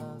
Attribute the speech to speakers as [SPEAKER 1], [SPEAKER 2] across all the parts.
[SPEAKER 1] 嗯，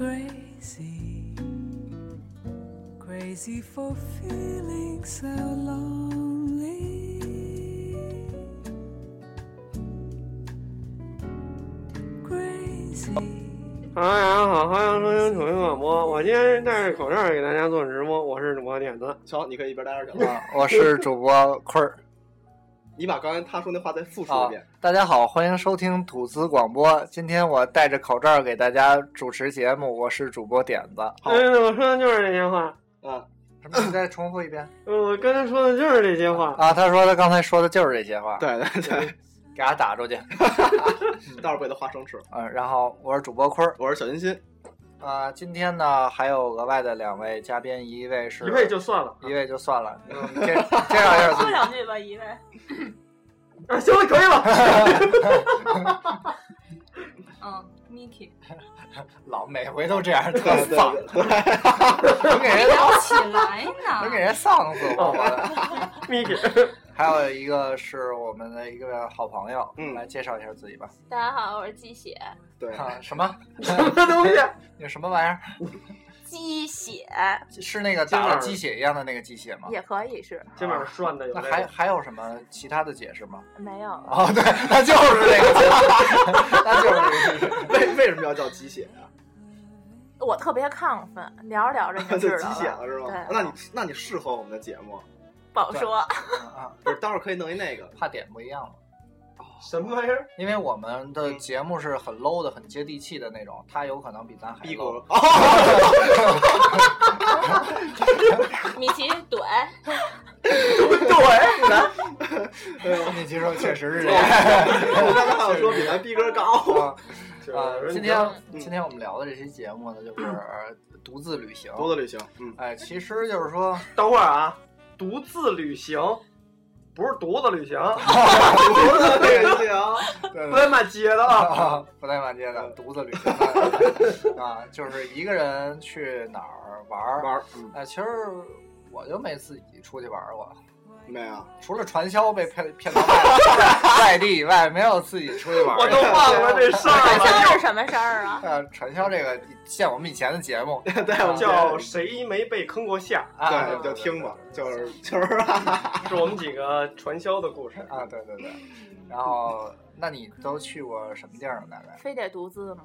[SPEAKER 2] crazy, crazy for feeling so lonely. Crazy.
[SPEAKER 3] 哈喽，大家好，欢迎收听《重新广播》。我今天戴着口罩给大家做直播，我是主播点子。
[SPEAKER 4] 瞧，你可以一边待着去 了。啊
[SPEAKER 5] 我是主播坤儿
[SPEAKER 4] 你把刚才他说那话再复述一
[SPEAKER 5] 啊
[SPEAKER 4] 遍。！
[SPEAKER 5] 大家好，欢迎收听吐司广播。今天我戴着口罩给大家主持节目，我是主播点子。
[SPEAKER 4] 好
[SPEAKER 3] 嗯，我说的就是这些话。
[SPEAKER 4] 啊，
[SPEAKER 5] 什么？你再重复一 遍
[SPEAKER 3] 嗯，我刚才说的就是这些话。
[SPEAKER 5] 啊！他说他刚才说的就是这些话，，
[SPEAKER 4] 啊对对对，
[SPEAKER 5] 给他打出去。
[SPEAKER 4] 待会儿被他花生吃。
[SPEAKER 5] 嗯、然后我是主播坤儿
[SPEAKER 4] 我是小欣欣，
[SPEAKER 5] 啊、今天呢，还有额外的两位嘉宾，一位是
[SPEAKER 3] 一位就算了。
[SPEAKER 5] 一位就 算了，嗯介介绍一下自
[SPEAKER 6] 说
[SPEAKER 5] 己。
[SPEAKER 6] 两句吧，一位。
[SPEAKER 3] 啊，行了，可以了。
[SPEAKER 6] 嗯，Miki，
[SPEAKER 5] 老每回 都这样，特
[SPEAKER 4] 对对
[SPEAKER 5] 丧，
[SPEAKER 4] 对，
[SPEAKER 5] 能给 人
[SPEAKER 6] 聊起来
[SPEAKER 5] 能给
[SPEAKER 6] 呢，
[SPEAKER 5] 人丧死我我的。
[SPEAKER 4] 哦
[SPEAKER 3] 米姐，
[SPEAKER 5] 还有一个是我们的一个好朋友，
[SPEAKER 4] 嗯
[SPEAKER 5] 来介绍一下自己吧。
[SPEAKER 7] 大家好，我是鸡血，
[SPEAKER 4] 对
[SPEAKER 5] 啊，什么？
[SPEAKER 3] 什么东西？啊
[SPEAKER 5] 有什么玩意儿？
[SPEAKER 7] 鸡血
[SPEAKER 5] 是那个打了鸡血一样的那个鸡血吗？
[SPEAKER 7] 也可以是，
[SPEAKER 3] 今晚涮的有
[SPEAKER 5] 那
[SPEAKER 3] 这
[SPEAKER 5] 还
[SPEAKER 3] 个。
[SPEAKER 5] 还有什么其他的解释吗？
[SPEAKER 7] 没有，
[SPEAKER 5] 哦，对，那就是那个鸡血， 那就是这个。
[SPEAKER 4] 为为什么要叫鸡血啊呀？
[SPEAKER 7] 我特别亢奋，聊着聊着
[SPEAKER 4] 就
[SPEAKER 7] 就知道
[SPEAKER 4] 鸡血了是啊吗？
[SPEAKER 7] 对，
[SPEAKER 4] 那你那你适合我们的节目，
[SPEAKER 7] 不好说，
[SPEAKER 5] 啊，
[SPEAKER 4] 不是？待会儿可以弄一那 个。
[SPEAKER 5] 怕点不一样了，
[SPEAKER 3] 什么玩意儿？
[SPEAKER 5] 因为我们
[SPEAKER 4] 嗯
[SPEAKER 5] 的节目是很 low 的、很接地气的那种，他有可能比咱还
[SPEAKER 4] 逼
[SPEAKER 5] low
[SPEAKER 4] 格。。哦，
[SPEAKER 7] 米奇怼，
[SPEAKER 5] 对，咱你其实确实 是这样。
[SPEAKER 4] 我刚才还想说比咱逼格 高。
[SPEAKER 5] 啊呃，今天
[SPEAKER 4] 嗯
[SPEAKER 5] 今天我们聊的这期节目呢，就是呃独自旅行。
[SPEAKER 4] 独自旅行， 嗯，
[SPEAKER 5] 哎，其实就 是说，
[SPEAKER 3] 等会儿啊，独自旅行，不是独自旅行，
[SPEAKER 5] 嗯
[SPEAKER 4] 独自旅行。
[SPEAKER 5] 对
[SPEAKER 3] 不带骂街的啊。
[SPEAKER 5] 啊，不带满街的，
[SPEAKER 4] 嗯
[SPEAKER 5] 独自旅行啊， 就是一个人去哪儿玩儿。
[SPEAKER 4] 玩儿，嗯，
[SPEAKER 5] 哎，其实我就没自己出去玩儿过，
[SPEAKER 4] 嗯没有，
[SPEAKER 5] 除了传销被骗骗到外外地 以外，没有自己出去玩儿过。
[SPEAKER 3] 我都忘了这 事
[SPEAKER 5] 哎
[SPEAKER 7] 传
[SPEAKER 3] 儿
[SPEAKER 7] 销是什么事儿啊？
[SPEAKER 5] 呃，传销这个见我们以前的节目
[SPEAKER 4] 对，我
[SPEAKER 3] 了，
[SPEAKER 4] 们
[SPEAKER 3] 叫谁没被坑过下？
[SPEAKER 5] 啊，
[SPEAKER 4] 对，就听吧，
[SPEAKER 5] 对
[SPEAKER 4] 就是就是，啊
[SPEAKER 3] 是我们几个传销 的故事。
[SPEAKER 5] 啊，对对对。然后，那你都去过什么地儿呢？大概？
[SPEAKER 7] 非得独自吗？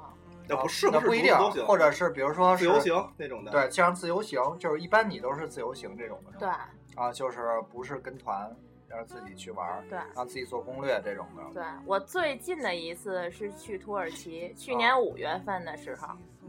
[SPEAKER 4] 那
[SPEAKER 8] 哦
[SPEAKER 4] 不是
[SPEAKER 5] 那
[SPEAKER 4] 不
[SPEAKER 5] 不
[SPEAKER 4] 是
[SPEAKER 5] 一定
[SPEAKER 4] 都行，，
[SPEAKER 5] 或者是比如说
[SPEAKER 4] 自
[SPEAKER 5] 是
[SPEAKER 4] 由，行那种的，，
[SPEAKER 5] 对，像自由行，就是一般你都是自由行这种的，
[SPEAKER 7] 对
[SPEAKER 5] 啊，就是不是跟团，然后自己去玩儿，
[SPEAKER 7] 对
[SPEAKER 8] 啊
[SPEAKER 5] 然后自己做攻略这种的。
[SPEAKER 7] 对，我最近的一次是去土耳其，去年五月份的时候，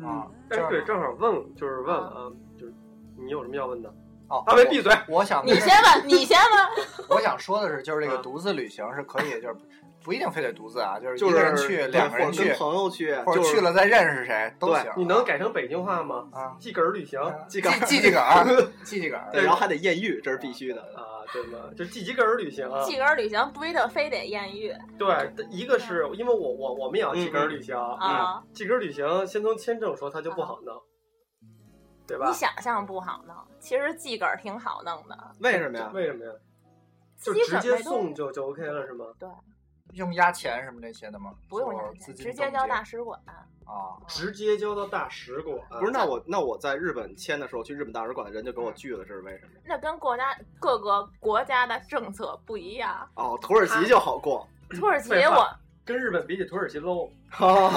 [SPEAKER 5] 啊，
[SPEAKER 3] 哎
[SPEAKER 5] 就，是
[SPEAKER 3] 对，正好问，就是问了啊，就是你有什么要问的？
[SPEAKER 5] 哦，
[SPEAKER 3] 阿威闭嘴！
[SPEAKER 5] 我。我想
[SPEAKER 7] 你先问，你先问，
[SPEAKER 5] 我想说的是，就是这个
[SPEAKER 3] 嗯
[SPEAKER 5] 独自旅行是可以，就是不一定非得独自啊，就是
[SPEAKER 4] 就
[SPEAKER 5] 一
[SPEAKER 4] 是
[SPEAKER 5] 个人去，两个人
[SPEAKER 4] 或者
[SPEAKER 5] 去
[SPEAKER 4] 跟，朋友去，
[SPEAKER 5] 或者
[SPEAKER 4] 就是
[SPEAKER 5] 去了再认识谁都
[SPEAKER 4] 对
[SPEAKER 5] 行。
[SPEAKER 3] 你能改成北京话吗？
[SPEAKER 5] 啊？
[SPEAKER 3] 自个儿旅行啊，
[SPEAKER 4] 记个
[SPEAKER 5] 记记记 个儿，记记个儿。
[SPEAKER 4] 对，然后还得艳遇，这是必须的，
[SPEAKER 3] 对吗？就自己个儿旅行啊。
[SPEAKER 7] 自个儿旅行不一定非得艳遇
[SPEAKER 3] 对，一个是因为我我我们也要自
[SPEAKER 5] 嗯
[SPEAKER 3] 个儿旅行，
[SPEAKER 7] 嗯啊，
[SPEAKER 3] 自个儿旅行先从签证说，它就不好弄，对吧
[SPEAKER 7] 你？想象不好弄，其实自个儿挺好弄的，
[SPEAKER 3] 啊
[SPEAKER 4] 为什么呀？
[SPEAKER 3] 为什么呀？就
[SPEAKER 7] 基
[SPEAKER 3] 直
[SPEAKER 7] 本
[SPEAKER 3] 接
[SPEAKER 7] 没
[SPEAKER 3] 送
[SPEAKER 7] 动。
[SPEAKER 3] 就就 OK 了是吗？
[SPEAKER 8] 用压钱什么那些的吗？
[SPEAKER 7] 不用
[SPEAKER 8] 做
[SPEAKER 7] 压
[SPEAKER 8] 资
[SPEAKER 7] 钱，
[SPEAKER 8] 金
[SPEAKER 7] 直接
[SPEAKER 8] 冻
[SPEAKER 7] 交
[SPEAKER 8] 结
[SPEAKER 7] 大使馆。
[SPEAKER 8] 啊。
[SPEAKER 3] 直接交到大使馆。
[SPEAKER 4] 不是，那我那我在日本签的时候，去日本大使馆，人就给
[SPEAKER 3] 嗯
[SPEAKER 4] 我拒了，这是为什么？
[SPEAKER 7] 那跟国家各个国家的政策不一 样。
[SPEAKER 4] 哦，土耳其就好过，
[SPEAKER 7] 土耳其
[SPEAKER 3] 废话
[SPEAKER 7] 我
[SPEAKER 3] 跟日本比起土耳其 low，
[SPEAKER 4] 哦，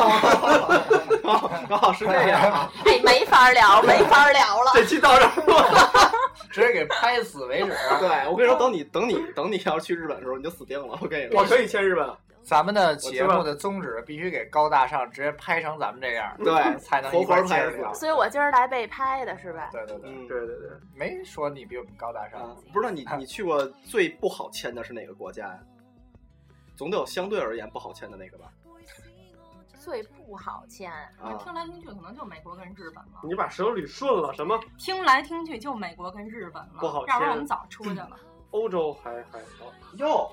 [SPEAKER 4] 是这 样啊。
[SPEAKER 7] 哎没法聊，没法聊了。
[SPEAKER 4] 这期到这儿，
[SPEAKER 8] 直接给拍死为止。
[SPEAKER 5] 啊
[SPEAKER 4] 对我跟你说，等你等你等你要是去日本的时候，你就死定了。我跟你
[SPEAKER 3] 我
[SPEAKER 4] 说，
[SPEAKER 3] 可以签日本。啊
[SPEAKER 8] 咱们的节目的宗旨必须给高大上，直接拍成咱们这样，
[SPEAKER 4] 对
[SPEAKER 8] 才能一块儿接着聊
[SPEAKER 4] 活活拍。死
[SPEAKER 7] 所以我今儿来被拍的是吧？
[SPEAKER 8] 对对对，
[SPEAKER 4] 嗯，
[SPEAKER 3] 对对对，
[SPEAKER 8] 没说你比我们高大
[SPEAKER 4] 啊
[SPEAKER 8] 上，，
[SPEAKER 4] 不知道你你去过最不好签的是哪个国家呀？总得有相对而言不好签的那个吧？
[SPEAKER 7] 最不好签，
[SPEAKER 4] 啊，
[SPEAKER 9] 听来听去可能就美国跟日本了，
[SPEAKER 3] 你把舌头捋顺了，什么
[SPEAKER 9] 听来听去就美国跟日本了，
[SPEAKER 3] 不好
[SPEAKER 9] 要不
[SPEAKER 3] 签
[SPEAKER 9] 然我们早出去了。
[SPEAKER 8] 嗯
[SPEAKER 3] 欧洲还还哦好，
[SPEAKER 4] 哟，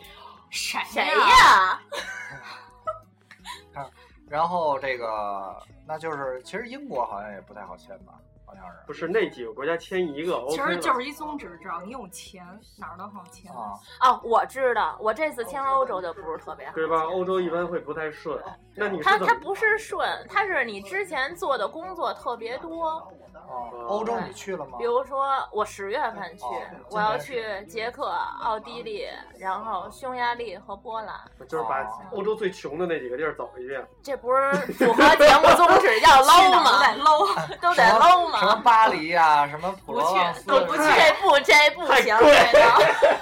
[SPEAKER 9] 谁
[SPEAKER 7] 谁
[SPEAKER 9] 呀？
[SPEAKER 7] 呀？
[SPEAKER 8] 然后这个那就是，其实英国好像也不太好签吧，好像是
[SPEAKER 3] 不是那几个国家签一个，
[SPEAKER 9] 其
[SPEAKER 3] OK
[SPEAKER 9] 实
[SPEAKER 3] 了
[SPEAKER 9] 就是一宗旨，只要你有钱，哪儿都好签。
[SPEAKER 8] 啊，
[SPEAKER 7] 哦，我知道，我这次签欧洲就不是特别好。
[SPEAKER 3] 对吧？欧洲一般会不太顺。那你是
[SPEAKER 7] 哦他
[SPEAKER 3] 怎
[SPEAKER 7] 他
[SPEAKER 3] 么？
[SPEAKER 7] 不是顺，他是你之前做的工作特别多，
[SPEAKER 4] 啊
[SPEAKER 8] 哦欧洲你去了吗
[SPEAKER 7] 比？如说我十月份去
[SPEAKER 8] 哦，
[SPEAKER 7] 我要去捷克、奥地利，然后匈牙利和波兰，
[SPEAKER 3] 就是把
[SPEAKER 8] 哦
[SPEAKER 3] 欧洲最穷的那几个地儿走一遍，
[SPEAKER 7] 这不是符合节目宗旨要
[SPEAKER 9] 去
[SPEAKER 7] 捞
[SPEAKER 9] 哪儿
[SPEAKER 7] 吗？
[SPEAKER 9] 都得搂，
[SPEAKER 7] 都得捞
[SPEAKER 8] 什么
[SPEAKER 7] 吗？
[SPEAKER 8] 巴黎呀、什么普罗旺斯啊
[SPEAKER 7] 我不去，这不这不行，
[SPEAKER 3] 太贵
[SPEAKER 7] 这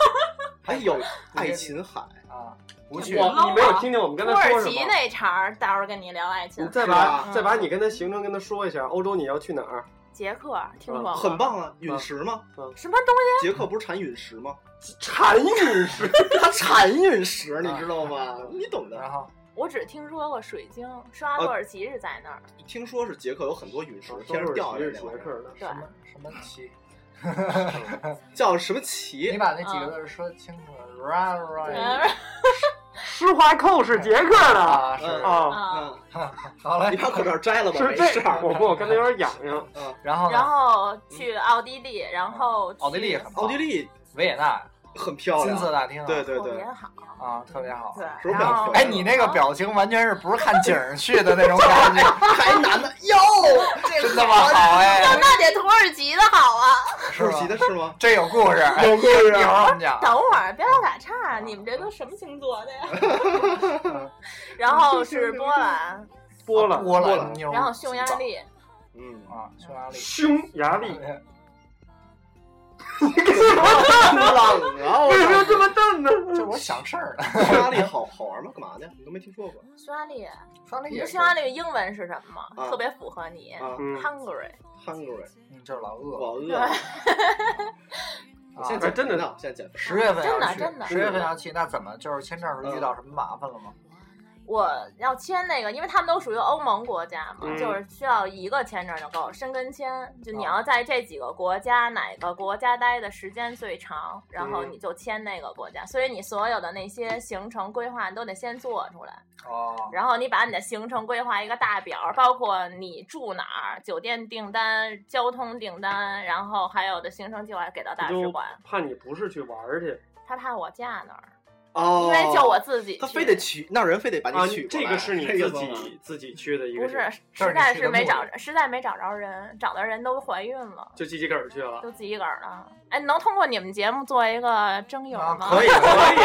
[SPEAKER 4] 还有爱琴海，
[SPEAKER 8] 啊，不去
[SPEAKER 9] 对
[SPEAKER 3] 我
[SPEAKER 9] 捞
[SPEAKER 3] 你没有
[SPEAKER 9] 啊
[SPEAKER 3] 听见我们刚
[SPEAKER 7] 个土
[SPEAKER 3] 才说
[SPEAKER 7] 耳
[SPEAKER 3] 什
[SPEAKER 7] 其
[SPEAKER 3] 么？
[SPEAKER 7] 那茬儿，到时候跟你聊爱
[SPEAKER 3] 你
[SPEAKER 7] 情。
[SPEAKER 3] 再
[SPEAKER 4] 是
[SPEAKER 3] 把
[SPEAKER 4] 啊
[SPEAKER 3] 再把你跟他行程跟他说一下，欧洲你要去哪儿？
[SPEAKER 7] 捷克听过吗？
[SPEAKER 4] 很棒啊，
[SPEAKER 3] 嗯
[SPEAKER 4] 陨石吗？
[SPEAKER 7] 什么东
[SPEAKER 4] 捷克不是产陨石吗？
[SPEAKER 3] 产陨 石，
[SPEAKER 4] 它产陨石，你知 道吗？你懂
[SPEAKER 8] 然
[SPEAKER 4] 的。
[SPEAKER 8] 后
[SPEAKER 7] 西？我只听说过水晶，圣阿
[SPEAKER 4] 啊
[SPEAKER 7] 土耳其是在那儿。
[SPEAKER 4] 听说是捷克有很多陨石
[SPEAKER 3] 哦都是
[SPEAKER 4] 天上掉下来
[SPEAKER 3] 是
[SPEAKER 4] 那
[SPEAKER 3] 捷
[SPEAKER 4] 玩意儿，
[SPEAKER 3] 克的。
[SPEAKER 7] 对
[SPEAKER 8] 什，么什么旗，
[SPEAKER 4] 叫什么
[SPEAKER 8] 你
[SPEAKER 4] 旗？
[SPEAKER 8] 把那几个字说清楚了。ra ra
[SPEAKER 7] 嗯
[SPEAKER 3] 施华寇是捷克的
[SPEAKER 8] 啊，是
[SPEAKER 3] 啊，
[SPEAKER 7] 嗯
[SPEAKER 4] 嗯，
[SPEAKER 8] 好嘞
[SPEAKER 4] 你。把口罩摘了吧，
[SPEAKER 3] 是
[SPEAKER 4] 没
[SPEAKER 3] 这
[SPEAKER 4] 事
[SPEAKER 3] 样。我
[SPEAKER 4] 儿。啊
[SPEAKER 3] 不，我刚才有点痒痒。
[SPEAKER 8] 然后呢
[SPEAKER 7] 然？后去奥地利，然后去
[SPEAKER 8] 嗯奥地利也很棒
[SPEAKER 4] 奥地利
[SPEAKER 8] 维也纳
[SPEAKER 4] 很漂
[SPEAKER 8] 金
[SPEAKER 4] 亮，
[SPEAKER 8] 色大厅啊，
[SPEAKER 4] 对对
[SPEAKER 7] 特
[SPEAKER 4] 对
[SPEAKER 7] 别，好。
[SPEAKER 8] 啊，特别好
[SPEAKER 7] 对。，
[SPEAKER 4] 手表
[SPEAKER 7] 然后
[SPEAKER 4] 对
[SPEAKER 8] 哎，你
[SPEAKER 7] 啊
[SPEAKER 8] 那个表情完全是不是看景儿去的那种 感觉，
[SPEAKER 4] 还男的哟，
[SPEAKER 8] 真他妈好哎，
[SPEAKER 7] 那得土耳其的好啊！
[SPEAKER 4] 土
[SPEAKER 8] 是
[SPEAKER 4] 耳其
[SPEAKER 8] 吧？
[SPEAKER 4] 的是 吗？
[SPEAKER 8] 这有故事，
[SPEAKER 3] 哎
[SPEAKER 8] 有故事，一会儿我们讲。
[SPEAKER 7] 等会儿，别老打岔，你们这都什么星座的呀？然后是波兰，
[SPEAKER 3] 波兰，
[SPEAKER 8] 波
[SPEAKER 4] 波兰
[SPEAKER 8] 兰妞，
[SPEAKER 7] 然后匈牙利，
[SPEAKER 4] 嗯，
[SPEAKER 8] 啊，匈牙利，
[SPEAKER 3] 匈牙利，
[SPEAKER 4] 冷啊！我
[SPEAKER 3] 为什么要
[SPEAKER 4] 操
[SPEAKER 3] 这么瞪呢？
[SPEAKER 8] 这我想事儿呢。
[SPEAKER 4] 匈牙利好好玩吗？干嘛呢？你都没听说过
[SPEAKER 7] 匈牙利，
[SPEAKER 8] 匈牙利
[SPEAKER 7] 你
[SPEAKER 8] 也
[SPEAKER 7] 知
[SPEAKER 8] 是
[SPEAKER 7] 匈牙利英文是什么吗？
[SPEAKER 4] 啊
[SPEAKER 7] 特别符合你
[SPEAKER 4] 啊
[SPEAKER 3] 嗯，
[SPEAKER 7] ，Hungary。
[SPEAKER 4] ？Hungary，
[SPEAKER 8] 嗯就是老
[SPEAKER 4] 我
[SPEAKER 8] 饿。
[SPEAKER 4] 饿了，我
[SPEAKER 8] 啊
[SPEAKER 4] 现在
[SPEAKER 3] 哎真的
[SPEAKER 4] 呢，现在减肥。
[SPEAKER 8] 十月份
[SPEAKER 7] 真的
[SPEAKER 8] 要去
[SPEAKER 7] 真的
[SPEAKER 8] 十月份要去，那怎么就是签证时候遇到什么麻烦了吗？
[SPEAKER 7] 我要签那个，因为他们都属于欧盟国家嘛，
[SPEAKER 3] 嗯
[SPEAKER 7] 就是需要一个签证就够，申根签。就你要在这几个国家、哪个国家待的时间最长，然后
[SPEAKER 3] 嗯
[SPEAKER 7] 你就签那个国家。所以你所有的那些行程规划你都得先做出来。
[SPEAKER 8] 哦，
[SPEAKER 7] 然后你把你的行程规划一个大表，包括你住哪儿、酒店订单、交通订单，然后还有的行程计划给到大使
[SPEAKER 3] 就
[SPEAKER 7] 馆。
[SPEAKER 3] 怕你不是去玩儿去
[SPEAKER 7] 他怕我嫁那儿，
[SPEAKER 4] 哦
[SPEAKER 7] 因为就我自己
[SPEAKER 4] 他
[SPEAKER 7] 去
[SPEAKER 4] 非得娶，那人非得把
[SPEAKER 3] 啊
[SPEAKER 4] 你娶！过
[SPEAKER 3] 这
[SPEAKER 4] 来。
[SPEAKER 3] 个是你
[SPEAKER 4] 这
[SPEAKER 3] 自
[SPEAKER 4] 怎么办
[SPEAKER 3] 己自己去的一个
[SPEAKER 7] 不
[SPEAKER 3] 地
[SPEAKER 7] 是
[SPEAKER 3] 方，，
[SPEAKER 8] 这是
[SPEAKER 7] 实
[SPEAKER 8] 你
[SPEAKER 7] 在
[SPEAKER 8] 去
[SPEAKER 7] 是
[SPEAKER 8] 的
[SPEAKER 7] 没
[SPEAKER 8] 目
[SPEAKER 7] 找
[SPEAKER 8] 的，
[SPEAKER 7] 实在没找着人，找的人都怀孕了，
[SPEAKER 3] 就自己个儿去了，
[SPEAKER 7] 都自己个儿了。哎，能通过你们节目做一个征友
[SPEAKER 8] 啊
[SPEAKER 7] 吗？
[SPEAKER 3] 可以可以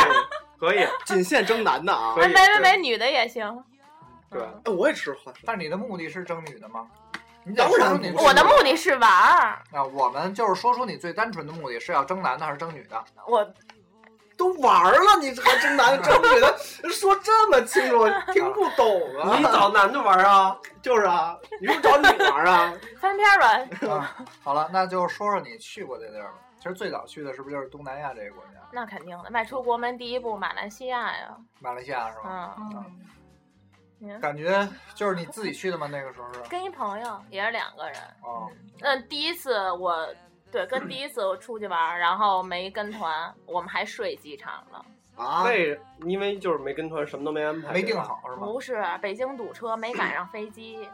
[SPEAKER 3] 可以，
[SPEAKER 4] 仅限征男的啊
[SPEAKER 3] 可！
[SPEAKER 7] 哎，
[SPEAKER 3] 以
[SPEAKER 7] 没没
[SPEAKER 3] 对
[SPEAKER 7] 没，女的也行。
[SPEAKER 3] 对
[SPEAKER 7] 嗯
[SPEAKER 4] 哎，我也吃花生。
[SPEAKER 8] 但是你的目的是争女的吗？你得
[SPEAKER 4] 当然
[SPEAKER 8] 说出你
[SPEAKER 4] 不是
[SPEAKER 7] 我的目的是玩儿，
[SPEAKER 8] 啊，我们就是说出你最单纯的目的是要争男的还是争女的？
[SPEAKER 7] 我
[SPEAKER 4] 都玩儿了，你这还真男真女的 说这么清楚，听不懂啊！
[SPEAKER 3] 你找男的玩儿啊，
[SPEAKER 4] 就是啊，你是找女玩儿啊？
[SPEAKER 7] 翻篇儿吧。
[SPEAKER 8] 啊，好了，那就说说你去过的地儿吧。其实最早去的是不是就是东南亚这个国家，
[SPEAKER 7] 那肯定的，迈出国门第一步，马来西亚呀，
[SPEAKER 8] 马来西亚是吗？
[SPEAKER 7] 嗯，
[SPEAKER 9] 嗯，
[SPEAKER 7] 嗯
[SPEAKER 8] 感觉就是你自己去的吗？那个时候是？
[SPEAKER 7] 跟一朋友也是两个人。
[SPEAKER 8] 哦，
[SPEAKER 7] 那第一次我对跟第一次我出去玩儿，然后没跟团，我们还睡机场了。
[SPEAKER 4] 啊，
[SPEAKER 3] 为因为就是没跟团，什么都没安排，
[SPEAKER 8] 没定，好是吗？
[SPEAKER 7] 不是北京堵车，没赶上飞机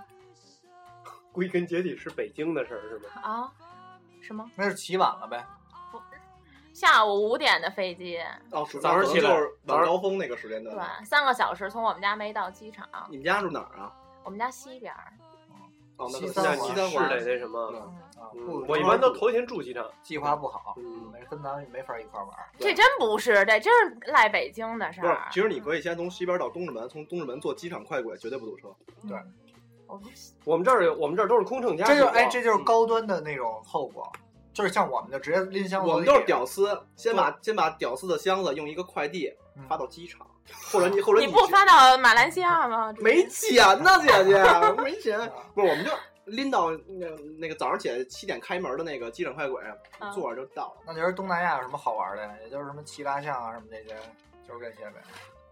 [SPEAKER 3] 归根结底是北京的事儿是吗？
[SPEAKER 7] 啊？什么？
[SPEAKER 8] 那是起晚了呗。
[SPEAKER 7] 下午五点的飞机，
[SPEAKER 4] 哦，是
[SPEAKER 3] 早上
[SPEAKER 4] 那可能
[SPEAKER 3] 起来
[SPEAKER 4] 就是
[SPEAKER 3] 早上
[SPEAKER 4] 晚高峰那个时间
[SPEAKER 7] 对
[SPEAKER 4] 段。
[SPEAKER 7] 吧，三个小时从我们家没到机场，
[SPEAKER 4] 你们家住哪儿啊？
[SPEAKER 7] 我们家西边儿，
[SPEAKER 4] 哦，那
[SPEAKER 8] 西
[SPEAKER 4] 个
[SPEAKER 8] 三
[SPEAKER 4] 在
[SPEAKER 8] 环
[SPEAKER 4] 西
[SPEAKER 3] 是
[SPEAKER 4] 三
[SPEAKER 3] 得
[SPEAKER 4] 环。
[SPEAKER 3] 那什么，
[SPEAKER 4] 嗯
[SPEAKER 3] 嗯
[SPEAKER 8] 不
[SPEAKER 3] 我一般都头一天住机场。
[SPEAKER 8] 计划不好，
[SPEAKER 3] 嗯
[SPEAKER 8] 没跟咱们没法一块玩儿。
[SPEAKER 7] 这真不是，这真是赖北京的事
[SPEAKER 4] 不是
[SPEAKER 7] 儿，。
[SPEAKER 4] 其实你可以先从西边到东直门，从东直门坐机场快轨，绝对不堵车。
[SPEAKER 7] 我不是
[SPEAKER 3] 我们这儿有，我们这儿都是空乘加
[SPEAKER 8] 这
[SPEAKER 3] 驶
[SPEAKER 8] 就
[SPEAKER 3] 啊。
[SPEAKER 8] 哎，这就是
[SPEAKER 4] 嗯
[SPEAKER 8] 高端的那种后果，就是像我们就直接拎箱子里，
[SPEAKER 4] 我们都是屌丝，先把先把屌丝的箱子用一个快递
[SPEAKER 8] 嗯
[SPEAKER 4] 发到机场，或者你或者
[SPEAKER 7] 你不
[SPEAKER 4] 去
[SPEAKER 7] 发到马来西亚吗？
[SPEAKER 4] 没钱
[SPEAKER 8] 啊
[SPEAKER 4] 呢，姐姐啊 没钱。不是，我们就拎到那那个早上起来七点开门的那个机场快轨，
[SPEAKER 7] 嗯
[SPEAKER 4] 坐着就到了。
[SPEAKER 8] 那你说东南亚有什么好玩的呀？也就是什么骑大象啊，什么这些，就是这些呗，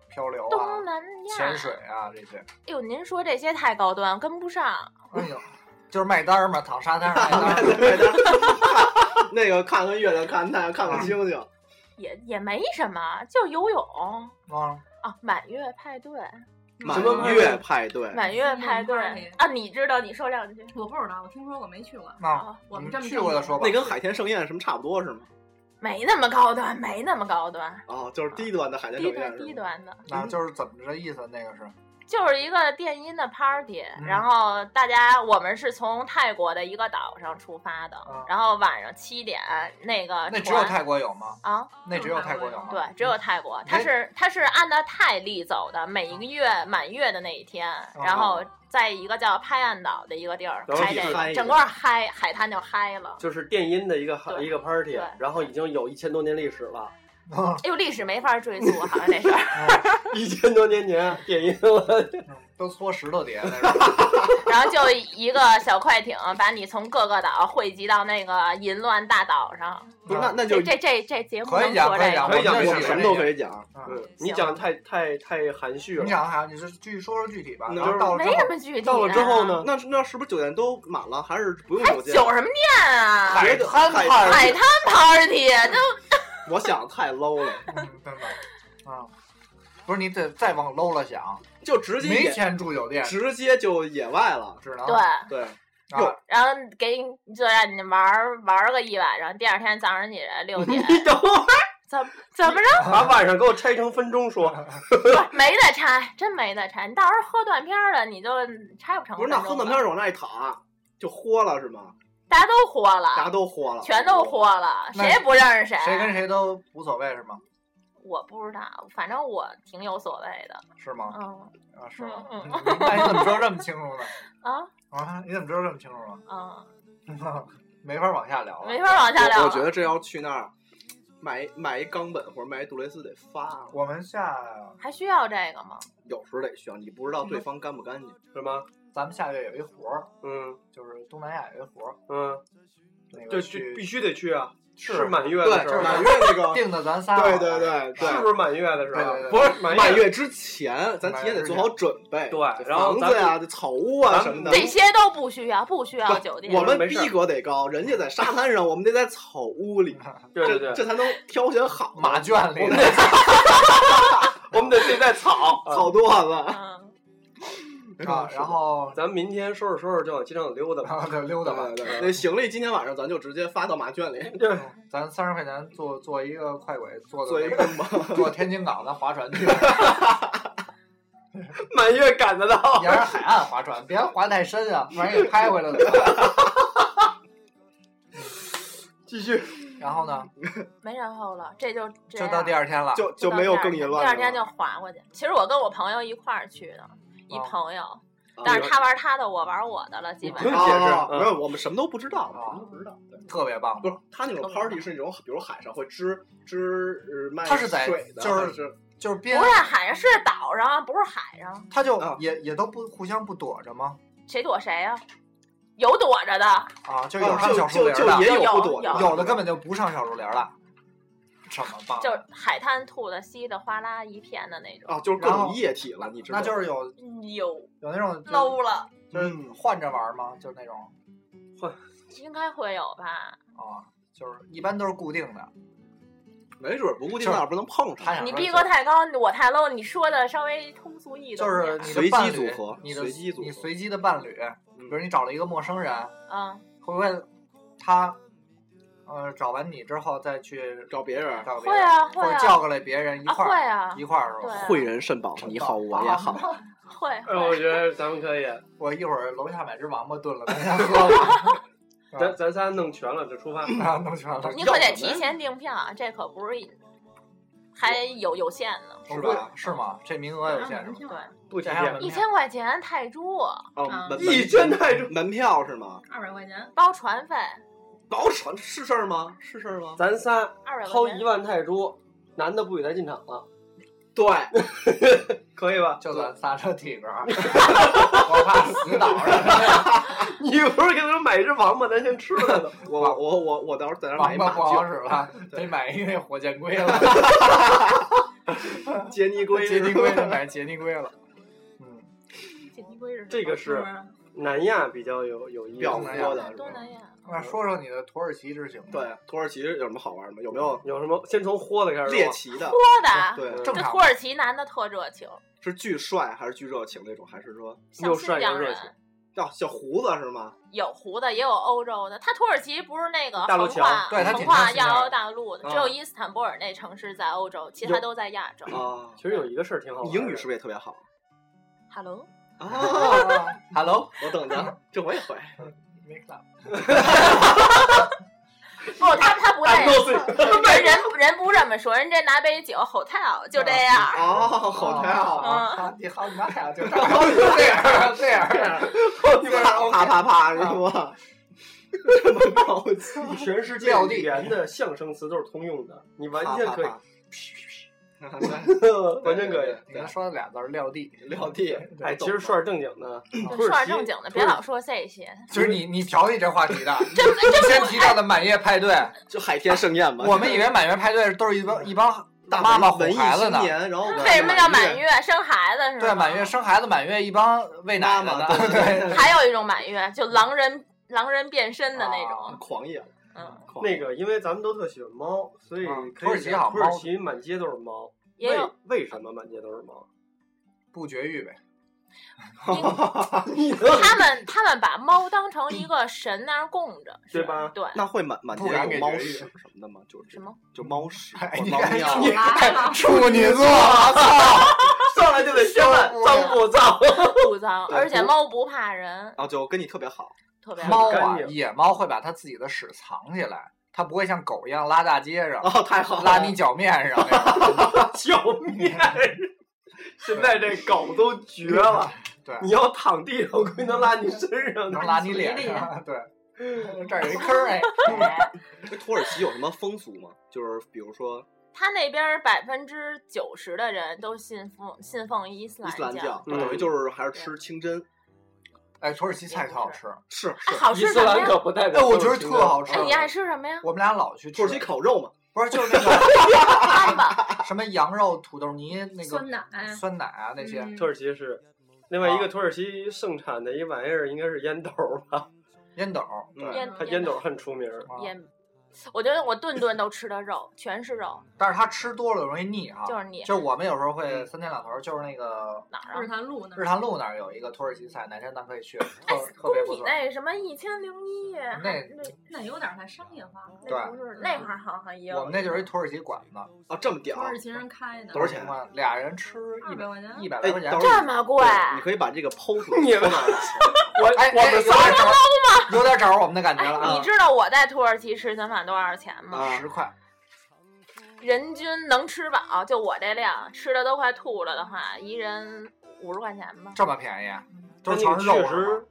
[SPEAKER 8] 漂流啊
[SPEAKER 7] 嗯东、南亚
[SPEAKER 8] 潜水啊这些。
[SPEAKER 7] 哎呦，您说这些太高端，跟不上。
[SPEAKER 8] 哎呦，就是卖单儿嘛，躺沙滩上卖单儿。
[SPEAKER 4] 那个看看月亮，看太阳，看看星 星。
[SPEAKER 7] 也也没什么，就游泳
[SPEAKER 8] 啊，
[SPEAKER 7] 啊，满月派对，
[SPEAKER 4] 满
[SPEAKER 3] 什么派
[SPEAKER 4] 月
[SPEAKER 3] 对
[SPEAKER 4] 派对，
[SPEAKER 7] 满月派
[SPEAKER 9] 满
[SPEAKER 7] 对
[SPEAKER 9] 月
[SPEAKER 7] 啊，你知道，你说两句
[SPEAKER 9] 我不知道，我听说过，没去过。
[SPEAKER 8] 那
[SPEAKER 7] 啊，
[SPEAKER 9] 我
[SPEAKER 8] 你
[SPEAKER 9] 们这么
[SPEAKER 8] 去过的说吧
[SPEAKER 4] 那。跟海天盛宴什么差不多是吗？
[SPEAKER 7] 没那么高端，没那么高端，
[SPEAKER 4] 啊，就是低端的海天盛
[SPEAKER 7] 低
[SPEAKER 4] 宴
[SPEAKER 7] 端
[SPEAKER 4] 是吗
[SPEAKER 7] 低。端的，
[SPEAKER 8] 那就是怎么着意思？那个是
[SPEAKER 7] 就是一个电音的 party，
[SPEAKER 8] 嗯
[SPEAKER 7] 然后大家我们是从泰国的一个岛上出发的
[SPEAKER 8] 啊，
[SPEAKER 7] 然后晚上七点那个
[SPEAKER 8] 那只有
[SPEAKER 7] 船
[SPEAKER 8] 泰国有吗？
[SPEAKER 7] 啊，
[SPEAKER 8] 那只有泰国有吗？
[SPEAKER 7] 对，只有泰国，
[SPEAKER 8] 你
[SPEAKER 7] 它
[SPEAKER 8] 这
[SPEAKER 7] 是它是按照泰历走的，每一个月满月的那一天，然后在一个叫拍岸岛的一个地儿
[SPEAKER 3] 然后
[SPEAKER 7] 开
[SPEAKER 3] 你
[SPEAKER 7] 这
[SPEAKER 4] 嗨
[SPEAKER 7] 个，
[SPEAKER 4] 一
[SPEAKER 7] 整个
[SPEAKER 4] 下
[SPEAKER 7] 嗨海滩就嗨了。
[SPEAKER 3] 就是电音的一个
[SPEAKER 7] 对
[SPEAKER 3] 一个 party，
[SPEAKER 7] 对
[SPEAKER 3] 然后已经有一千多年历史了，
[SPEAKER 7] 哎呦，历史没法追溯，好像这事儿。
[SPEAKER 3] 一千多年前电音了，
[SPEAKER 8] 都搓石头 碟那是。
[SPEAKER 7] 然后就一个小快艇把你从各个岛汇集到那个淫乱大岛上。
[SPEAKER 4] 不是，那那就
[SPEAKER 7] 这这这这节目
[SPEAKER 8] 可以
[SPEAKER 7] 能
[SPEAKER 8] 讲
[SPEAKER 7] 说
[SPEAKER 8] 可以
[SPEAKER 7] 这个
[SPEAKER 8] 讲
[SPEAKER 4] 可
[SPEAKER 7] 吗
[SPEAKER 4] 以讲，
[SPEAKER 8] 我
[SPEAKER 4] 我
[SPEAKER 8] 们这
[SPEAKER 4] 们
[SPEAKER 8] 是
[SPEAKER 4] 什么都可以讲。
[SPEAKER 8] 嗯
[SPEAKER 3] 你讲得太太太含蓄
[SPEAKER 8] 你
[SPEAKER 3] 了。
[SPEAKER 8] 想想，你是继续说说具体吧。
[SPEAKER 4] 嗯
[SPEAKER 8] 然后到了
[SPEAKER 7] 没
[SPEAKER 8] 之
[SPEAKER 7] 什
[SPEAKER 8] 后，
[SPEAKER 7] 么具体的。
[SPEAKER 3] 到了之后？呢，
[SPEAKER 4] 那那是不是酒店都满了，还是不用
[SPEAKER 7] 还
[SPEAKER 4] 酒店？
[SPEAKER 7] 酒什么店啊？
[SPEAKER 4] 海
[SPEAKER 8] 滩
[SPEAKER 4] 海
[SPEAKER 8] 派
[SPEAKER 7] 海滩 party 都
[SPEAKER 4] 我想得太 low 了，
[SPEAKER 8] 嗯，等等，啊，不是你得再往 low 了想，
[SPEAKER 4] 就直接
[SPEAKER 8] 没
[SPEAKER 4] 野
[SPEAKER 8] 钱住酒店，
[SPEAKER 4] 直接就野外了。
[SPEAKER 8] 只能
[SPEAKER 7] 对。
[SPEAKER 4] 对，
[SPEAKER 8] 啊
[SPEAKER 4] 哟
[SPEAKER 7] 然后给你就让你玩儿玩儿个一晚上，第二天早上起来六点，
[SPEAKER 3] 你等会儿
[SPEAKER 7] 怎怎么着？
[SPEAKER 3] 把晚上给我拆成分钟说，
[SPEAKER 7] 不是没得拆，真没得拆。你到时候喝断片儿了，你就拆不成。
[SPEAKER 4] 不是那喝那片，儿往那一躺就豁了是吗？
[SPEAKER 7] 大家都豁
[SPEAKER 4] 大家
[SPEAKER 7] 了，
[SPEAKER 4] 都豁了，
[SPEAKER 7] 全都豁了，
[SPEAKER 8] 那
[SPEAKER 7] 谁也不认识谁。
[SPEAKER 8] 谁跟？谁都无所谓是吗？
[SPEAKER 7] 我不知道，反正我挺有所谓的。
[SPEAKER 8] 是吗？
[SPEAKER 7] 嗯
[SPEAKER 8] 啊，是吗？
[SPEAKER 7] 嗯
[SPEAKER 8] 那你怎么知道这么清楚呢？
[SPEAKER 7] 啊
[SPEAKER 8] 啊，你怎么知道这么清楚
[SPEAKER 7] 嗯，
[SPEAKER 8] 呢？没法往下聊了。
[SPEAKER 7] 没法往下聊了。
[SPEAKER 4] 我我觉得这要去那儿买买一冈本或者买一杜蕾斯得发了，
[SPEAKER 8] 我们下，
[SPEAKER 7] 还需要这个吗？
[SPEAKER 4] 有时候得需要，你不知道对方干不干净。
[SPEAKER 3] 是吗？
[SPEAKER 8] 咱们下月有一活儿，
[SPEAKER 3] 嗯
[SPEAKER 8] 就是东南亚有一活儿，
[SPEAKER 3] 嗯，
[SPEAKER 8] 那
[SPEAKER 3] 对，
[SPEAKER 8] 个
[SPEAKER 3] 这必
[SPEAKER 8] 去
[SPEAKER 3] 须得去啊！
[SPEAKER 8] 是
[SPEAKER 3] 满月的
[SPEAKER 4] 对，
[SPEAKER 3] 时
[SPEAKER 4] 就是
[SPEAKER 3] 候，
[SPEAKER 4] 满月那个，
[SPEAKER 8] 定的咱仨。
[SPEAKER 4] 对对， 对
[SPEAKER 3] 是
[SPEAKER 4] 对。
[SPEAKER 3] 不是满月的时候？
[SPEAKER 8] 对对对
[SPEAKER 3] 不是满
[SPEAKER 4] 满
[SPEAKER 3] 月，
[SPEAKER 4] 月之前，咱提前得做好准备。
[SPEAKER 3] 对然后
[SPEAKER 4] 房子
[SPEAKER 3] 咱
[SPEAKER 4] 呀、这草屋啊
[SPEAKER 3] 咱
[SPEAKER 4] 什么的，
[SPEAKER 8] 呃
[SPEAKER 7] 这些都不需要，不需要酒店。
[SPEAKER 4] 我们
[SPEAKER 3] 没事
[SPEAKER 4] 逼格得高，人家在沙滩上，我们得在草屋里，
[SPEAKER 3] 对对
[SPEAKER 4] 这
[SPEAKER 3] 对，
[SPEAKER 4] 才能挑选好啊嘛
[SPEAKER 8] 马圈里
[SPEAKER 4] 我们
[SPEAKER 8] 的
[SPEAKER 4] 得
[SPEAKER 3] 我们得自己带草。
[SPEAKER 4] 草垛子，
[SPEAKER 7] 嗯，
[SPEAKER 8] 啊，然后
[SPEAKER 3] 咱们明天收拾收拾就往机场溜达
[SPEAKER 8] 然
[SPEAKER 3] 吧。
[SPEAKER 8] 后就溜达吧
[SPEAKER 4] 对。对对，那行李今天晚上咱就直接发到马圈里，
[SPEAKER 3] 对，
[SPEAKER 8] 咱三十块钱坐坐一个快轨，坐
[SPEAKER 4] 做
[SPEAKER 8] 的
[SPEAKER 4] 一
[SPEAKER 8] 那
[SPEAKER 4] 个
[SPEAKER 8] 个
[SPEAKER 4] 工吧。
[SPEAKER 8] 坐天津港咱划船去，
[SPEAKER 3] 满月赶得到。
[SPEAKER 8] 沿着海岸划船，别划太深啊，万一给拍回来了。
[SPEAKER 4] 继续，
[SPEAKER 8] 然后呢，
[SPEAKER 7] 没然后了，啊这就这
[SPEAKER 8] 就
[SPEAKER 7] 样
[SPEAKER 8] 到第二天了，
[SPEAKER 4] 就
[SPEAKER 7] 就
[SPEAKER 4] 就没有更淫
[SPEAKER 7] 淫
[SPEAKER 4] 乱
[SPEAKER 7] 第
[SPEAKER 4] 了。
[SPEAKER 7] 二天就划过去。其实我跟我朋友一块儿去的，一
[SPEAKER 8] 哦
[SPEAKER 7] 朋友，
[SPEAKER 4] 啊
[SPEAKER 7] 但是他玩他的，我玩我的了，基本
[SPEAKER 3] 不用
[SPEAKER 7] 上。
[SPEAKER 3] 解释
[SPEAKER 4] 哦
[SPEAKER 3] 嗯
[SPEAKER 4] 没有，我们什么都不知道，
[SPEAKER 8] 啊
[SPEAKER 4] 什么都不知道。对
[SPEAKER 8] 特别棒
[SPEAKER 4] 不。是他那种 party 是那种，比如海上会支支呃卖
[SPEAKER 8] 他是在
[SPEAKER 4] 水的，
[SPEAKER 8] 就是
[SPEAKER 4] 还是
[SPEAKER 8] 就是边
[SPEAKER 7] 不是海上是岛上，不是海上，
[SPEAKER 8] 他就
[SPEAKER 4] 啊
[SPEAKER 8] 也也都不互相不躲着吗？
[SPEAKER 7] 谁躲谁呀、有躲着的，
[SPEAKER 8] 啊，就有
[SPEAKER 4] 啊
[SPEAKER 8] 上
[SPEAKER 4] 就
[SPEAKER 8] 小树
[SPEAKER 4] 就
[SPEAKER 8] 林
[SPEAKER 4] 就
[SPEAKER 8] 的，
[SPEAKER 4] 也有不
[SPEAKER 7] 有
[SPEAKER 4] 躲
[SPEAKER 7] 有
[SPEAKER 8] 有的根本就不上小树林了，什么棒？
[SPEAKER 7] 就是海滩吐的稀的哗啦一片的那种。
[SPEAKER 4] 啊，就是各
[SPEAKER 8] 然
[SPEAKER 4] 种
[SPEAKER 8] 后
[SPEAKER 4] 液体了，你知道？
[SPEAKER 8] 那就是有
[SPEAKER 7] 有
[SPEAKER 8] 有那种就
[SPEAKER 7] low 了，
[SPEAKER 8] 就是
[SPEAKER 4] 嗯
[SPEAKER 8] 换着玩嘛，就是那种
[SPEAKER 7] 应该会有吧？
[SPEAKER 8] 啊，就是一般都是固定的。
[SPEAKER 4] 没准儿不固定
[SPEAKER 8] 就是
[SPEAKER 4] 那儿不能碰
[SPEAKER 8] 他
[SPEAKER 4] 上。
[SPEAKER 8] 想
[SPEAKER 7] 你
[SPEAKER 8] 说
[SPEAKER 7] 逼格太高，我太 low，你说的稍微通俗易懂
[SPEAKER 8] 就
[SPEAKER 7] 点
[SPEAKER 8] 是
[SPEAKER 7] 儿。
[SPEAKER 8] 你
[SPEAKER 4] 随
[SPEAKER 8] 的
[SPEAKER 4] 机
[SPEAKER 8] 伴侣
[SPEAKER 4] 组合，
[SPEAKER 8] 你的
[SPEAKER 4] 随机组合嗯
[SPEAKER 8] 你随机的伴侣，比如你找了一个陌生人，
[SPEAKER 7] 嗯，
[SPEAKER 8] 会不会他呃，找完你之后再去
[SPEAKER 4] 找别人，
[SPEAKER 8] 找别
[SPEAKER 7] 会
[SPEAKER 8] 人，
[SPEAKER 7] 啊
[SPEAKER 8] 或
[SPEAKER 7] 会
[SPEAKER 8] 者
[SPEAKER 7] 啊
[SPEAKER 8] 叫过来别人一
[SPEAKER 7] 啊
[SPEAKER 8] 块
[SPEAKER 7] 会
[SPEAKER 8] 儿、
[SPEAKER 7] 啊
[SPEAKER 8] 一块儿是吧？
[SPEAKER 7] 对
[SPEAKER 4] 惠人肾宝，你好我也好，
[SPEAKER 7] 会
[SPEAKER 3] 哎，我
[SPEAKER 7] 会，
[SPEAKER 3] 觉得咱们可以，
[SPEAKER 8] 我一会儿楼下买只王 八炖了，咱先喝吧。
[SPEAKER 3] 咱咱仨弄全了就出发。
[SPEAKER 8] 啊，弄全了，
[SPEAKER 7] 你可得提前订票啊，这可不是一还有有限呢，
[SPEAKER 8] 是吧？是吗？这名额
[SPEAKER 9] 啊
[SPEAKER 8] 有限是吗？
[SPEAKER 7] 对，
[SPEAKER 3] 不提
[SPEAKER 8] 这还有
[SPEAKER 3] 电
[SPEAKER 8] 门
[SPEAKER 7] 一
[SPEAKER 8] 票
[SPEAKER 7] 千块钱泰铢
[SPEAKER 4] 哦
[SPEAKER 9] 啊，
[SPEAKER 4] 门
[SPEAKER 3] 一千泰铢，
[SPEAKER 4] 门票是吗？
[SPEAKER 9] 二百块钱，
[SPEAKER 7] 包船费
[SPEAKER 4] 保船是事儿吗？是事儿吗？
[SPEAKER 3] 咱仨
[SPEAKER 7] 二百
[SPEAKER 3] 掏
[SPEAKER 7] 块
[SPEAKER 3] 一
[SPEAKER 7] 钱，
[SPEAKER 3] 万泰铢，男的不许再进场了，
[SPEAKER 4] 对，
[SPEAKER 3] 可以吧？
[SPEAKER 8] 就咱仨这体格儿， 我怕死倒着。
[SPEAKER 3] 你不是给他们买一只王八，咱先吃了呢。
[SPEAKER 4] 我我我我到时候在那儿买
[SPEAKER 8] 王
[SPEAKER 4] 一
[SPEAKER 8] 八
[SPEAKER 4] 马
[SPEAKER 8] 不好
[SPEAKER 4] 厩、
[SPEAKER 8] 使了，得买一那火箭龟了，
[SPEAKER 4] 杰尼龟、
[SPEAKER 8] 杰尼龟得买杰尼龟了。嗯，
[SPEAKER 3] 这个是 南亚比较有有意思，
[SPEAKER 4] 表
[SPEAKER 8] 南亚
[SPEAKER 4] 哥
[SPEAKER 7] 东
[SPEAKER 4] 的
[SPEAKER 7] 南
[SPEAKER 4] 是
[SPEAKER 7] 啊东
[SPEAKER 4] 吧。
[SPEAKER 7] 南亚，
[SPEAKER 8] 那说说你的土耳其之行。，
[SPEAKER 4] 对，土耳其有什么好玩的吗？有没有
[SPEAKER 3] 有什么？先从豁的开始说
[SPEAKER 4] 猎奇的？
[SPEAKER 7] 多的，啊
[SPEAKER 4] 对，
[SPEAKER 7] 这
[SPEAKER 8] 正常
[SPEAKER 7] 土耳其男的特热情，
[SPEAKER 4] 是巨帅还是巨热情那种？还是说
[SPEAKER 7] 像
[SPEAKER 3] 又帅
[SPEAKER 7] 新
[SPEAKER 3] 又
[SPEAKER 7] 疆
[SPEAKER 3] 热
[SPEAKER 7] 人
[SPEAKER 3] 情。
[SPEAKER 4] 叫小胡子是吗？
[SPEAKER 7] 有湖的，也有欧洲的。它土耳其不是那个
[SPEAKER 3] 大陆
[SPEAKER 7] 横
[SPEAKER 3] 桥
[SPEAKER 7] 跨
[SPEAKER 8] 对它
[SPEAKER 7] 横
[SPEAKER 8] 紧
[SPEAKER 7] 跨
[SPEAKER 8] 贴西亚
[SPEAKER 7] 亚欧大陆的，
[SPEAKER 3] 啊
[SPEAKER 7] 只有伊斯坦布尔那城市在欧洲，其他都在亚洲。
[SPEAKER 4] 啊，
[SPEAKER 3] 其实有一个事儿挺好玩
[SPEAKER 4] 你
[SPEAKER 3] 的，
[SPEAKER 4] 英语是不是也特别好？
[SPEAKER 7] Hello，
[SPEAKER 4] 啊，
[SPEAKER 8] Hello，
[SPEAKER 4] 我等 着，这我也会。
[SPEAKER 8] 没看。
[SPEAKER 7] 不，哦他他不这
[SPEAKER 3] I'm
[SPEAKER 7] 样，
[SPEAKER 3] 哎
[SPEAKER 7] 人人人不这么说，人家拿杯酒 hotel
[SPEAKER 3] 啊
[SPEAKER 7] 就这样。
[SPEAKER 4] 哦，好太好了，
[SPEAKER 8] 啊！你好，你妈呀，就这样，这样，这样。
[SPEAKER 4] 啪啪
[SPEAKER 3] 啊
[SPEAKER 4] 啪是吗？这么高级，
[SPEAKER 3] 全世界
[SPEAKER 8] 撂地
[SPEAKER 3] 语言的象声词都是通用的，你完
[SPEAKER 4] 啪
[SPEAKER 3] 全
[SPEAKER 4] 啪
[SPEAKER 3] 可以，
[SPEAKER 4] 啪
[SPEAKER 3] 完全可以。
[SPEAKER 8] 你刚说的俩字儿撂地，
[SPEAKER 4] 撂地，
[SPEAKER 3] 哎，其实说点正经的，土
[SPEAKER 7] 嗯说
[SPEAKER 3] 耳
[SPEAKER 7] 点
[SPEAKER 3] 其
[SPEAKER 7] 正经的，
[SPEAKER 3] 土
[SPEAKER 7] 别
[SPEAKER 3] 耳
[SPEAKER 7] 老说这些。
[SPEAKER 8] 就是你你挑起这话题的，
[SPEAKER 7] 这这
[SPEAKER 8] 你先提到的满月派对，
[SPEAKER 4] 就海天盛宴吧。
[SPEAKER 8] 我们以为满月派对都是一帮一帮
[SPEAKER 4] 大
[SPEAKER 8] 妈妈哄
[SPEAKER 4] 文艺
[SPEAKER 8] 孩子
[SPEAKER 4] 青
[SPEAKER 8] 呢，
[SPEAKER 4] 年，然后
[SPEAKER 7] 为什么叫满
[SPEAKER 4] 满？
[SPEAKER 7] 月？生孩子是吗？
[SPEAKER 8] 对，满月。生孩子，满月一帮喂奶
[SPEAKER 4] 妈
[SPEAKER 8] 的
[SPEAKER 4] 妈
[SPEAKER 8] 呢，对，
[SPEAKER 7] 还有一种满月，就狼人狼人变身的那种。
[SPEAKER 4] 狂野，
[SPEAKER 7] 嗯，
[SPEAKER 4] 狂
[SPEAKER 3] 那
[SPEAKER 4] 野。
[SPEAKER 3] 个，因为咱们都特喜欢猫，所以
[SPEAKER 8] 啊
[SPEAKER 3] 可以
[SPEAKER 8] 土耳其好
[SPEAKER 3] 土耳
[SPEAKER 8] 猫
[SPEAKER 3] 其满街都是猫。
[SPEAKER 7] 也
[SPEAKER 3] 为
[SPEAKER 7] 有
[SPEAKER 3] 为什么满街都是猫？
[SPEAKER 8] 不绝育 呗，
[SPEAKER 7] 他们他们把猫当成一个神那样供着，是
[SPEAKER 3] 对吧
[SPEAKER 7] 对。
[SPEAKER 4] 那会满满街
[SPEAKER 8] 不敢给
[SPEAKER 4] 有猫
[SPEAKER 8] 绝育
[SPEAKER 4] 屎什么的吗？就是
[SPEAKER 7] 什么？
[SPEAKER 4] 就猫屎
[SPEAKER 8] 哎
[SPEAKER 4] 或
[SPEAKER 8] 你
[SPEAKER 4] 猫
[SPEAKER 8] 看
[SPEAKER 4] 尿啊
[SPEAKER 8] 你。
[SPEAKER 9] 来了，
[SPEAKER 8] 处女座，我 操，
[SPEAKER 3] 上来就得先问脏不脏？
[SPEAKER 7] 不脏，
[SPEAKER 4] 对
[SPEAKER 7] 而且猫不怕人，
[SPEAKER 4] 然后啊就跟你特别好，
[SPEAKER 7] 特别
[SPEAKER 8] 啊猫
[SPEAKER 3] 干
[SPEAKER 8] 啊，
[SPEAKER 3] 净
[SPEAKER 8] 野猫会把它自己的屎藏起来，它不会像狗一样拉大街上，
[SPEAKER 4] 哦，太好了，
[SPEAKER 8] 拉你脚面上那 种，
[SPEAKER 3] 小面，现在这狗都绝了。
[SPEAKER 8] 对
[SPEAKER 3] 你要躺地上，我估计能拉你身上，
[SPEAKER 8] 能拉你脸
[SPEAKER 7] 啊
[SPEAKER 8] 上，对，这儿有一坑儿哎，
[SPEAKER 4] 那土耳其有什么风俗吗？就是比如说
[SPEAKER 7] 他那边百分之九十的人都信奉信奉伊斯
[SPEAKER 4] 伊斯兰教
[SPEAKER 7] 教，，
[SPEAKER 8] 嗯
[SPEAKER 4] 那等于就是还是吃清真，
[SPEAKER 8] 哎，土耳其菜特好吃，
[SPEAKER 4] 是
[SPEAKER 7] 哎
[SPEAKER 4] 是，
[SPEAKER 7] 好
[SPEAKER 3] 伊
[SPEAKER 7] 吃
[SPEAKER 3] 斯
[SPEAKER 7] 什么
[SPEAKER 3] 兰
[SPEAKER 7] 呀？
[SPEAKER 3] 可不代表
[SPEAKER 8] 哎，
[SPEAKER 3] 所
[SPEAKER 8] 我
[SPEAKER 3] 有
[SPEAKER 8] 觉得
[SPEAKER 3] 情
[SPEAKER 8] 特
[SPEAKER 3] 人
[SPEAKER 8] 好吃
[SPEAKER 7] 哎，，你爱吃什么呀？
[SPEAKER 8] 我们俩老去吃，
[SPEAKER 4] 土耳其烤肉嘛，
[SPEAKER 8] 不是就是那 个
[SPEAKER 7] 汉堡，
[SPEAKER 8] 什么羊肉土豆泥那个
[SPEAKER 9] 酸奶，
[SPEAKER 8] 酸奶啊那些，
[SPEAKER 9] 嗯
[SPEAKER 3] 土耳其是另外一
[SPEAKER 8] 啊
[SPEAKER 3] 个土耳其盛产的一玩意儿，应该是烟斗吧？
[SPEAKER 8] 烟斗，
[SPEAKER 4] 嗯
[SPEAKER 7] 烟
[SPEAKER 3] 它烟斗很出名儿。
[SPEAKER 8] 啊
[SPEAKER 7] 烟，我觉得我顿顿都吃的肉， 全是肉，
[SPEAKER 8] 但是它吃多了容易腻啊。
[SPEAKER 7] 就是腻嗯
[SPEAKER 8] 就是我们有时候会三天两头儿，就是那个
[SPEAKER 7] 哪儿
[SPEAKER 9] 日
[SPEAKER 7] 啊？
[SPEAKER 9] 坛路那
[SPEAKER 8] 日
[SPEAKER 9] 儿，
[SPEAKER 8] 坛路那儿有一个土耳其菜，哪天咱可以去，特特
[SPEAKER 7] 宫
[SPEAKER 8] 别不
[SPEAKER 7] 体
[SPEAKER 8] 错。
[SPEAKER 7] 哎那什么一千零一夜，
[SPEAKER 8] 那
[SPEAKER 9] 那有点太商业化了。
[SPEAKER 7] 那不是那会儿好像也有
[SPEAKER 8] 我们那就是一土耳其馆子，
[SPEAKER 4] 啊，这么屌
[SPEAKER 9] 土，耳其人开的，
[SPEAKER 4] 多少
[SPEAKER 3] 啊
[SPEAKER 4] 钱？
[SPEAKER 8] 嘛？俩人吃一
[SPEAKER 9] 二
[SPEAKER 8] 百
[SPEAKER 9] 百块钱。
[SPEAKER 8] 一百
[SPEAKER 4] 哎
[SPEAKER 8] 来块钱
[SPEAKER 4] 等。会儿
[SPEAKER 7] 这么贵，
[SPEAKER 4] 你可以把这个剖出
[SPEAKER 3] 你
[SPEAKER 4] 来，
[SPEAKER 3] 们
[SPEAKER 4] 剖到
[SPEAKER 3] 我
[SPEAKER 8] 哎，
[SPEAKER 3] 我们仨 人
[SPEAKER 8] 人有点找我们的感觉了
[SPEAKER 7] 哎，你
[SPEAKER 8] 啊！
[SPEAKER 7] 知道我在土耳其吃顿饭多少钱吗？
[SPEAKER 4] 啊
[SPEAKER 8] 十块，
[SPEAKER 7] 人均能吃饱，就我这量，吃的都快吐了的话，一人五十块钱吧。
[SPEAKER 8] 这么便宜，啊都
[SPEAKER 3] 那
[SPEAKER 8] 是全是肉
[SPEAKER 3] 哎确
[SPEAKER 8] 是吗
[SPEAKER 3] 实，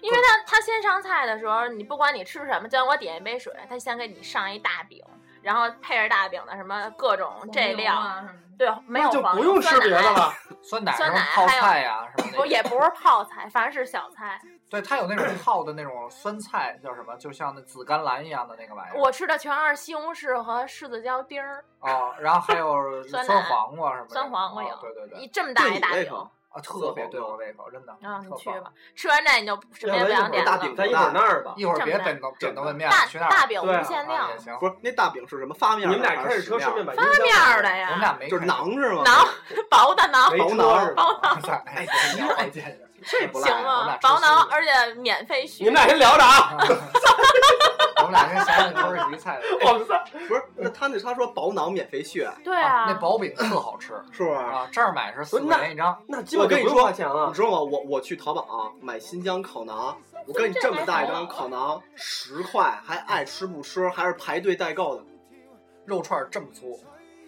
[SPEAKER 7] 因为他他先上菜的时候，你不管你吃什么，就像我点一杯水，他先给你上一大饼，然后配着大饼的什么各种这料，
[SPEAKER 9] 啊什么的，
[SPEAKER 7] 对，没有
[SPEAKER 3] 就
[SPEAKER 7] 黄
[SPEAKER 3] 不
[SPEAKER 7] 油
[SPEAKER 3] 用吃别的。了。
[SPEAKER 8] 酸奶、
[SPEAKER 7] 酸奶
[SPEAKER 8] 泡菜呀、什
[SPEAKER 7] 酸奶不
[SPEAKER 8] 么的。
[SPEAKER 7] 也不是泡菜，反正是小菜。
[SPEAKER 8] 对，它有那种泡的那种酸菜，叫什么？就像那紫甘蓝一样的那个玩意儿。
[SPEAKER 7] 我吃的全是西红柿和柿子椒丁 儿，
[SPEAKER 8] 哦，然后还 有
[SPEAKER 7] 酸奶
[SPEAKER 8] 酸黄瓜什么的，
[SPEAKER 7] 酸黄瓜有
[SPEAKER 8] 哦对对
[SPEAKER 7] 一
[SPEAKER 8] 对，
[SPEAKER 7] 这么大
[SPEAKER 4] 对
[SPEAKER 7] 一
[SPEAKER 4] 你
[SPEAKER 7] 大
[SPEAKER 4] 胃
[SPEAKER 7] 饼，
[SPEAKER 4] 口
[SPEAKER 8] 啊，特别对我胃口，真的。
[SPEAKER 7] 然后
[SPEAKER 8] 特
[SPEAKER 7] 啊你去
[SPEAKER 8] 棒
[SPEAKER 7] 吧，吃完这你就什么也
[SPEAKER 3] 要
[SPEAKER 7] 不
[SPEAKER 3] 不然
[SPEAKER 7] 想
[SPEAKER 3] 一会
[SPEAKER 7] 点
[SPEAKER 3] 儿
[SPEAKER 4] 大
[SPEAKER 7] 了。
[SPEAKER 4] 饼
[SPEAKER 3] 咱一会儿那儿吧，
[SPEAKER 8] 一会儿别
[SPEAKER 7] 这么
[SPEAKER 8] 点头点头焖面
[SPEAKER 7] 大，
[SPEAKER 8] 去那儿
[SPEAKER 7] 大饼
[SPEAKER 3] 对啊
[SPEAKER 7] 无限
[SPEAKER 8] 啊
[SPEAKER 7] 量，
[SPEAKER 8] 也行。
[SPEAKER 4] 不是那大饼是什么发
[SPEAKER 3] 你
[SPEAKER 4] 面的
[SPEAKER 3] 们俩
[SPEAKER 4] 还
[SPEAKER 3] 开着
[SPEAKER 4] 是
[SPEAKER 3] 车
[SPEAKER 4] 什
[SPEAKER 3] 顺
[SPEAKER 4] 么
[SPEAKER 3] 便
[SPEAKER 4] 样
[SPEAKER 3] 把
[SPEAKER 7] 发面儿的
[SPEAKER 8] 我
[SPEAKER 7] 呀，
[SPEAKER 8] 们俩没
[SPEAKER 4] 就是
[SPEAKER 8] 囊
[SPEAKER 4] 馕是吗？
[SPEAKER 7] 囊薄的囊，
[SPEAKER 3] 没
[SPEAKER 4] 薄
[SPEAKER 3] 车
[SPEAKER 4] 囊
[SPEAKER 3] 是吧？
[SPEAKER 8] 在， 哎，见识见识
[SPEAKER 4] 这不赖
[SPEAKER 7] 行
[SPEAKER 4] 啊，
[SPEAKER 8] 我
[SPEAKER 7] 吗
[SPEAKER 8] 俩？吃
[SPEAKER 7] 薄
[SPEAKER 8] 西
[SPEAKER 7] 囊，
[SPEAKER 8] 瓜
[SPEAKER 7] 而且免费
[SPEAKER 3] 你
[SPEAKER 7] 续
[SPEAKER 3] 们。俩先聊着啊。
[SPEAKER 8] 我们俩先想想土耳其菜的。哎
[SPEAKER 3] 哇塞，
[SPEAKER 4] 不是，那他那他说保囊免费 券
[SPEAKER 7] 对
[SPEAKER 8] 啊，那
[SPEAKER 7] 啊，
[SPEAKER 8] 薄饼特好吃
[SPEAKER 4] 是不是？
[SPEAKER 8] 啊！这儿买是四块钱一张，
[SPEAKER 4] 那基
[SPEAKER 3] 我
[SPEAKER 4] 本跟你
[SPEAKER 3] 就不用
[SPEAKER 4] 说
[SPEAKER 3] 花，钱
[SPEAKER 4] 你
[SPEAKER 3] 了。
[SPEAKER 4] 知道吗？我我去淘宝、啊、买新疆烤馕，我跟你这么大一张烤馕十块，还爱吃不吃，还是排队代购的，
[SPEAKER 8] 肉串儿这么粗，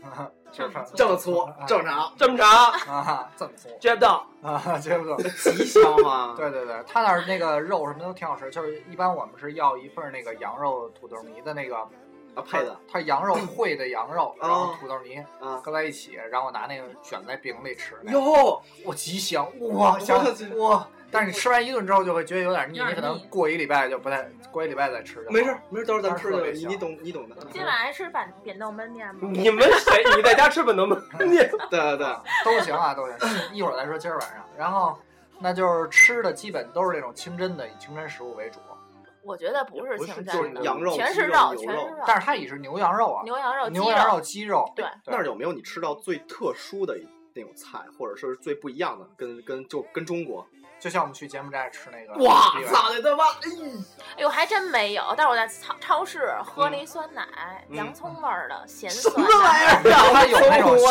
[SPEAKER 9] 这么
[SPEAKER 4] 这么粗正常，
[SPEAKER 3] 这么长，
[SPEAKER 8] 啊，这么粗
[SPEAKER 3] 接不到。
[SPEAKER 8] 啊，接不住。
[SPEAKER 4] 吉祥吗？
[SPEAKER 8] 对对对，他那儿那个肉什么都挺好吃，就是一般我们是要一份那个羊肉土豆泥的那个
[SPEAKER 4] 啊，配的，
[SPEAKER 8] 它羊 肉烩的羊肉，然后
[SPEAKER 4] 哦
[SPEAKER 8] 土豆泥
[SPEAKER 4] 啊
[SPEAKER 8] 搁在一起，然后拿那个卷在饼里吃。
[SPEAKER 4] 哟，
[SPEAKER 3] 哦
[SPEAKER 8] 我极香哇，香哇！但是你吃完一顿之后就会觉得有点腻，
[SPEAKER 9] 有点
[SPEAKER 8] 你可能
[SPEAKER 9] 腻
[SPEAKER 8] 过一礼拜就不太，过一礼拜再吃就好
[SPEAKER 4] 没事儿没事儿，到时候咱
[SPEAKER 8] 当
[SPEAKER 4] 吃
[SPEAKER 8] 时
[SPEAKER 4] 去
[SPEAKER 8] 特
[SPEAKER 4] 吧，
[SPEAKER 8] 别
[SPEAKER 4] 你
[SPEAKER 8] 香
[SPEAKER 4] 你懂你懂的。
[SPEAKER 7] 今晚是板扁豆焖面吗？
[SPEAKER 3] 你们谁？你在家吃本能吗？你
[SPEAKER 4] 对 对对，
[SPEAKER 8] 都行啊，都行。一会儿再说今儿晚上，然后那就是吃的基本都是这种清真的，以清真食物为主，
[SPEAKER 7] 我觉得不是
[SPEAKER 4] 不
[SPEAKER 7] 清
[SPEAKER 4] 是
[SPEAKER 7] 真
[SPEAKER 4] 就是
[SPEAKER 7] 的，
[SPEAKER 4] 羊肉、
[SPEAKER 7] 全
[SPEAKER 4] 鸡
[SPEAKER 7] 是
[SPEAKER 4] 肉、牛
[SPEAKER 7] 全是
[SPEAKER 4] 肉。
[SPEAKER 7] 肉，
[SPEAKER 8] 但是它也是牛羊肉啊，
[SPEAKER 7] 牛羊肉、鸡
[SPEAKER 8] 牛羊肉、鸡肉，
[SPEAKER 7] 对
[SPEAKER 4] 那儿有没有你吃到最特殊的那种菜，或者说是最不一样的，跟跟就跟中国？
[SPEAKER 8] 就像我们去柬埔寨吃那个，
[SPEAKER 4] 哇， 操你他妈！
[SPEAKER 7] 哎呦，还真没有。但是我在超超市喝了一酸奶，
[SPEAKER 4] 嗯
[SPEAKER 7] 洋葱味儿的咸酸奶，
[SPEAKER 8] 哎呀，它有那种咸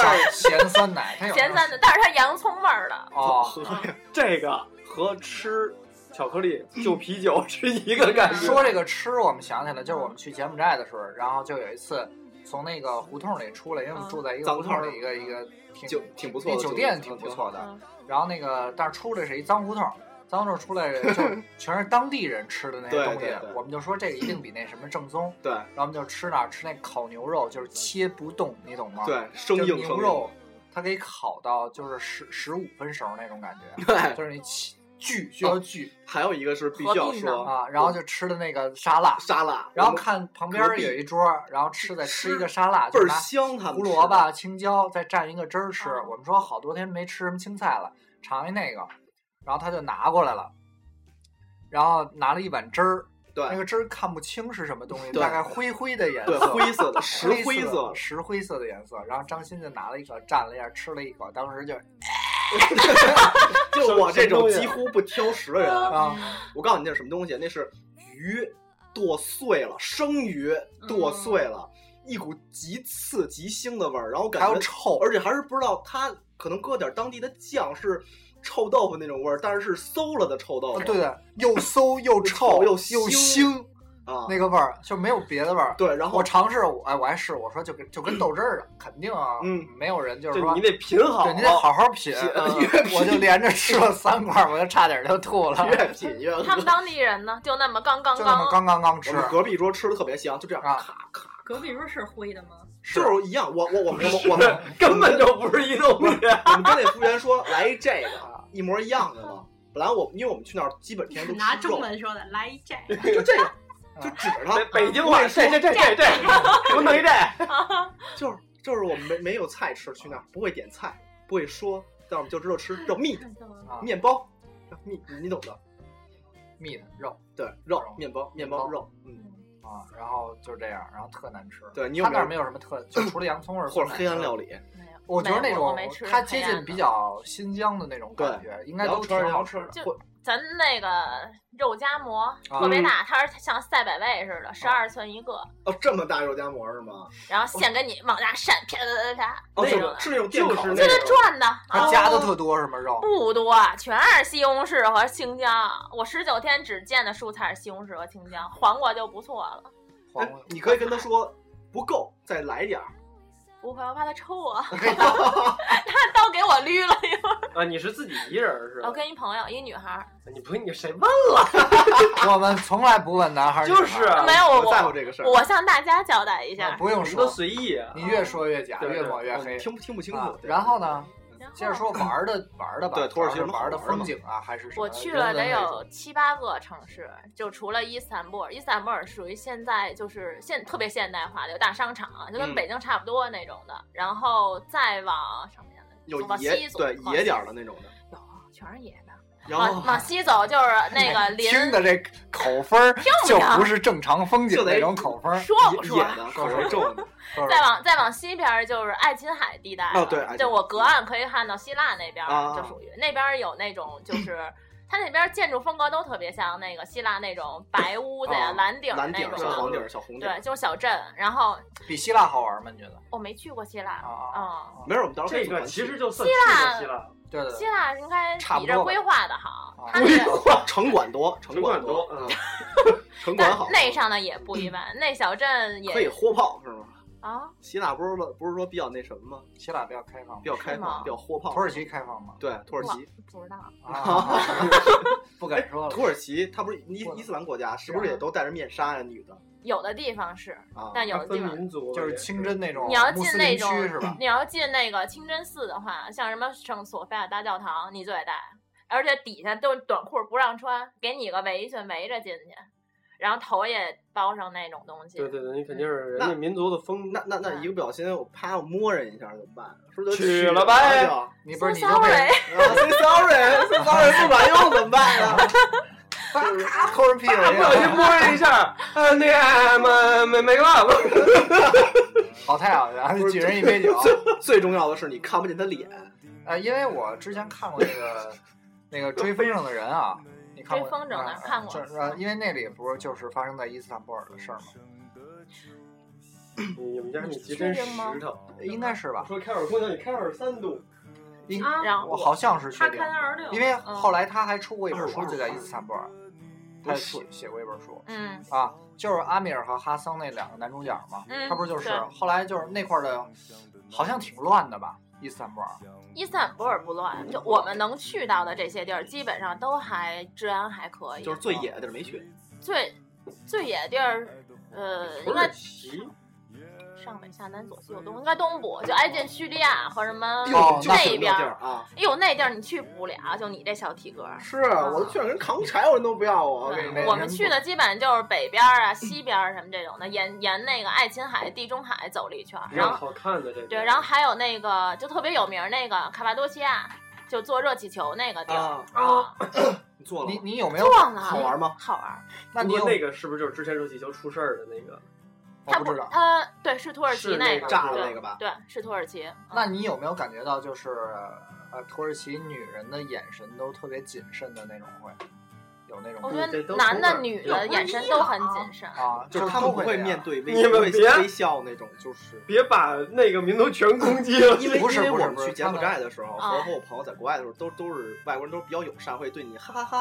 [SPEAKER 8] 咸酸奶，它有
[SPEAKER 7] 咸酸的，但是它洋葱味儿 的。
[SPEAKER 8] 哦，
[SPEAKER 4] 啊
[SPEAKER 3] 这个和吃巧克力就啤酒是一个感觉。
[SPEAKER 8] 说这个吃，我们想起来，就是我们去柬埔寨的时候，然后就有一次从那个胡同里出来，因为我们住在一个
[SPEAKER 4] 嗯
[SPEAKER 8] 胡同里一个一个挺
[SPEAKER 4] 就挺不错的
[SPEAKER 8] 那酒店挺不错的
[SPEAKER 7] 嗯。
[SPEAKER 8] 然后那个，但是出来是一脏胡同，脏胡同出来就
[SPEAKER 7] 嗯
[SPEAKER 8] 全是当地人吃的那些
[SPEAKER 4] 对
[SPEAKER 8] 东西
[SPEAKER 4] 对对，
[SPEAKER 8] 我们就说这个一定比那什么正宗。
[SPEAKER 4] 对
[SPEAKER 8] 然后我们就吃那儿吃那烤牛肉，就是切不动，你懂吗？，
[SPEAKER 4] 对，生
[SPEAKER 8] 就
[SPEAKER 4] 硬生
[SPEAKER 8] 牛
[SPEAKER 4] 硬
[SPEAKER 8] 肉，它给烤到就是十十五分熟那种感觉，
[SPEAKER 4] 对，
[SPEAKER 8] 就是你切巨需要巨
[SPEAKER 4] 还有一个是必须要
[SPEAKER 7] 何必呢
[SPEAKER 4] 说
[SPEAKER 8] 啊，然后就吃的那个沙拉，
[SPEAKER 4] 沙拉，嗯
[SPEAKER 8] 然后
[SPEAKER 4] 我们
[SPEAKER 8] 看旁边儿有一桌儿，然后吃再吃一个沙拉，
[SPEAKER 4] 倍
[SPEAKER 8] 就
[SPEAKER 4] 儿
[SPEAKER 8] 拿
[SPEAKER 4] 香，他们
[SPEAKER 8] 胡
[SPEAKER 4] 吃
[SPEAKER 8] 萝卜、青椒再蘸一个汁儿吃
[SPEAKER 7] 啊。
[SPEAKER 8] 我们说好多天没吃什么青菜了，尝一那个，然后他就拿过来了，然后拿了一碗汁儿，那
[SPEAKER 4] 对
[SPEAKER 8] 个汁儿看不清是什么东西，
[SPEAKER 4] 对
[SPEAKER 8] 大概灰灰的颜
[SPEAKER 4] 对
[SPEAKER 8] 色。
[SPEAKER 4] 灰色的石
[SPEAKER 8] 灰
[SPEAKER 4] 灰色 的，
[SPEAKER 8] 石灰色的颜色，然后张鑫就拿了一口蘸了一下，吃了一口，当时就
[SPEAKER 4] 就我这种
[SPEAKER 3] 什么东西
[SPEAKER 4] 几乎不挑食的人，
[SPEAKER 8] 啊，
[SPEAKER 4] 我告诉你那是什么东西，那是鱼剁碎了，生鱼剁
[SPEAKER 8] 嗯
[SPEAKER 4] 碎了，一股极刺极腥的味儿，然后
[SPEAKER 8] 还
[SPEAKER 4] 感
[SPEAKER 8] 有
[SPEAKER 4] 觉
[SPEAKER 8] 臭，
[SPEAKER 4] 而且还是不知道它可能搁点当地的酱是臭豆腐那种味儿，但是是馊了的臭豆腐。
[SPEAKER 8] 啊对的，又馊又臭
[SPEAKER 4] 又
[SPEAKER 8] 又
[SPEAKER 4] 腥
[SPEAKER 8] 腥，
[SPEAKER 4] 啊，
[SPEAKER 8] 那个味儿就没有别的味儿。
[SPEAKER 4] 对，然后
[SPEAKER 8] 我尝试，我哎，我还试，我说就跟就 跟豆汁儿的，肯定啊，
[SPEAKER 4] 嗯，
[SPEAKER 8] 没有人就是
[SPEAKER 3] 就
[SPEAKER 8] 说，
[SPEAKER 3] 你得品好
[SPEAKER 8] 对，你得好好品。
[SPEAKER 4] 品
[SPEAKER 8] 嗯我就连着吃了三块，我就差点就吐了，
[SPEAKER 4] 越品越恶
[SPEAKER 7] 他们当地人呢，就那么刚刚
[SPEAKER 8] 就那么
[SPEAKER 7] 刚，
[SPEAKER 8] 刚刚刚
[SPEAKER 4] 我
[SPEAKER 8] 吃
[SPEAKER 4] 们啊隔壁桌吃的特别香，就这样，
[SPEAKER 8] 啊
[SPEAKER 4] 咔咔，
[SPEAKER 9] 隔壁桌是灰的吗？
[SPEAKER 4] 就是一样。我我我们我们我们
[SPEAKER 3] 根本就不是一种东西。
[SPEAKER 4] 我们跟那服务员说来一这个，一模一样的嘛。本来我因为我们去那儿基本天天都
[SPEAKER 9] 拿
[SPEAKER 4] 吃肉，
[SPEAKER 9] 中文说的，来一这个。
[SPEAKER 4] 就这个，
[SPEAKER 7] 啊
[SPEAKER 4] 就指着他，
[SPEAKER 3] 北京话，这这这这这，给我弄一这。
[SPEAKER 4] 就是就是我们没没有菜吃，去那儿不会点菜，不会说，但我们就知道吃肉 meat
[SPEAKER 8] 啊
[SPEAKER 4] 面包，meat 你懂的，
[SPEAKER 8] 蜜的肉
[SPEAKER 4] 对，肉
[SPEAKER 8] 肉
[SPEAKER 4] 面包面
[SPEAKER 8] 面
[SPEAKER 4] 包
[SPEAKER 8] 包
[SPEAKER 4] 肉，嗯。
[SPEAKER 8] 啊，然后就这样，然后特难吃。
[SPEAKER 4] 对你有
[SPEAKER 8] 他
[SPEAKER 4] 没
[SPEAKER 8] 那
[SPEAKER 4] 有
[SPEAKER 8] 儿没有什么特，就除了洋葱味儿
[SPEAKER 4] 或者黑暗料
[SPEAKER 8] 理。
[SPEAKER 4] 理，
[SPEAKER 7] 没有
[SPEAKER 8] 我觉得
[SPEAKER 7] 没有
[SPEAKER 8] 那种
[SPEAKER 7] 没吃
[SPEAKER 8] 它接近比
[SPEAKER 7] 黑暗的
[SPEAKER 8] 较新疆的那种感觉，应该
[SPEAKER 4] 然
[SPEAKER 8] 都
[SPEAKER 4] 后
[SPEAKER 8] 挺好吃的。
[SPEAKER 7] 就
[SPEAKER 4] 或
[SPEAKER 7] 咱那个肉夹馍
[SPEAKER 8] 啊
[SPEAKER 7] 特别
[SPEAKER 4] 嗯
[SPEAKER 7] 大，它是像赛百味似的，十二寸一个，
[SPEAKER 4] 哦，这么大肉夹馍是吗？
[SPEAKER 7] 然
[SPEAKER 8] 哦
[SPEAKER 7] 后现给你往下扇，啪啪啪啪啪，
[SPEAKER 4] 哦，
[SPEAKER 7] 那
[SPEAKER 4] 是
[SPEAKER 7] 种的
[SPEAKER 4] 是那种
[SPEAKER 3] 就是
[SPEAKER 4] 电烤
[SPEAKER 3] 那
[SPEAKER 7] 就
[SPEAKER 4] 的
[SPEAKER 3] 个
[SPEAKER 7] 是转的
[SPEAKER 8] 它加
[SPEAKER 7] 哦
[SPEAKER 8] 的特多，是吗？肉
[SPEAKER 7] 不多，全是西红柿和青椒。我十九天只见的蔬菜是西红柿和青椒，黄瓜就不错了。
[SPEAKER 8] 黄
[SPEAKER 4] 哎
[SPEAKER 8] 瓜
[SPEAKER 4] 你可以跟他说不够，再来点儿。
[SPEAKER 7] 不会，我怕他抽我， 他刀给我捋了一会儿。
[SPEAKER 3] 啊，你是自己一人儿是
[SPEAKER 7] 我
[SPEAKER 3] 吧？
[SPEAKER 7] 跟一朋友，一女孩儿，
[SPEAKER 3] 你不你谁问
[SPEAKER 8] 我们从来不问男孩儿女孩
[SPEAKER 3] 就
[SPEAKER 8] 儿，
[SPEAKER 3] 是
[SPEAKER 7] 没有
[SPEAKER 4] 啊不在乎
[SPEAKER 7] 我，
[SPEAKER 4] 这个事儿，
[SPEAKER 7] 我向大家交代一下。
[SPEAKER 8] 啊不用
[SPEAKER 3] 我们都
[SPEAKER 8] 说，
[SPEAKER 3] 随意啊。
[SPEAKER 8] 你越说越假，
[SPEAKER 3] 对对
[SPEAKER 8] 越抹越
[SPEAKER 4] 我
[SPEAKER 8] 黑。
[SPEAKER 4] 哎听不听不清
[SPEAKER 8] 啊
[SPEAKER 4] 楚。对
[SPEAKER 8] 然后？呢，
[SPEAKER 7] 然后
[SPEAKER 8] 接着说玩儿的玩儿的吧，
[SPEAKER 4] 对土耳其有什么好
[SPEAKER 8] 玩儿的
[SPEAKER 4] 玩儿的
[SPEAKER 8] 风
[SPEAKER 4] 吗
[SPEAKER 8] 景啊，还是什么
[SPEAKER 7] 我去了得
[SPEAKER 8] 人文那
[SPEAKER 7] 有
[SPEAKER 8] 种
[SPEAKER 7] 七八个城市，就除了伊斯坦布尔，伊斯坦布尔属于现在就是现特别现代化的，有大商场，啊
[SPEAKER 4] 嗯
[SPEAKER 7] 就跟北京差不多那种的。然后再往上面的，
[SPEAKER 4] 有
[SPEAKER 7] 往
[SPEAKER 4] 野
[SPEAKER 7] 西走，
[SPEAKER 4] 对
[SPEAKER 7] 往
[SPEAKER 4] 野
[SPEAKER 7] 西
[SPEAKER 4] 点儿的那种的，
[SPEAKER 7] 有，全是野的。
[SPEAKER 4] 然后哎
[SPEAKER 7] 往往西走就是那个林，
[SPEAKER 8] 听的这口风儿就
[SPEAKER 7] 亮
[SPEAKER 8] 不是正常风景
[SPEAKER 4] 就得
[SPEAKER 8] 那种口风儿。
[SPEAKER 7] 说
[SPEAKER 4] 野
[SPEAKER 7] 不说？
[SPEAKER 4] 野的口味重的。
[SPEAKER 8] 说
[SPEAKER 7] 再往再往西边儿就是爱琴海地带了
[SPEAKER 4] 哦对爱琴海
[SPEAKER 7] 就我隔岸可以看到希腊那边儿，
[SPEAKER 4] 啊
[SPEAKER 7] 就属于那边儿有那种就是。它那边建筑风格都特别像那个希腊那种白屋子呀、
[SPEAKER 4] 啊
[SPEAKER 7] 蓝顶儿
[SPEAKER 4] 蓝
[SPEAKER 7] 那
[SPEAKER 4] 顶儿、
[SPEAKER 7] 种
[SPEAKER 4] 小
[SPEAKER 7] 的，
[SPEAKER 4] 黄顶儿、小 红顶儿
[SPEAKER 7] 对，，就是小镇。然后
[SPEAKER 8] 比希腊好玩吗？你觉得？
[SPEAKER 7] 我没去过希腊，
[SPEAKER 8] 啊
[SPEAKER 7] 嗯，
[SPEAKER 4] 没事，我们到时候可以组
[SPEAKER 3] 这
[SPEAKER 4] 团
[SPEAKER 3] 个
[SPEAKER 4] 去
[SPEAKER 3] 其实就算去过希腊，
[SPEAKER 8] 对对
[SPEAKER 7] 希
[SPEAKER 8] 对，
[SPEAKER 7] 腊应该
[SPEAKER 8] 差
[SPEAKER 7] 比
[SPEAKER 8] 不
[SPEAKER 7] 这
[SPEAKER 8] 多
[SPEAKER 7] 儿
[SPEAKER 8] 吧
[SPEAKER 7] 规划的好，
[SPEAKER 8] 啊
[SPEAKER 7] 它那个。
[SPEAKER 4] 城管多，城
[SPEAKER 3] 城管
[SPEAKER 4] 多
[SPEAKER 3] 多，，嗯，
[SPEAKER 4] 城管
[SPEAKER 7] 但
[SPEAKER 4] 好，
[SPEAKER 7] 那上呢也不一
[SPEAKER 8] 嗯
[SPEAKER 7] 般，那小镇
[SPEAKER 4] 可以
[SPEAKER 7] 也
[SPEAKER 4] 豁炮是吗？
[SPEAKER 7] 啊，
[SPEAKER 4] 希腊不是说不是说比较那什么吗？
[SPEAKER 8] 希腊比较开放
[SPEAKER 4] 比，较开
[SPEAKER 7] 是吗
[SPEAKER 4] 放，比较豁炮
[SPEAKER 8] 土。耳其开放吗？
[SPEAKER 4] 对，土耳其，
[SPEAKER 7] 不知道。
[SPEAKER 8] 啊，不敢说了
[SPEAKER 4] 土。耳其，它不是伊
[SPEAKER 8] 过了
[SPEAKER 4] 伊斯兰国家，是不是也都戴着面纱呀？女的
[SPEAKER 7] 有的地方是，
[SPEAKER 4] 啊，
[SPEAKER 7] 但有
[SPEAKER 3] 它
[SPEAKER 7] 的地
[SPEAKER 3] 分
[SPEAKER 7] 方
[SPEAKER 3] 民族
[SPEAKER 8] 就是清真那种
[SPEAKER 7] 你要
[SPEAKER 8] 哦穆
[SPEAKER 7] 进
[SPEAKER 8] 斯
[SPEAKER 7] 那
[SPEAKER 8] 林区
[SPEAKER 7] 种
[SPEAKER 8] 是吧？
[SPEAKER 7] 你要进那个清真寺的话，像什么圣索菲亚大教堂，你就得带，而且底下都是短裤不让穿，给你个围裙围着进去，然后头也包上那种东西。
[SPEAKER 3] 对对对，你肯定是人
[SPEAKER 4] 那
[SPEAKER 3] 家民族的风。
[SPEAKER 4] 那那那一个不小心，我啪我摸人一下怎么办？是不是就
[SPEAKER 3] 取
[SPEAKER 4] 取
[SPEAKER 3] 了呗
[SPEAKER 4] 就啊
[SPEAKER 8] 你不是
[SPEAKER 7] So
[SPEAKER 8] 你就被
[SPEAKER 7] sorry
[SPEAKER 4] ？Say sorry，Say sorry 不管用 怎么办呀？
[SPEAKER 8] 咔抠人屁股
[SPEAKER 3] 啊不小 心
[SPEAKER 8] 去，
[SPEAKER 3] 摸了 一下，呃，那个没没没 love，
[SPEAKER 8] 淘汰啊！然后举人一 杯酒。
[SPEAKER 4] 最重要的是你看不见他脸，
[SPEAKER 8] 呃，因为我之前看过那个那个追风筝的人啊，你看过？
[SPEAKER 7] 追风筝的
[SPEAKER 8] 啊
[SPEAKER 7] 看过
[SPEAKER 8] 就是呃，因为那里不是就是发生在伊斯坦布尔的事儿吗？
[SPEAKER 3] 你们家米奇真石头。
[SPEAKER 8] 应该是吧？
[SPEAKER 3] 说开尔姑娘，你开尔三度，
[SPEAKER 8] 应
[SPEAKER 9] 啊
[SPEAKER 7] 然后
[SPEAKER 8] 我好像是确
[SPEAKER 9] 他
[SPEAKER 8] 定
[SPEAKER 9] 开，二十六，
[SPEAKER 8] 因为
[SPEAKER 7] 嗯
[SPEAKER 8] 后来他还出过一本书，就叫《伊斯坦布尔》，他
[SPEAKER 4] 不
[SPEAKER 8] 写
[SPEAKER 4] 是
[SPEAKER 8] 写过一本书
[SPEAKER 7] 嗯，
[SPEAKER 8] 啊，就是阿米尔和哈桑那两个男主角嘛，
[SPEAKER 7] 嗯
[SPEAKER 8] 他不是就是
[SPEAKER 7] 对
[SPEAKER 8] 后来就是那块儿的，好像挺乱的吧？伊斯坦布尔
[SPEAKER 7] 伊斯坦布尔不乱，就我们能去到的这些地儿，基本上都还治安还可以。
[SPEAKER 4] 就是最野的地儿没去，
[SPEAKER 7] 最最野地儿，呃，
[SPEAKER 3] 土
[SPEAKER 7] 应该
[SPEAKER 3] 耳其，
[SPEAKER 8] 哦
[SPEAKER 7] 上北下南左西右东，应该东部就挨近叙利亚和什么
[SPEAKER 8] 哦那
[SPEAKER 4] 是
[SPEAKER 7] 那
[SPEAKER 4] 那
[SPEAKER 7] 边
[SPEAKER 4] 地
[SPEAKER 7] 儿
[SPEAKER 4] 儿。啊。
[SPEAKER 7] 哎呦，那地儿你去不了，就你这小体格儿。
[SPEAKER 4] 是啊我
[SPEAKER 7] 啊
[SPEAKER 4] 都去让人扛柴，我人都不要
[SPEAKER 8] 哦
[SPEAKER 4] 我。我跟你
[SPEAKER 7] 对
[SPEAKER 4] 说，
[SPEAKER 7] 我们去的基本上就是北边儿啊、西边儿什么这种的，沿沿那个爱琴海、地中海走了一圈儿，
[SPEAKER 3] 比
[SPEAKER 7] 然
[SPEAKER 3] 较
[SPEAKER 7] 后
[SPEAKER 3] 好看的这个。
[SPEAKER 7] 对，然后还有那个就特别有名儿那个卡帕多西亚，就坐热气球那个地儿
[SPEAKER 4] 啊
[SPEAKER 7] 啊，
[SPEAKER 4] 你做了
[SPEAKER 8] 你
[SPEAKER 4] 吗？
[SPEAKER 8] 你有没有？
[SPEAKER 7] 撞了，
[SPEAKER 4] 好玩吗？
[SPEAKER 7] 好玩儿。
[SPEAKER 8] 那
[SPEAKER 3] 不
[SPEAKER 8] 你有
[SPEAKER 3] 过？那个是不是就是之前热气球出事儿的那个？
[SPEAKER 8] 我
[SPEAKER 7] 它
[SPEAKER 8] 不知道。
[SPEAKER 7] 它对，是土耳其
[SPEAKER 3] 是那
[SPEAKER 7] 个
[SPEAKER 3] 个
[SPEAKER 4] 炸
[SPEAKER 7] 对
[SPEAKER 4] 了那个吧？
[SPEAKER 7] 对，是土耳其。
[SPEAKER 8] 那
[SPEAKER 7] 嗯
[SPEAKER 8] 你有没有感觉到，就是呃，土耳其女人的眼神都特别谨慎的那种会，有那
[SPEAKER 4] 嗯
[SPEAKER 7] 我
[SPEAKER 8] 种
[SPEAKER 7] 觉得
[SPEAKER 3] 你这都
[SPEAKER 7] 男
[SPEAKER 3] 从
[SPEAKER 7] 的、
[SPEAKER 3] 哪儿
[SPEAKER 7] 女
[SPEAKER 3] 有
[SPEAKER 7] 的眼神都很谨慎。
[SPEAKER 8] 啊，
[SPEAKER 4] 就是
[SPEAKER 8] 是
[SPEAKER 4] 他
[SPEAKER 8] 都
[SPEAKER 4] 们不会
[SPEAKER 8] 这样
[SPEAKER 4] 面。对微
[SPEAKER 3] 你们
[SPEAKER 4] 微
[SPEAKER 3] 别
[SPEAKER 4] 微笑那种，就是
[SPEAKER 3] 别把那个民族全攻击了。
[SPEAKER 4] 因为
[SPEAKER 8] 不
[SPEAKER 4] 因
[SPEAKER 8] 是
[SPEAKER 4] 为
[SPEAKER 8] 不是
[SPEAKER 4] 我们
[SPEAKER 8] 不是
[SPEAKER 4] 去柬埔寨的时候，
[SPEAKER 7] 他
[SPEAKER 4] 和
[SPEAKER 7] 们
[SPEAKER 4] 和我朋友在国外的时候，都都是外国人，都是比较友善，会对你哈哈哈，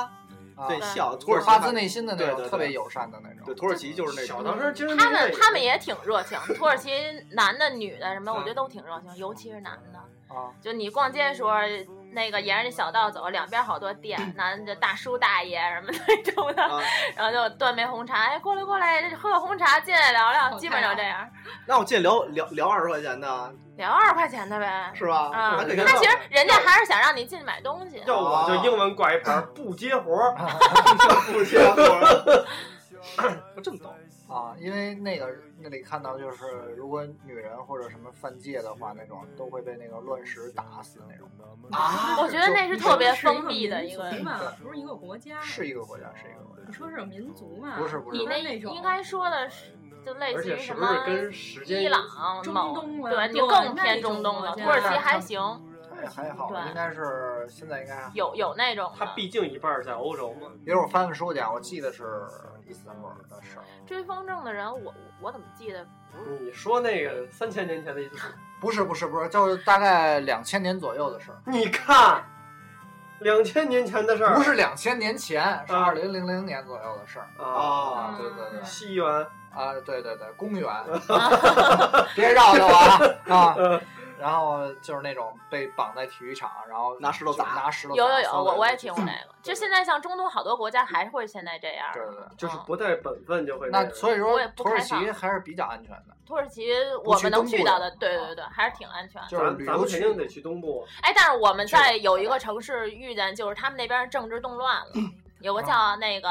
[SPEAKER 8] 啊
[SPEAKER 4] 对
[SPEAKER 7] 对
[SPEAKER 4] 笑。土
[SPEAKER 8] 就
[SPEAKER 4] 耳
[SPEAKER 8] 是
[SPEAKER 4] 其
[SPEAKER 8] 发自内心的那
[SPEAKER 4] 对对
[SPEAKER 8] 种，
[SPEAKER 4] 对
[SPEAKER 8] 特别友善的那种
[SPEAKER 4] 对。土耳其就是那
[SPEAKER 3] 小
[SPEAKER 4] 种
[SPEAKER 3] 当家，今儿
[SPEAKER 7] 他们他们也挺热情，土耳其男的、女的什么，我觉得都挺热情，尤其是男的。
[SPEAKER 8] 啊，
[SPEAKER 7] 就你逛街的时候，那个沿着那小道走，两边好多店，男的大叔大爷什么那种的，
[SPEAKER 4] 啊。
[SPEAKER 7] 然后就端杯红茶，哎，过来过来，喝个红茶，进来聊聊，
[SPEAKER 9] 好
[SPEAKER 7] 基本上这样，
[SPEAKER 4] 那我进聊聊聊二十块钱的，
[SPEAKER 7] 聊二块钱的呗。
[SPEAKER 4] 是吧？
[SPEAKER 7] 啊
[SPEAKER 4] 那肯定
[SPEAKER 7] 那其实人家还是想让你进去买东西。
[SPEAKER 3] 要我就英文挂一牌儿，不接活儿。
[SPEAKER 4] 不接活。这么逗，
[SPEAKER 8] 啊，因为那个那里看到就是，如果女人或者什么犯戒的话，那种都会被那个乱石打死那种。
[SPEAKER 4] 啊
[SPEAKER 7] 我觉得那是特别封闭的一个。
[SPEAKER 9] 吧，不是一个国家。
[SPEAKER 8] 是一个国家，是一个国家。
[SPEAKER 9] 你说是民族嘛？
[SPEAKER 8] 不是不是
[SPEAKER 7] 你那
[SPEAKER 9] 那种
[SPEAKER 7] 应该说的是，就类
[SPEAKER 3] 而
[SPEAKER 7] 似于
[SPEAKER 3] 且
[SPEAKER 7] 什
[SPEAKER 3] 是
[SPEAKER 7] 么
[SPEAKER 3] 不是跟时间
[SPEAKER 7] 伊朗、
[SPEAKER 9] 中
[SPEAKER 7] 某
[SPEAKER 9] 东啊
[SPEAKER 7] 对你
[SPEAKER 9] 对
[SPEAKER 7] 更
[SPEAKER 9] 那
[SPEAKER 7] 偏
[SPEAKER 9] 种
[SPEAKER 7] 中东了，
[SPEAKER 9] 国家
[SPEAKER 7] 土耳其还行，
[SPEAKER 8] 还哎还好，
[SPEAKER 7] 对
[SPEAKER 8] 应该是现在应该还好。
[SPEAKER 7] 有有那种
[SPEAKER 3] 它
[SPEAKER 7] 的。
[SPEAKER 3] 毕竟一半儿在欧洲嘛。
[SPEAKER 8] 一会儿我翻翻书去啊，我记得是伊斯坦布尔的事儿。
[SPEAKER 7] 追风筝的人，我我我怎么记得
[SPEAKER 3] 你说那个三千年前的意思？
[SPEAKER 8] 不是不是不是，就是大概两千年左右的事儿，
[SPEAKER 3] 你看，两千年前的事儿
[SPEAKER 8] 不是两千年前，是
[SPEAKER 3] 啊
[SPEAKER 8] 二零零零年左右的事儿。
[SPEAKER 3] 啊，
[SPEAKER 4] 啊！
[SPEAKER 8] 对对对，
[SPEAKER 7] 嗯
[SPEAKER 3] 西元
[SPEAKER 8] 啊对对对，公园，别绕着我啊啊！ 然后就是那种被绑在体育场，然后
[SPEAKER 4] 拿石头砸
[SPEAKER 8] 就拿石头
[SPEAKER 7] 有有
[SPEAKER 8] 砸
[SPEAKER 7] 有，
[SPEAKER 8] 所
[SPEAKER 7] 我
[SPEAKER 8] 人
[SPEAKER 7] 我也
[SPEAKER 8] 就
[SPEAKER 7] 听过那个。就
[SPEAKER 8] 对
[SPEAKER 7] 现在像中东好多国家还会现在这样。
[SPEAKER 8] 对对对，
[SPEAKER 3] 就是
[SPEAKER 7] 嗯
[SPEAKER 3] 不带本分就会
[SPEAKER 8] 那所以
[SPEAKER 7] 我
[SPEAKER 8] 说
[SPEAKER 7] 也不
[SPEAKER 8] 土耳
[SPEAKER 7] 开放
[SPEAKER 8] 其还是比较安全的，
[SPEAKER 7] 土耳其我们能去到的，对对对对，还是挺安全的。
[SPEAKER 8] 就是旅
[SPEAKER 3] 咱咱
[SPEAKER 8] 游
[SPEAKER 3] 们肯
[SPEAKER 8] 区
[SPEAKER 3] 定得去东部，
[SPEAKER 7] 哎，但是我们在有一个城市遇见，就是他们那边政治动乱了，
[SPEAKER 4] 嗯
[SPEAKER 7] 有
[SPEAKER 4] 啊
[SPEAKER 7] 个叫那个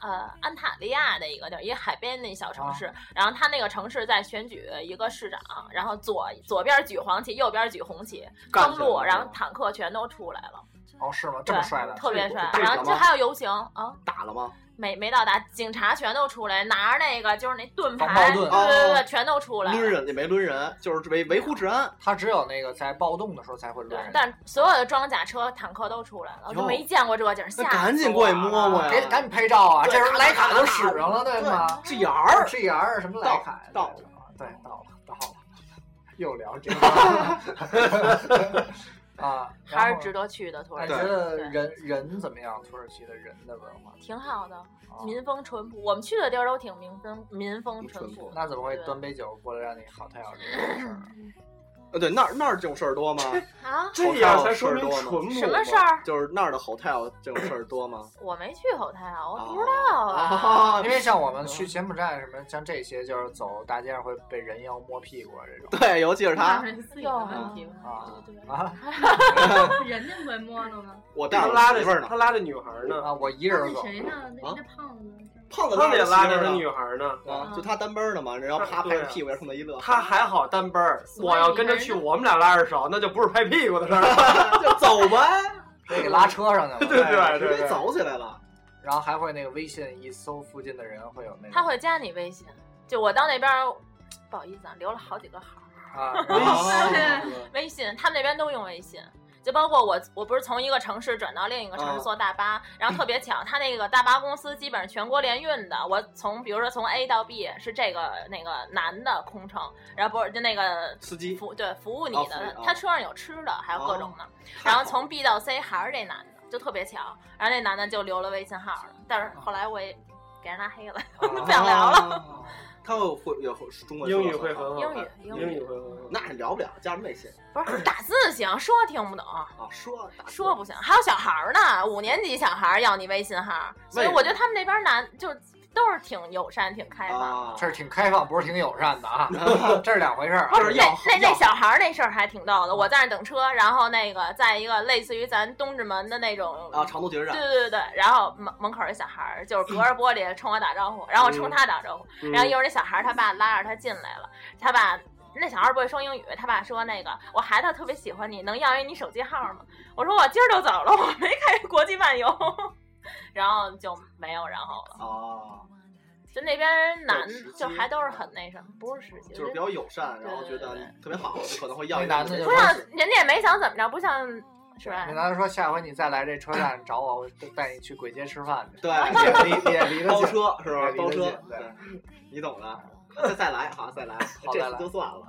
[SPEAKER 7] 呃安塔利亚的一个地儿，一个海边那小
[SPEAKER 4] 啊
[SPEAKER 7] 城市。然后他那个城市在选举一个市长，然后左左边举黄旗，右边举红旗，
[SPEAKER 4] 干起
[SPEAKER 7] 登
[SPEAKER 4] 来
[SPEAKER 7] 陆，
[SPEAKER 4] 了
[SPEAKER 7] 然后坦克全都出来了，
[SPEAKER 8] 哦是吗？
[SPEAKER 7] 嗯
[SPEAKER 8] 这
[SPEAKER 7] 对
[SPEAKER 8] 么帅的，
[SPEAKER 7] 特别帅。
[SPEAKER 4] 这个
[SPEAKER 7] 然后
[SPEAKER 4] 吗
[SPEAKER 7] 这还有游行啊，
[SPEAKER 4] 打了吗？
[SPEAKER 7] 没没到达，警察全都出来，拿着那个就是那盾牌，
[SPEAKER 8] 防暴盾
[SPEAKER 7] 对对对
[SPEAKER 4] 哦
[SPEAKER 7] 对，全都出来
[SPEAKER 4] 抡
[SPEAKER 7] 了。
[SPEAKER 4] 人也没抡人，就是维维护治安。
[SPEAKER 8] 他只有那个在暴动的时候才会抡
[SPEAKER 7] 对
[SPEAKER 8] 人，，
[SPEAKER 7] 但所有的装甲车、坦克都出来了，我就
[SPEAKER 4] 哟
[SPEAKER 7] 没见过这景儿，吓
[SPEAKER 4] 那赶紧
[SPEAKER 7] 死
[SPEAKER 4] 过去
[SPEAKER 7] 我
[SPEAKER 4] 摸摸
[SPEAKER 7] 了
[SPEAKER 4] 呀
[SPEAKER 8] 给赶紧拍照啊！
[SPEAKER 4] 对
[SPEAKER 8] 这时候徕卡都使上了，对吗
[SPEAKER 4] ，G R
[SPEAKER 8] ？G R 什么徕卡呀？
[SPEAKER 4] 到
[SPEAKER 8] 对，到了，到了， 又聊 这个 啊，然后
[SPEAKER 7] 还是值得去的土耳
[SPEAKER 8] 哎
[SPEAKER 7] 其
[SPEAKER 9] 啊
[SPEAKER 8] 觉，得
[SPEAKER 7] 对
[SPEAKER 8] 人人怎么样？土耳其的人的文化，
[SPEAKER 7] 挺好的，
[SPEAKER 8] 啊
[SPEAKER 7] 民风淳朴。我们去的地儿都挺民风哦民风淳朴的。
[SPEAKER 8] 那怎么会
[SPEAKER 7] 对
[SPEAKER 8] 端杯酒过来让你好太阳这种事儿？啊
[SPEAKER 4] 呃，对，那儿那儿这种事儿多吗？
[SPEAKER 7] 啊？
[SPEAKER 3] 这样
[SPEAKER 4] hotel
[SPEAKER 3] 才说
[SPEAKER 4] 事儿
[SPEAKER 3] 明
[SPEAKER 4] 多
[SPEAKER 3] 纯
[SPEAKER 4] 吗？
[SPEAKER 3] 朴
[SPEAKER 7] 什么事儿？
[SPEAKER 4] 就是那儿的 hotel 这种事儿多 吗？
[SPEAKER 7] 我没去后台啊，我不知道 啊。
[SPEAKER 4] 啊
[SPEAKER 8] 因为像我们去柬埔寨什么，像这些就是走大街上会被人妖摸屁股啊这种
[SPEAKER 4] 对，尤其是他
[SPEAKER 3] 啊
[SPEAKER 9] 那，是自己的问
[SPEAKER 7] 哦
[SPEAKER 9] 题吧？
[SPEAKER 8] 啊
[SPEAKER 7] 对对对
[SPEAKER 8] 啊
[SPEAKER 9] 人家会摸的吗？
[SPEAKER 4] 我带
[SPEAKER 3] 他
[SPEAKER 4] 我
[SPEAKER 3] 拉
[SPEAKER 4] 媳妇儿
[SPEAKER 3] 着
[SPEAKER 4] 呢
[SPEAKER 3] 他，拉着女孩呢，
[SPEAKER 8] 啊！我一
[SPEAKER 9] 那
[SPEAKER 8] 人
[SPEAKER 9] 是
[SPEAKER 8] 走，
[SPEAKER 9] 谁呢？那
[SPEAKER 4] 啊
[SPEAKER 9] 那胖子是吧
[SPEAKER 4] 胖子
[SPEAKER 3] 他们也拉着
[SPEAKER 4] 着
[SPEAKER 3] 他
[SPEAKER 4] 他
[SPEAKER 3] 女孩呢。
[SPEAKER 4] 啊，就他单班的嘛，然后啪拍个屁股，冲他一乐，
[SPEAKER 3] 他还好单班儿，
[SPEAKER 9] 所以
[SPEAKER 3] 我要跟着去，我们俩拉着手，那就不是拍屁股的事 儿了。
[SPEAKER 4] 就走 呗，
[SPEAKER 8] 给拉车上去了。
[SPEAKER 3] 对对
[SPEAKER 4] 哎直
[SPEAKER 3] 对
[SPEAKER 4] 接
[SPEAKER 3] 对，
[SPEAKER 4] 走起来了。
[SPEAKER 8] 然后还会那个微信一搜附近的人会有那个
[SPEAKER 7] 他会加你微信，就我到那边儿，不好意思啊，留了好几个号儿。
[SPEAKER 8] 啊，然 后
[SPEAKER 4] 啊
[SPEAKER 7] 微信，他们那边都用微信。就包括我，我不是从一个城市转到另一个城
[SPEAKER 4] 嗯
[SPEAKER 7] 市坐大巴，然后特别巧，他那个大巴公司基本上全国联运的。我从比如说从 A 到 B 是这个那个男的空乘，然后不是就那个
[SPEAKER 4] 司机
[SPEAKER 7] 服对服务你
[SPEAKER 4] 哦服
[SPEAKER 7] 的，
[SPEAKER 4] 务哦哦
[SPEAKER 7] 他车上有吃的，还有各种的。
[SPEAKER 4] 太
[SPEAKER 7] 然
[SPEAKER 4] 好
[SPEAKER 7] 后
[SPEAKER 4] 了
[SPEAKER 8] 啊
[SPEAKER 7] 从 B 到 C 还是这男的，就特别巧。然后那男的就留了微信号
[SPEAKER 4] 啊
[SPEAKER 7] 了，但是后来我也给人拉黑了，
[SPEAKER 4] 哦
[SPEAKER 7] 不想聊了。
[SPEAKER 4] 了。 他会会有中文说
[SPEAKER 3] 英
[SPEAKER 4] 得
[SPEAKER 3] 语
[SPEAKER 4] 很
[SPEAKER 3] 会
[SPEAKER 4] 好
[SPEAKER 3] 很好，
[SPEAKER 7] 英语英
[SPEAKER 3] 英
[SPEAKER 7] 语
[SPEAKER 3] 语会很好。
[SPEAKER 4] 那你聊不了，加什么微信
[SPEAKER 7] 不是打字行，说听不懂。
[SPEAKER 4] 啊？说打
[SPEAKER 7] 说不行，还有小孩儿呢，五年级小孩儿要你微信号，所
[SPEAKER 4] 为
[SPEAKER 7] 以
[SPEAKER 4] 什么
[SPEAKER 7] 我觉得他们那边男就是都是挺友善、挺开放。
[SPEAKER 4] 啊，
[SPEAKER 8] 这是挺开放，不是挺友善 的啊，这是两回事儿
[SPEAKER 7] 不
[SPEAKER 8] 啊。
[SPEAKER 4] 是要
[SPEAKER 7] 那那
[SPEAKER 4] 要哦
[SPEAKER 7] 那小孩儿那事儿还挺逗的，我在那儿等车，然后那个在一个类似于咱东直门的那种
[SPEAKER 4] 啊，长途决
[SPEAKER 7] 对
[SPEAKER 4] 战，
[SPEAKER 7] 对对对，然后门门口儿有小孩儿就是隔着玻璃冲我打招呼，然后我冲他打招呼，
[SPEAKER 3] 嗯
[SPEAKER 7] 然后一会儿那小孩儿他爸拉着他进来了，他爸那小孩儿不会说英语，他爸说那个我孩子特别喜欢你，能要一你手机号吗？我说我今儿就走了，我没开国际漫游， 然后就没有然后了。
[SPEAKER 4] 啊，
[SPEAKER 7] 就那边男
[SPEAKER 4] 就直接
[SPEAKER 7] 就还都是很那什么，不是实习，
[SPEAKER 4] 就是比较友善，然后觉得你特别好，就可能会要
[SPEAKER 8] 那
[SPEAKER 4] 一
[SPEAKER 8] 男的就
[SPEAKER 7] 不
[SPEAKER 8] 说
[SPEAKER 4] 个
[SPEAKER 7] 像人家也没想怎么着，不像是吧
[SPEAKER 8] 你？刚才说下回你再来这车站找我，我带你去簋街吃饭去。
[SPEAKER 4] 对
[SPEAKER 8] 也 离也离得
[SPEAKER 4] 包
[SPEAKER 8] 近。
[SPEAKER 4] 车是吧？
[SPEAKER 8] 对
[SPEAKER 4] 包车
[SPEAKER 8] 理解，
[SPEAKER 4] 对，你懂的。再再来，好，再来，
[SPEAKER 8] 好
[SPEAKER 4] 这
[SPEAKER 8] 再
[SPEAKER 4] 次
[SPEAKER 8] 来
[SPEAKER 4] 就算 了。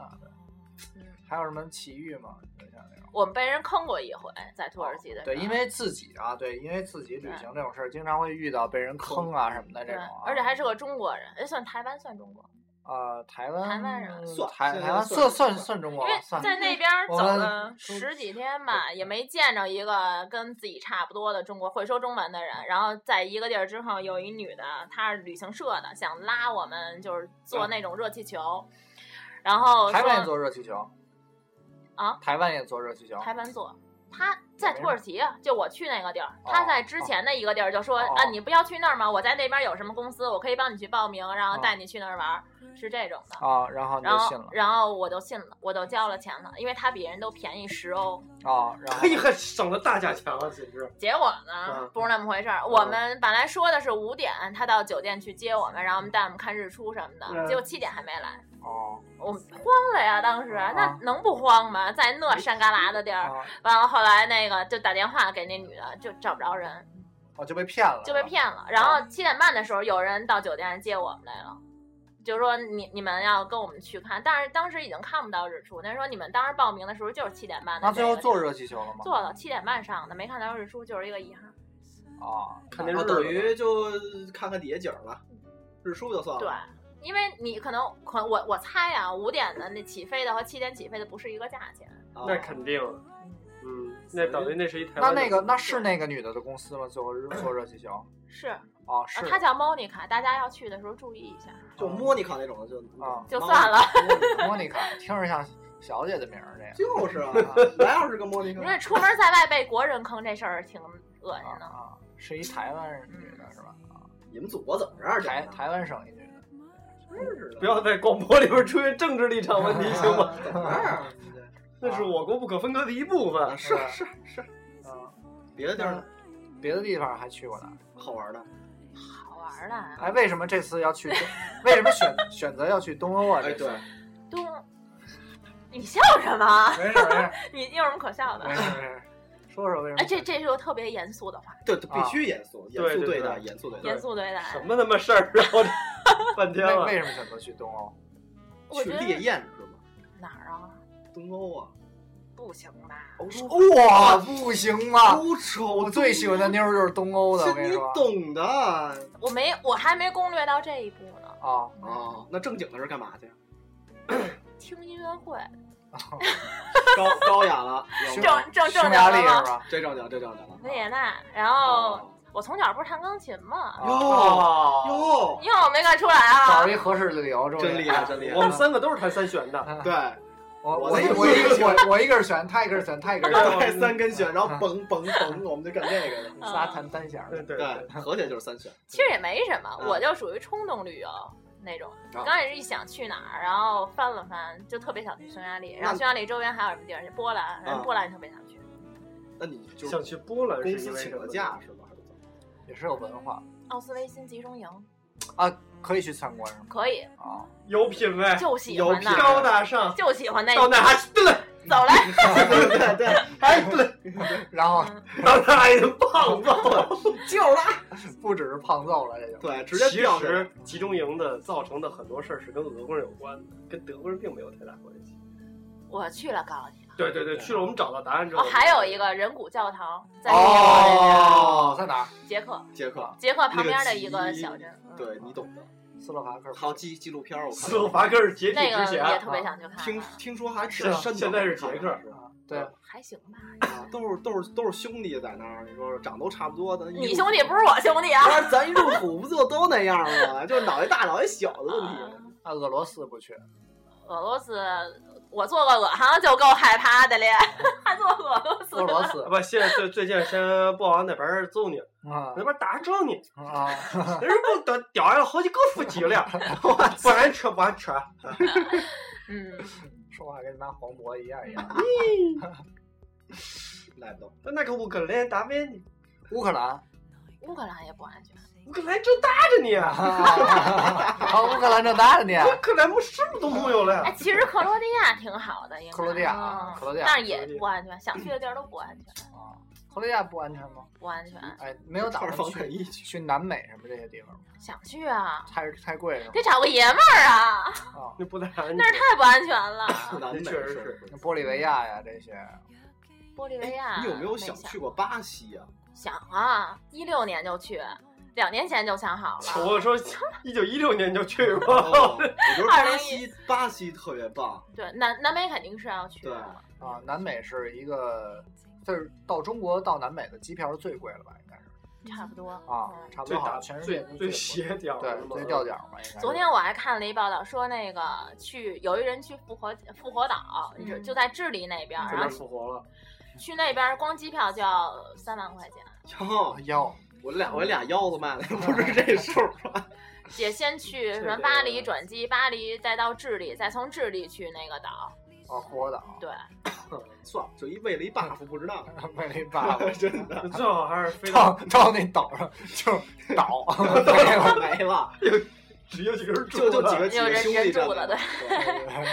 [SPEAKER 8] 还有什么奇遇吗？像那种
[SPEAKER 7] 我们被人坑过一回，在土耳其的时候
[SPEAKER 8] 哦对，因为自己啊，对，因为自己旅行这种事儿，经常会遇到被人坑啊什么的这
[SPEAKER 7] 对
[SPEAKER 8] 种啊，，
[SPEAKER 7] 而且还是个中国人，哎，算台湾算中国。
[SPEAKER 8] 呃，台湾
[SPEAKER 7] 台湾人啊
[SPEAKER 4] 算
[SPEAKER 8] 台
[SPEAKER 4] 现在
[SPEAKER 8] 台湾
[SPEAKER 4] 算
[SPEAKER 8] 算
[SPEAKER 4] 算
[SPEAKER 8] 中国
[SPEAKER 7] 因
[SPEAKER 8] 吧，
[SPEAKER 7] 为
[SPEAKER 8] 算
[SPEAKER 7] 在那边儿
[SPEAKER 8] 我
[SPEAKER 7] 走
[SPEAKER 8] 们
[SPEAKER 7] 了十几天吧，也没见着一个跟自己差不多的中国会说中文的
[SPEAKER 8] 嗯
[SPEAKER 7] 人。然后在一个地儿之后，有一女的，她是旅行社的，想拉我们就是坐那种热气球，然后
[SPEAKER 8] 嗯台湾也
[SPEAKER 7] 说
[SPEAKER 8] 坐热气球
[SPEAKER 7] 啊，
[SPEAKER 8] 台湾也坐热气球，
[SPEAKER 7] 台湾坐。她在土耳其，就我去那个地儿，
[SPEAKER 8] 哦
[SPEAKER 7] 她在之前的一个地儿就说
[SPEAKER 8] 哦
[SPEAKER 7] 啊，你不要去那儿吗？我在那边有什么公司，我可以帮你去报名，然后
[SPEAKER 8] 哦
[SPEAKER 7] 带你去那儿玩儿，是这种的。
[SPEAKER 8] 啊，然后你
[SPEAKER 7] 然
[SPEAKER 8] 就
[SPEAKER 7] 后
[SPEAKER 8] 信了，
[SPEAKER 7] 然后我就信了，我就交了钱了，因为她比人都便宜十欧。
[SPEAKER 8] 啊，然后
[SPEAKER 3] 嘿，还哎省了大价钱了，简
[SPEAKER 4] 啊
[SPEAKER 3] 直。
[SPEAKER 7] 结果呢
[SPEAKER 3] 嗯，
[SPEAKER 7] 不是那么回事儿。我们本来说的是五点他到酒店去接我们，然后我们带我们看日出什么的，
[SPEAKER 3] 嗯
[SPEAKER 7] 结果七点还没来，
[SPEAKER 8] 哦
[SPEAKER 7] 我们慌了呀！当时
[SPEAKER 3] 哦
[SPEAKER 7] 那能不慌吗？在那山旮旯的地儿，
[SPEAKER 8] 啊，
[SPEAKER 7] 完了后来那个就打电话给那女的，就找不着人，
[SPEAKER 8] 我哦就被骗了，
[SPEAKER 7] 就被骗了。然后七点半的时候，有人到酒店接我们来了。就说你你们要跟我们去看，但是当时已经看不到日出。那时候你们当时报名的时候就是七点半的
[SPEAKER 8] 那
[SPEAKER 7] 那个地
[SPEAKER 8] 最
[SPEAKER 7] 儿，
[SPEAKER 8] 后坐热气球了吗？
[SPEAKER 7] 坐了七点半上的，没看到日出就是一个遗憾。
[SPEAKER 8] 啊，
[SPEAKER 3] 看那
[SPEAKER 4] 啊，
[SPEAKER 3] 日
[SPEAKER 4] 等
[SPEAKER 3] 子，
[SPEAKER 4] 于就看看底下景儿了，日出就算了。啊
[SPEAKER 7] 对，因为你可能可我我猜啊，五点的那起飞的和七点起飞的不是一个价钱，
[SPEAKER 4] 啊
[SPEAKER 3] 那肯定。嗯，那等于那是一台
[SPEAKER 8] 那
[SPEAKER 3] 湾的。
[SPEAKER 8] 那个那是那个女的的公司吗？最后坐热气球
[SPEAKER 7] 是，啊
[SPEAKER 8] 啊，是
[SPEAKER 7] 她叫 Monica，大家要去的时候注意一下，
[SPEAKER 4] 就莫妮卡那种的就
[SPEAKER 8] 啊
[SPEAKER 7] 就算了。
[SPEAKER 8] 莫妮卡，听着像小姐的名儿，这
[SPEAKER 4] 就是 啊，
[SPEAKER 8] 个
[SPEAKER 4] 哪有是个莫妮
[SPEAKER 7] 你
[SPEAKER 4] 卡？
[SPEAKER 7] 说出门在外被国人坑这事儿挺恶
[SPEAKER 8] 啊
[SPEAKER 7] 心
[SPEAKER 8] 啊
[SPEAKER 7] 的，
[SPEAKER 8] 啊，是一台湾人女的是吧？啊
[SPEAKER 4] 嗯你们祖国怎么这样？
[SPEAKER 8] 台台湾省一女的。
[SPEAKER 4] 真是的，
[SPEAKER 3] 不要在广播里边出现政治立场 问题，行吗？
[SPEAKER 4] 怎么这样？
[SPEAKER 8] 啊
[SPEAKER 3] 那是我国不可分割的一 部分。
[SPEAKER 4] 啊是是是，
[SPEAKER 8] 嗯，
[SPEAKER 4] 别的地儿呢
[SPEAKER 8] 别的地方还去过哪儿？
[SPEAKER 4] 好玩的，
[SPEAKER 7] 好玩玩的啊。
[SPEAKER 8] 哎，为什么这次要去？为什么选选择要去东欧啊？
[SPEAKER 4] 哎，
[SPEAKER 8] 这次
[SPEAKER 4] 对，
[SPEAKER 7] 东，你笑什么？
[SPEAKER 8] 没事没事
[SPEAKER 7] 你你有什么可 笑的
[SPEAKER 8] 没？事没事，说说为什
[SPEAKER 7] 哎，
[SPEAKER 8] 么？
[SPEAKER 7] 这这是个特别严肃的话，
[SPEAKER 4] 对，必须严肃，严
[SPEAKER 3] 对
[SPEAKER 4] 肃
[SPEAKER 3] 对对
[SPEAKER 4] 待，
[SPEAKER 3] 对
[SPEAKER 4] 严肃对待。
[SPEAKER 7] 严肃对待。
[SPEAKER 3] 什么他妈事儿啊！我半天啊
[SPEAKER 8] 为
[SPEAKER 3] 了
[SPEAKER 8] 为，什么选择去东欧？
[SPEAKER 7] 我
[SPEAKER 4] 去
[SPEAKER 7] 觉得
[SPEAKER 4] 烈焰是吗？
[SPEAKER 7] 哪儿啊？
[SPEAKER 4] 东欧啊，
[SPEAKER 7] 不行 吧？
[SPEAKER 4] 欧洲，
[SPEAKER 8] 哇，不行啊！
[SPEAKER 4] 欧洲，
[SPEAKER 8] 我最喜欢的妞儿就是东欧的，我
[SPEAKER 4] 是
[SPEAKER 8] 跟你
[SPEAKER 4] 你
[SPEAKER 8] 说
[SPEAKER 4] 懂的啊。
[SPEAKER 7] 我没，我还没攻略到这一步呢。
[SPEAKER 8] 啊！
[SPEAKER 4] 哦那正经的是干嘛去？
[SPEAKER 7] 听音乐会，
[SPEAKER 4] 高高雅了，
[SPEAKER 8] 匈
[SPEAKER 4] 有
[SPEAKER 7] 正
[SPEAKER 4] 吗
[SPEAKER 7] 正
[SPEAKER 8] 匈
[SPEAKER 7] 正
[SPEAKER 8] 牙利
[SPEAKER 7] 经啊了
[SPEAKER 8] 是
[SPEAKER 7] 吗
[SPEAKER 8] 吧？
[SPEAKER 4] 这正经，这正经了。
[SPEAKER 7] 维也纳。然后
[SPEAKER 4] 哦
[SPEAKER 7] 我从小不是弹钢琴吗？
[SPEAKER 4] 哟哟，
[SPEAKER 7] 你有没看出来
[SPEAKER 8] 啊找
[SPEAKER 7] 啊
[SPEAKER 8] 着？一合适的理由，终于
[SPEAKER 4] 真厉害，真厉
[SPEAKER 3] 我
[SPEAKER 4] 害啊
[SPEAKER 3] 们。三个都是弹三弦的，
[SPEAKER 4] 对，
[SPEAKER 8] 我
[SPEAKER 4] 我
[SPEAKER 8] 我一我一我我一个人选，他一个人选，他一个 人选，
[SPEAKER 4] 对，三根弦，然后嘣嘣嘣，我们就干这个了。
[SPEAKER 7] 嗯
[SPEAKER 8] 仨弹单弦儿
[SPEAKER 3] 对
[SPEAKER 8] 的。
[SPEAKER 3] 对对，
[SPEAKER 4] 对，合起来就是三弦。
[SPEAKER 7] 其实也没什么，
[SPEAKER 4] 嗯哦
[SPEAKER 7] 我就属于冲动旅游那种。刚开始一想去哪儿，然后翻了翻，就特别想去匈牙利。然后匈牙利周边还有什么地儿？
[SPEAKER 4] 嗯
[SPEAKER 7] 波兰，然后波兰特别想去。
[SPEAKER 4] 那你就
[SPEAKER 3] 想
[SPEAKER 4] 是
[SPEAKER 3] 去波兰是
[SPEAKER 4] 公
[SPEAKER 3] 因
[SPEAKER 4] 司
[SPEAKER 3] 为
[SPEAKER 4] 请
[SPEAKER 3] 什么
[SPEAKER 4] 了？假是吧？还是怎么
[SPEAKER 8] 也是有文化
[SPEAKER 7] 奥斯维辛集中营
[SPEAKER 8] 啊，可以去参观是吗？
[SPEAKER 7] 可以，
[SPEAKER 8] 啊，
[SPEAKER 3] 有品位，
[SPEAKER 7] 就喜欢哎那
[SPEAKER 4] 哎有
[SPEAKER 7] 儿，
[SPEAKER 4] 品
[SPEAKER 3] 高大上，
[SPEAKER 7] 就喜欢那
[SPEAKER 3] 到那还对，
[SPEAKER 7] 走来，
[SPEAKER 4] 对对对，
[SPEAKER 8] 哎对，然后
[SPEAKER 7] 嗯
[SPEAKER 3] 到那还能 棒棒。
[SPEAKER 8] 就是他， 不只是胖揍了，这就
[SPEAKER 4] 对，直
[SPEAKER 3] 其
[SPEAKER 4] 接掉下来
[SPEAKER 3] 实集中营的造成的很多事儿是跟俄国人有关的，跟德国人并没有太大关系。
[SPEAKER 7] 我去了，告诉你。
[SPEAKER 3] 对对对，去了我们找到答案之
[SPEAKER 7] 哦
[SPEAKER 3] 后，，
[SPEAKER 7] 还有一个人骨教堂在捷克那边，
[SPEAKER 8] 哦，在哪儿？
[SPEAKER 7] 捷克，
[SPEAKER 4] 杰克，
[SPEAKER 7] 捷克旁边的一个小镇，嗯，
[SPEAKER 4] 对你懂的。
[SPEAKER 8] 斯洛伐克。
[SPEAKER 4] 还有纪纪录片儿，我看
[SPEAKER 3] 斯洛 伐克是解体
[SPEAKER 7] 那
[SPEAKER 3] 之
[SPEAKER 7] 个
[SPEAKER 3] 前
[SPEAKER 7] 也特别想去看
[SPEAKER 4] 听
[SPEAKER 7] 看，
[SPEAKER 4] 听说还挺
[SPEAKER 3] 是啊
[SPEAKER 4] 深的。
[SPEAKER 3] 现在是
[SPEAKER 4] 看
[SPEAKER 3] 捷克
[SPEAKER 4] 是吧
[SPEAKER 8] 啊对，
[SPEAKER 7] 还行吧。
[SPEAKER 4] 啊都是都是都是兄弟在那儿，你说长都差不多，
[SPEAKER 8] 嗯
[SPEAKER 4] 咱一
[SPEAKER 7] 你
[SPEAKER 4] 入
[SPEAKER 7] 兄弟不是我兄弟啊
[SPEAKER 4] 不？是咱一入土不就都那样 吗？就是脑袋大脑袋小的问
[SPEAKER 3] 哎
[SPEAKER 4] 题。
[SPEAKER 8] 啊，俄罗斯不去，
[SPEAKER 7] 俄罗斯，我做个俄航就够害怕的 嘞，还做 俄罗斯
[SPEAKER 8] 俄罗斯
[SPEAKER 3] 啊不，现在最最近先不往那边儿揍你，
[SPEAKER 8] 啊
[SPEAKER 3] 那边打仗你，
[SPEAKER 8] 啊，
[SPEAKER 3] 人不得屌上好几个腹肌 了，不然吃不然吃。
[SPEAKER 7] 嗯，
[SPEAKER 8] 说话跟拿黄渤一样一 样。
[SPEAKER 4] 来不动，
[SPEAKER 3] 那个乌克兰打败你，
[SPEAKER 8] 乌克兰
[SPEAKER 7] 乌克兰也不安全，
[SPEAKER 8] 嗯
[SPEAKER 3] 乌克兰正打着你，
[SPEAKER 8] 啊，乌克兰正打着呢，
[SPEAKER 3] 乌克兰没什么都没有
[SPEAKER 7] 哎，
[SPEAKER 3] 了。
[SPEAKER 7] 其实克罗地亚挺好的，应该
[SPEAKER 8] 克罗地亚啊
[SPEAKER 7] 嗯
[SPEAKER 8] 克罗地亚
[SPEAKER 7] 但是也不安全，想去的地儿都不安全，
[SPEAKER 8] 克罗啊地亚不安全吗？
[SPEAKER 7] 不安全，
[SPEAKER 8] 哎，没有打
[SPEAKER 4] 是
[SPEAKER 8] 算
[SPEAKER 4] 防肯
[SPEAKER 8] 去
[SPEAKER 4] 一去。
[SPEAKER 8] 去南美什么这些地方吗，
[SPEAKER 7] 想去啊，
[SPEAKER 8] 太太贵了
[SPEAKER 7] 得找个爷们儿啊，
[SPEAKER 8] 啊。
[SPEAKER 3] 那不太安全
[SPEAKER 7] 那儿太不安全了。
[SPEAKER 4] 南美
[SPEAKER 3] 确实
[SPEAKER 4] 是
[SPEAKER 8] 那玻利维亚呀，这些
[SPEAKER 7] 玻利维
[SPEAKER 4] 哎
[SPEAKER 7] 亚，
[SPEAKER 4] 你有没有
[SPEAKER 7] 没
[SPEAKER 4] 想
[SPEAKER 7] 想
[SPEAKER 4] 去过巴西 呀？
[SPEAKER 7] 想啊，一六年就去，两年前就想好了。
[SPEAKER 3] 我说一九一六年就去过，
[SPEAKER 4] 哦我觉得巴西巴西特别棒，
[SPEAKER 7] 对，南南美肯定是要去的嘛。
[SPEAKER 8] 啊，南美是一个，就是到中国到南美的机票是最贵了吧？应该是
[SPEAKER 7] 差不多
[SPEAKER 8] 啊
[SPEAKER 7] 嗯，
[SPEAKER 8] 差不
[SPEAKER 3] 最
[SPEAKER 8] 多好
[SPEAKER 3] 打
[SPEAKER 8] 像全世
[SPEAKER 3] 最
[SPEAKER 8] 界都
[SPEAKER 3] 最
[SPEAKER 8] 最
[SPEAKER 3] 邪屌
[SPEAKER 8] 贵
[SPEAKER 3] 的
[SPEAKER 8] 对
[SPEAKER 3] 嘛，
[SPEAKER 8] 最掉角吧，应该是。
[SPEAKER 7] 昨天我还看了一报道，说那个去有一人去复活复活岛，
[SPEAKER 9] 嗯
[SPEAKER 7] 就就在智利那边，
[SPEAKER 3] 这
[SPEAKER 7] 然
[SPEAKER 3] 边
[SPEAKER 7] 后
[SPEAKER 3] 复活了。
[SPEAKER 7] 去那边光机票就要三万 块钱，
[SPEAKER 4] 哟，
[SPEAKER 8] 要
[SPEAKER 4] 我俩我俩腰子卖了，不是 这数儿。
[SPEAKER 7] 也先去什么
[SPEAKER 3] 这
[SPEAKER 7] 巴
[SPEAKER 3] 个
[SPEAKER 7] 黎转机，巴黎再到智利，再从智利去那个岛。
[SPEAKER 8] 啊，活岛
[SPEAKER 7] 对，
[SPEAKER 4] 算了，就一为了一 buff 不值当，
[SPEAKER 8] 为了一爸爸
[SPEAKER 4] 真的
[SPEAKER 3] 最好还是飞
[SPEAKER 8] 到
[SPEAKER 3] 到
[SPEAKER 8] 到那岛上就是岛，没有
[SPEAKER 4] 没了，
[SPEAKER 3] 只有几个人住
[SPEAKER 4] 就就几
[SPEAKER 3] 的
[SPEAKER 4] 个几
[SPEAKER 7] 有
[SPEAKER 4] 个
[SPEAKER 7] 人
[SPEAKER 4] 兄弟
[SPEAKER 7] 人
[SPEAKER 4] 站
[SPEAKER 7] 住
[SPEAKER 4] 在
[SPEAKER 7] 了
[SPEAKER 4] 那儿。对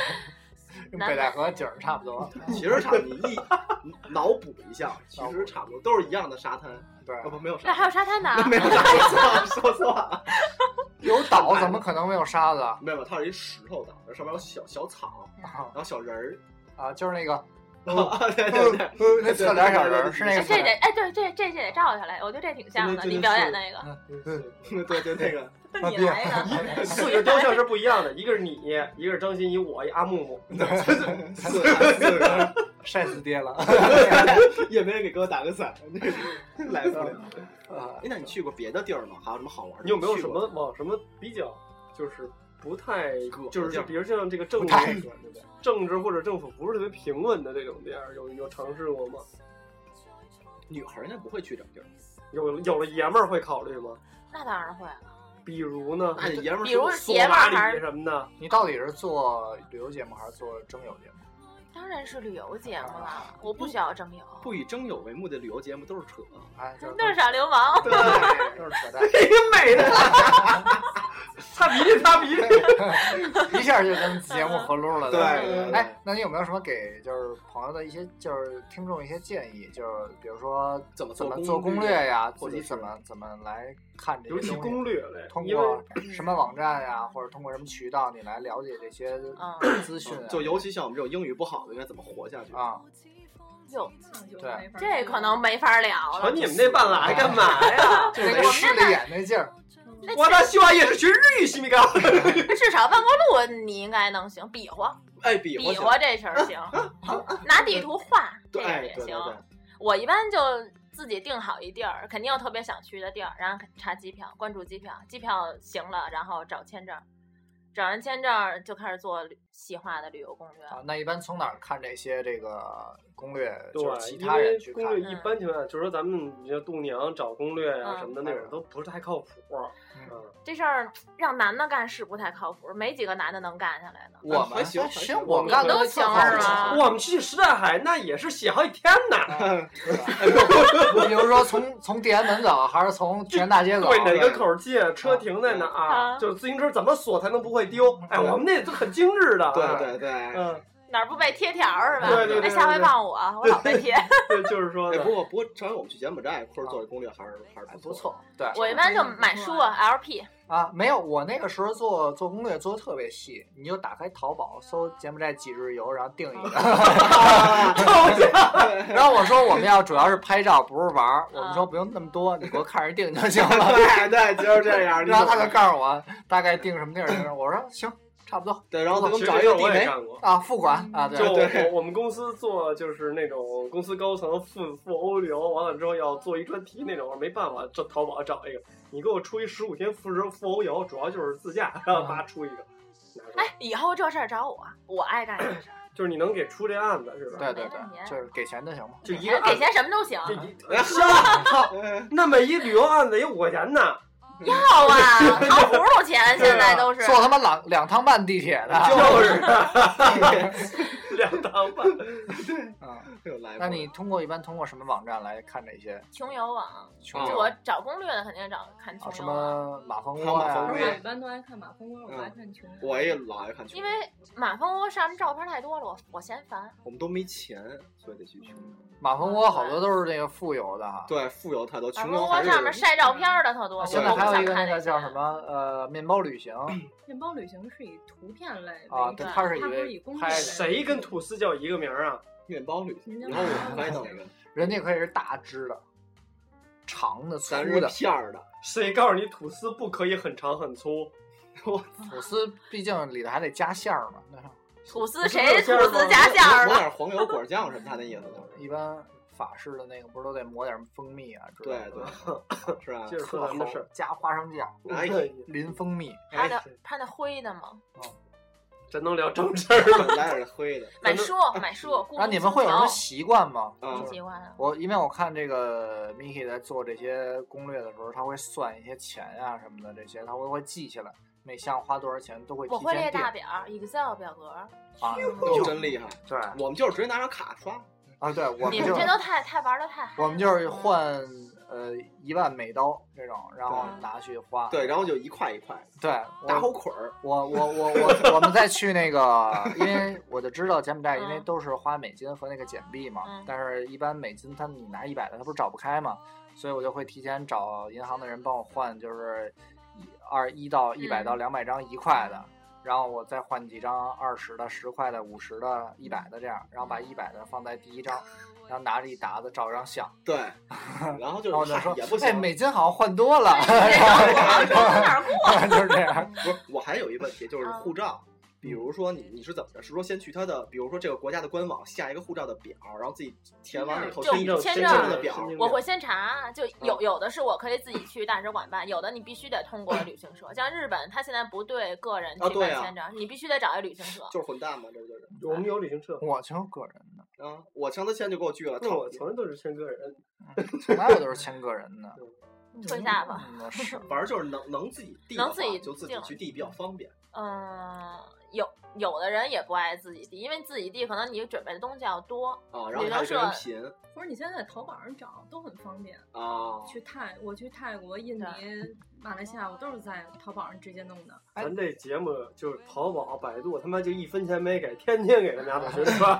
[SPEAKER 8] 跟北戴河景儿差不多。
[SPEAKER 4] 其实差不多，你一脑补一下，其实差不多都是一样的沙滩，
[SPEAKER 8] 对，
[SPEAKER 4] 啊不没有
[SPEAKER 7] 那
[SPEAKER 4] 沙
[SPEAKER 7] 还有
[SPEAKER 4] 滩，
[SPEAKER 7] 沙滩 岛，
[SPEAKER 4] 没有沙滩，说错了说错 了，
[SPEAKER 8] 有岛怎么可能没有沙子啊？
[SPEAKER 4] 没有，它是一石头岛，上面有小小草，然后小人儿，
[SPEAKER 8] 啊，就是那个
[SPEAKER 4] 啊对对对，
[SPEAKER 8] 呃那侧脸小人儿
[SPEAKER 4] 对对对对
[SPEAKER 8] 是那
[SPEAKER 7] 哎
[SPEAKER 8] 个侧
[SPEAKER 7] 这得
[SPEAKER 8] 脸，
[SPEAKER 7] 哎对这这这得照下来，我觉得这挺像
[SPEAKER 3] 真
[SPEAKER 7] 的。
[SPEAKER 3] 的
[SPEAKER 7] 你表
[SPEAKER 3] 真
[SPEAKER 7] 演
[SPEAKER 3] 的
[SPEAKER 7] 那个，
[SPEAKER 4] 对对那个，
[SPEAKER 8] 啊
[SPEAKER 7] 你
[SPEAKER 8] 对
[SPEAKER 7] 来一个，
[SPEAKER 3] 四个雕像是不一样的，一个是你，一个是张馨予，我一阿木木，
[SPEAKER 4] 四个人四个人
[SPEAKER 8] 晒死爹了。
[SPEAKER 4] 也没人给给我打个伞，来不了。
[SPEAKER 8] 啊
[SPEAKER 4] 哎， 那你去过别的地儿吗？还有什么好玩的？
[SPEAKER 3] 你有没有
[SPEAKER 4] 去
[SPEAKER 3] 什
[SPEAKER 4] 过
[SPEAKER 3] 么往什么比较就是不太
[SPEAKER 4] 葛
[SPEAKER 3] 就是
[SPEAKER 4] 地儿
[SPEAKER 3] 比如像这个政
[SPEAKER 8] 不
[SPEAKER 3] 治
[SPEAKER 8] 太
[SPEAKER 3] 政治或者政府不是特别平稳的这种地儿，有有尝试过吗？
[SPEAKER 4] 女孩儿应该不会去这种地儿，
[SPEAKER 3] 有有了爷们儿会考虑吗？
[SPEAKER 7] 那当然会了。
[SPEAKER 3] 比如呢，
[SPEAKER 4] 那爷们儿
[SPEAKER 7] 比如
[SPEAKER 4] 是
[SPEAKER 7] 是
[SPEAKER 3] 索
[SPEAKER 7] 爷们儿
[SPEAKER 3] 马
[SPEAKER 7] 还
[SPEAKER 3] 里
[SPEAKER 7] 是
[SPEAKER 3] 什么的，
[SPEAKER 8] 你到底是做旅游节目还是做征友节目？
[SPEAKER 7] 当然是旅游节目了，我不需要征友，
[SPEAKER 4] 不以征友为目的旅游节目都是扯，
[SPEAKER 8] 哎，就是
[SPEAKER 7] 那是耍流氓。
[SPEAKER 4] 对，
[SPEAKER 8] 就是扯淡，
[SPEAKER 4] 这个美的，
[SPEAKER 3] 擦鼻涕，擦鼻涕。
[SPEAKER 8] 一下就跟节目合撸了。
[SPEAKER 4] 对
[SPEAKER 8] 吧
[SPEAKER 4] 对对
[SPEAKER 8] 哎，那你有没有什么给就是朋友的一些就是听众一些建议？就是比如说
[SPEAKER 4] 怎么
[SPEAKER 8] 怎么
[SPEAKER 4] 做
[SPEAKER 8] 做
[SPEAKER 4] 攻
[SPEAKER 8] 攻略呀，
[SPEAKER 4] 或
[SPEAKER 8] 或
[SPEAKER 4] 者
[SPEAKER 8] 者
[SPEAKER 4] 是
[SPEAKER 8] 怎么怎么来看这
[SPEAKER 3] 尤
[SPEAKER 8] 些
[SPEAKER 3] 其
[SPEAKER 8] 东西
[SPEAKER 3] 攻略类，
[SPEAKER 8] 通
[SPEAKER 3] 因为
[SPEAKER 8] 过什么网站呀，或者通过什么渠道你来了解这些
[SPEAKER 7] 嗯
[SPEAKER 8] 资讯啊？
[SPEAKER 4] 就尤其像我们这种英语不好的，应该怎么活下去？
[SPEAKER 8] 啊，
[SPEAKER 7] 哟，
[SPEAKER 8] 对
[SPEAKER 7] 这可能没法聊了
[SPEAKER 3] 瞧。你们那半拉干嘛呀？
[SPEAKER 8] 就没势利眼那劲儿，
[SPEAKER 7] 那
[SPEAKER 3] 我的希望也是学日语西米高。
[SPEAKER 7] 至少万国路你应该能行，比划
[SPEAKER 4] 哎，比划
[SPEAKER 7] 比
[SPEAKER 4] 起
[SPEAKER 7] 划
[SPEAKER 4] 来，
[SPEAKER 7] 这事儿行， 拿地图画这
[SPEAKER 4] 对
[SPEAKER 7] 个
[SPEAKER 4] 对
[SPEAKER 7] 也
[SPEAKER 4] 对
[SPEAKER 7] 行。
[SPEAKER 4] 对，
[SPEAKER 7] 我一般就自己定好一地儿，肯定有特别想去的地儿，然后查机票，关注机票，机票行了，然后找签证，找完签证就开始做旅细化的旅游攻略。
[SPEAKER 8] 啊，那一般从哪儿看这些这个攻略？就是
[SPEAKER 3] 对，
[SPEAKER 8] 其
[SPEAKER 3] 因
[SPEAKER 8] 他人
[SPEAKER 3] 为
[SPEAKER 8] 去看嗯
[SPEAKER 3] 攻略
[SPEAKER 7] 看
[SPEAKER 3] 一般情况下，就是说咱们你像度娘找攻略啊
[SPEAKER 7] 嗯
[SPEAKER 3] 什么的那种，都不是太靠谱。
[SPEAKER 8] 啊
[SPEAKER 3] 嗯，
[SPEAKER 7] 这事儿让男的干是不太靠谱，没几个男的能干下来的。
[SPEAKER 8] 我
[SPEAKER 4] 还
[SPEAKER 8] 们
[SPEAKER 4] 行还
[SPEAKER 8] 其
[SPEAKER 4] 行
[SPEAKER 8] 实我们
[SPEAKER 4] 我们
[SPEAKER 8] 干的
[SPEAKER 7] 都
[SPEAKER 8] 特
[SPEAKER 7] 行
[SPEAKER 8] 好
[SPEAKER 7] 是吗
[SPEAKER 3] 我们去什刹海那也是写好几天呢。
[SPEAKER 8] 啊你比如说从从地安门走，还是从全 大街走？
[SPEAKER 3] 对哪个口儿进，车停在
[SPEAKER 4] 嗯
[SPEAKER 3] 哪
[SPEAKER 7] 啊
[SPEAKER 3] 儿，就是自行车怎么锁才能不会丢？哎，我们那都很精致的。啊
[SPEAKER 4] 对，对哎对，
[SPEAKER 3] 嗯，
[SPEAKER 7] 哪儿不被贴条儿是吧？
[SPEAKER 3] 对对对对
[SPEAKER 7] 那下回忘我，我老被贴。
[SPEAKER 3] 对，就是说
[SPEAKER 4] 哎，
[SPEAKER 3] 的，
[SPEAKER 4] 不过不过，正好我们去柬埔寨，或者做这攻略还是还是
[SPEAKER 8] 还
[SPEAKER 4] 不
[SPEAKER 8] 不。错，对
[SPEAKER 7] 我一般就买书啊 LP，
[SPEAKER 8] 啊，没有，我那个时候做做攻略做的特别细，你就打开淘宝搜柬埔寨几日游，然后定一个。 然后我说我们要主要是拍照，不是玩儿。我们说不用那么多，你给我看着定就行 了。
[SPEAKER 4] 对对，就是这样。
[SPEAKER 8] 然后他就
[SPEAKER 4] 就
[SPEAKER 8] 告诉我大概定什么地儿，定什么我说行，差不多
[SPEAKER 4] 对，然后他给我
[SPEAKER 3] 其
[SPEAKER 4] 们找
[SPEAKER 3] 实
[SPEAKER 4] 一
[SPEAKER 3] 这
[SPEAKER 4] 个
[SPEAKER 3] 事
[SPEAKER 4] 地
[SPEAKER 3] 儿我也
[SPEAKER 4] 雷，
[SPEAKER 3] 干过。
[SPEAKER 8] 啊，付款啊，对
[SPEAKER 3] 就
[SPEAKER 4] 对
[SPEAKER 3] 我我们公司做就是那种公司高层赴赴欧流，完了之后要做一专题那种，我说没办法，这淘宝找一个，你给我出一十五天赴欧赴欧游，主要就是自驾，然后
[SPEAKER 4] 嗯
[SPEAKER 3] 叭出一个，拿出来
[SPEAKER 7] 哎，以后这事儿找我，我爱干这事儿。
[SPEAKER 3] 就是你能给出这案子是吧？
[SPEAKER 8] 对对对，就是给钱就行啊嘛。
[SPEAKER 3] 就一个
[SPEAKER 7] 哎
[SPEAKER 3] 案子，
[SPEAKER 7] 给钱什么都行，
[SPEAKER 3] 就
[SPEAKER 4] 哎
[SPEAKER 3] 一像那么一旅游案子也五块钱呢，
[SPEAKER 7] 要啊，糖葫芦钱现在都是。
[SPEAKER 8] 坐他妈两两趟半地铁
[SPEAKER 4] 啊
[SPEAKER 8] 的，
[SPEAKER 3] 就是 两 档半。
[SPEAKER 8] 啊。
[SPEAKER 4] 又来过
[SPEAKER 8] 那
[SPEAKER 4] 了。
[SPEAKER 8] 你通过一般通过什么网站来看这些？
[SPEAKER 7] 穷游网，
[SPEAKER 8] 穷
[SPEAKER 7] 就
[SPEAKER 8] 游
[SPEAKER 7] 我找攻略的肯定找看
[SPEAKER 8] 啊，
[SPEAKER 7] 穷
[SPEAKER 8] 什
[SPEAKER 7] 游网，
[SPEAKER 8] 么马蜂
[SPEAKER 4] 看
[SPEAKER 8] 窝
[SPEAKER 4] 马蜂
[SPEAKER 9] 我
[SPEAKER 4] 窝
[SPEAKER 8] 呀？
[SPEAKER 4] 呀
[SPEAKER 9] 一般都爱看马蜂窝，我爱看穷游。
[SPEAKER 4] 我也老爱看球，
[SPEAKER 7] 因为马蜂窝上面照片太多了，我我嫌烦。
[SPEAKER 4] 我们都没钱，所以得去穷游。
[SPEAKER 3] 嗯
[SPEAKER 4] 啊
[SPEAKER 8] 马蜂窝好多都是那个富有的哈。
[SPEAKER 4] 对，富有太多，
[SPEAKER 7] 马
[SPEAKER 4] 穷
[SPEAKER 7] 蜂
[SPEAKER 4] 游
[SPEAKER 7] 窝
[SPEAKER 4] 还是
[SPEAKER 7] 上面晒照片的特多，
[SPEAKER 8] 啊
[SPEAKER 7] 我
[SPEAKER 8] 现
[SPEAKER 7] 都
[SPEAKER 8] 在
[SPEAKER 7] 不
[SPEAKER 8] 还有
[SPEAKER 7] 想
[SPEAKER 8] 一个那
[SPEAKER 7] 看
[SPEAKER 8] 个叫什
[SPEAKER 7] 些
[SPEAKER 8] 么呃，面包 旅行
[SPEAKER 9] 面包旅行是以图片类为
[SPEAKER 8] 啊，
[SPEAKER 9] 主
[SPEAKER 8] 对，
[SPEAKER 7] 对
[SPEAKER 8] 它是一
[SPEAKER 9] 它不是以
[SPEAKER 8] 个
[SPEAKER 9] 攻
[SPEAKER 4] 哎
[SPEAKER 8] 拍
[SPEAKER 9] 略
[SPEAKER 8] 的，
[SPEAKER 3] 谁跟吐司叫一个名儿啊？
[SPEAKER 4] 面包旅行，
[SPEAKER 9] 人
[SPEAKER 4] 然
[SPEAKER 9] 家
[SPEAKER 4] 后我们还弄一个，
[SPEAKER 8] 人家可以是大只的、长的、粗
[SPEAKER 4] 咱是
[SPEAKER 8] 的。
[SPEAKER 4] 片儿的，
[SPEAKER 3] 谁告诉你吐司不可以很长很粗？
[SPEAKER 8] 吐司毕竟里头还得加馅儿嘛，那
[SPEAKER 7] 吐司，谁吐司夹馅
[SPEAKER 4] 抹
[SPEAKER 7] 儿
[SPEAKER 4] 抹
[SPEAKER 7] 了？
[SPEAKER 4] 点黄油果酱什么，他那意思就是。
[SPEAKER 8] 一般法式的那个不是都得抹点蜂蜜啊之
[SPEAKER 4] 对
[SPEAKER 8] 类的？
[SPEAKER 4] 对，啊是吧
[SPEAKER 3] 接？着说
[SPEAKER 8] 特
[SPEAKER 3] 咱们的
[SPEAKER 8] 齁
[SPEAKER 3] 事儿。
[SPEAKER 8] 加花生酱、
[SPEAKER 4] 哎
[SPEAKER 8] 淋蜂蜜，
[SPEAKER 7] 拍
[SPEAKER 3] 哎
[SPEAKER 7] 的拍的灰的吗？
[SPEAKER 3] 咱能聊正事儿吗？
[SPEAKER 4] 来点灰的
[SPEAKER 7] 买
[SPEAKER 3] 咱
[SPEAKER 7] 书买书，
[SPEAKER 8] 然后你们会有什么习惯吗？
[SPEAKER 4] 啊
[SPEAKER 7] 习惯啊？
[SPEAKER 8] 我因为我看这个 Miki 在做这些攻略的时候，他会算一些钱啊什么的，这些他会会记下来，每项花多少钱都嗯会提
[SPEAKER 7] 我会列
[SPEAKER 8] 前定
[SPEAKER 7] 大表，Excel 表格。
[SPEAKER 8] 啊。
[SPEAKER 4] 哟，真厉害！
[SPEAKER 8] 对
[SPEAKER 4] 我们就是直接拿张卡刷，
[SPEAKER 8] 啊，对，我
[SPEAKER 7] 你们
[SPEAKER 8] 们就
[SPEAKER 7] 这都太太玩的太嗨了。
[SPEAKER 8] 我们就 是换 呃一万美刀这种，然后
[SPEAKER 4] 对
[SPEAKER 8] 拿去花。
[SPEAKER 4] 对，然后就一块一块
[SPEAKER 8] 对，
[SPEAKER 3] 嗯
[SPEAKER 4] 打好
[SPEAKER 8] 我
[SPEAKER 4] 捆儿，
[SPEAKER 8] 我我我我我们再去那个，因为我就知道柬埔寨，因为
[SPEAKER 7] 嗯
[SPEAKER 8] 都是花美金和那个柬币嘛，
[SPEAKER 7] 嗯
[SPEAKER 8] 但是一般美金他们你拿一百的，他不是找不开嘛，所以我就会提前找银行的人帮我换，就是一二一到一百
[SPEAKER 7] 嗯
[SPEAKER 8] 到两百张一块的，然后我再换几张二十的、十块的、五十的、一百的这样，然后把一百的放在第一张，然后拿着一沓子照张相，
[SPEAKER 4] 对，然后
[SPEAKER 8] 然后我
[SPEAKER 4] 就
[SPEAKER 3] 哦
[SPEAKER 8] 就是说
[SPEAKER 4] 嗨也不，
[SPEAKER 8] 哎，
[SPEAKER 4] 行。
[SPEAKER 8] 美金好像换多了， 就是这样。
[SPEAKER 4] 不是，我还有一问题，就是
[SPEAKER 7] 啊
[SPEAKER 4] 护照。
[SPEAKER 3] 嗯
[SPEAKER 4] 比如说你你是怎么着？是说先去他的，比如说这个国家的官网下一个护照的表，然后自己填完了以
[SPEAKER 3] 嗯
[SPEAKER 4] 后
[SPEAKER 7] 就
[SPEAKER 4] 先先
[SPEAKER 7] 签证
[SPEAKER 4] 证的嗯表，
[SPEAKER 7] 我会先查，啊就有有的是我可以自己去大使馆办，有的你必须得 通过旅行社。像日本，他现在不对个人
[SPEAKER 4] 啊
[SPEAKER 7] 去
[SPEAKER 4] 对
[SPEAKER 7] 办
[SPEAKER 4] 啊
[SPEAKER 7] 签证，你必须得找一旅行社。
[SPEAKER 4] 就是混蛋嘛，这不就是？
[SPEAKER 3] 我们有旅行社，
[SPEAKER 8] 我全是个人的，
[SPEAKER 4] 啊，我上他签就给我拒了，
[SPEAKER 3] 那
[SPEAKER 4] 操
[SPEAKER 3] 我！从来都是签个人。
[SPEAKER 8] 从来我都是签个人 的。
[SPEAKER 7] 退下吧。
[SPEAKER 8] 嗯，是。
[SPEAKER 4] 反正就是能能自己定的
[SPEAKER 7] 能自
[SPEAKER 4] 话
[SPEAKER 7] 己
[SPEAKER 4] 就自己
[SPEAKER 7] 定
[SPEAKER 4] 去递比较方便。
[SPEAKER 7] 嗯，有有的人也不爱自己地，因为自己地可能你准备的东西要多。
[SPEAKER 4] 啊，然后
[SPEAKER 7] 旅
[SPEAKER 4] 还
[SPEAKER 7] 行
[SPEAKER 4] 是人
[SPEAKER 7] 社
[SPEAKER 4] 贫
[SPEAKER 9] 或者你现在在淘宝上找都很方便。
[SPEAKER 4] 啊，
[SPEAKER 9] 去泰，我去泰国、印尼、马来西亚，我都是在淘宝上直接弄的。
[SPEAKER 7] 哎
[SPEAKER 3] 咱这节目就是淘宝、百度，他妈就一分钱没给，天天给他们家同学刷。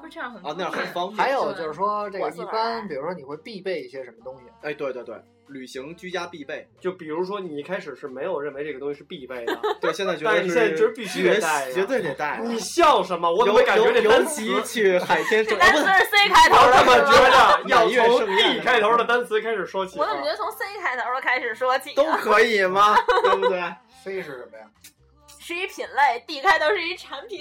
[SPEAKER 9] 不是这样很
[SPEAKER 4] 啊，那样很方便。
[SPEAKER 8] 还有就是说，这个
[SPEAKER 7] 我自
[SPEAKER 8] 一
[SPEAKER 7] 个儿
[SPEAKER 8] 般，
[SPEAKER 7] 来
[SPEAKER 8] 比如说你会必备一些什么东西？
[SPEAKER 4] 哎，对对对，旅行居家必备。
[SPEAKER 3] 就比如说，你一开始是没有认为这个东西是必备 的，
[SPEAKER 4] 对，现在觉
[SPEAKER 3] 但
[SPEAKER 4] 得
[SPEAKER 3] 是现在觉得必须得
[SPEAKER 4] 绝
[SPEAKER 3] 带呀嗯
[SPEAKER 4] 绝对得带。
[SPEAKER 3] 你笑什么？我怎么感觉这
[SPEAKER 4] 尤尤
[SPEAKER 3] 单
[SPEAKER 4] 其
[SPEAKER 3] 词？
[SPEAKER 4] 去海天盛，
[SPEAKER 7] 这
[SPEAKER 4] 啊
[SPEAKER 7] 单
[SPEAKER 4] 不
[SPEAKER 7] 词
[SPEAKER 4] 是
[SPEAKER 7] 是 C 开头
[SPEAKER 3] 我他妈
[SPEAKER 7] 的，是吗？
[SPEAKER 3] 觉得要
[SPEAKER 4] 满月
[SPEAKER 3] 从
[SPEAKER 4] 盛宴
[SPEAKER 3] B 开头的单词开始说起
[SPEAKER 7] 我怎么觉
[SPEAKER 3] 啊。
[SPEAKER 7] 得从 C 开头的开始说起、
[SPEAKER 4] 都
[SPEAKER 7] 啊？
[SPEAKER 4] 可以吗？ 对不对
[SPEAKER 8] C 是什么呀？
[SPEAKER 7] 是一品类，D 开头是一产品，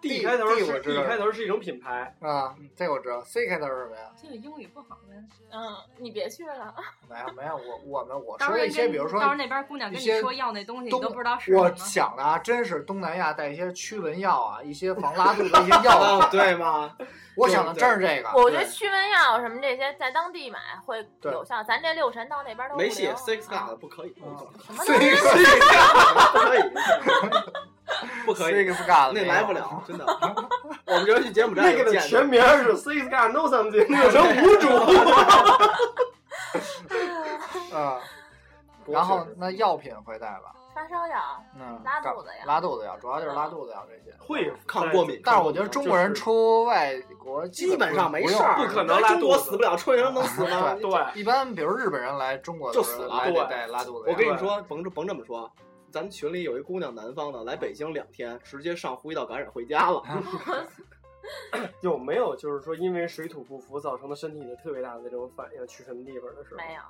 [SPEAKER 3] D 开头
[SPEAKER 8] 地
[SPEAKER 3] 是
[SPEAKER 8] 我知
[SPEAKER 3] D
[SPEAKER 8] 道
[SPEAKER 3] 开头是一种品牌，
[SPEAKER 8] 啊，这个我知道。C 开头是什么呀？
[SPEAKER 9] 这个英语不好呗，
[SPEAKER 7] 嗯，你别去
[SPEAKER 4] 啊
[SPEAKER 7] 了，
[SPEAKER 8] 没有没有，我我们我
[SPEAKER 9] 到
[SPEAKER 8] 说
[SPEAKER 9] 时候
[SPEAKER 8] 了一
[SPEAKER 9] 人
[SPEAKER 8] 些，
[SPEAKER 9] 跟
[SPEAKER 8] 比如说
[SPEAKER 9] 到时候那边姑娘跟
[SPEAKER 8] 一
[SPEAKER 9] 你
[SPEAKER 8] 些
[SPEAKER 9] 说要那东西，你
[SPEAKER 8] 东
[SPEAKER 9] 都不知道是什
[SPEAKER 8] 我
[SPEAKER 9] 么。
[SPEAKER 8] 想的啊，真是东南亚带一些驱蚊药啊，一些防拉肚的一些 药
[SPEAKER 4] 啊
[SPEAKER 8] 物。
[SPEAKER 4] 对吗？
[SPEAKER 8] 我想的正是这个。
[SPEAKER 7] 我觉得
[SPEAKER 4] 对
[SPEAKER 7] 驱蚊药什么这些在当地买会
[SPEAKER 8] 对
[SPEAKER 7] 有效，咱这六神到那边都
[SPEAKER 4] 没
[SPEAKER 7] 不
[SPEAKER 4] 写
[SPEAKER 7] 灵
[SPEAKER 4] six
[SPEAKER 7] 啊
[SPEAKER 4] got 的不可以，
[SPEAKER 8] 嗯 C
[SPEAKER 4] 不可以，不可以，
[SPEAKER 8] Six God
[SPEAKER 4] 那来不了，真的。我们这回去柬埔寨
[SPEAKER 3] 那
[SPEAKER 4] 就
[SPEAKER 3] 个的
[SPEAKER 4] 见
[SPEAKER 3] 全
[SPEAKER 4] 着
[SPEAKER 3] 名是 C s God Know Something，有成无主。
[SPEAKER 8] 啊。然后那药品会带吧？
[SPEAKER 7] 发烧药，
[SPEAKER 8] 嗯，
[SPEAKER 7] 拉肚子呀嗯
[SPEAKER 8] 拉肚子药，主要就是拉肚子药这些。
[SPEAKER 3] 会
[SPEAKER 4] 抗过敏，
[SPEAKER 8] 但是我觉得中国人
[SPEAKER 3] 就是
[SPEAKER 8] 出外国
[SPEAKER 4] 基本
[SPEAKER 8] 不
[SPEAKER 4] 上没
[SPEAKER 8] 不
[SPEAKER 4] 事
[SPEAKER 8] 用
[SPEAKER 4] 儿，
[SPEAKER 3] 不可能拉肚子
[SPEAKER 4] 咱中国死不了，臭美人能死吗？
[SPEAKER 3] 对，
[SPEAKER 8] 一般比如日本人来中国的
[SPEAKER 4] 就
[SPEAKER 8] 时
[SPEAKER 4] 死
[SPEAKER 8] 候
[SPEAKER 4] 了
[SPEAKER 8] 来得
[SPEAKER 3] 对
[SPEAKER 8] 带拉肚子
[SPEAKER 4] 我
[SPEAKER 8] 药。
[SPEAKER 4] 跟你说，甭甭这么说，咱们群里有一姑娘，南方的，来北京两天，直接上呼吸道感染回家了。
[SPEAKER 3] 有没有就是说因为水土不服造成的身体的特别大的这种反应？去什么地方的时候？
[SPEAKER 7] 没有，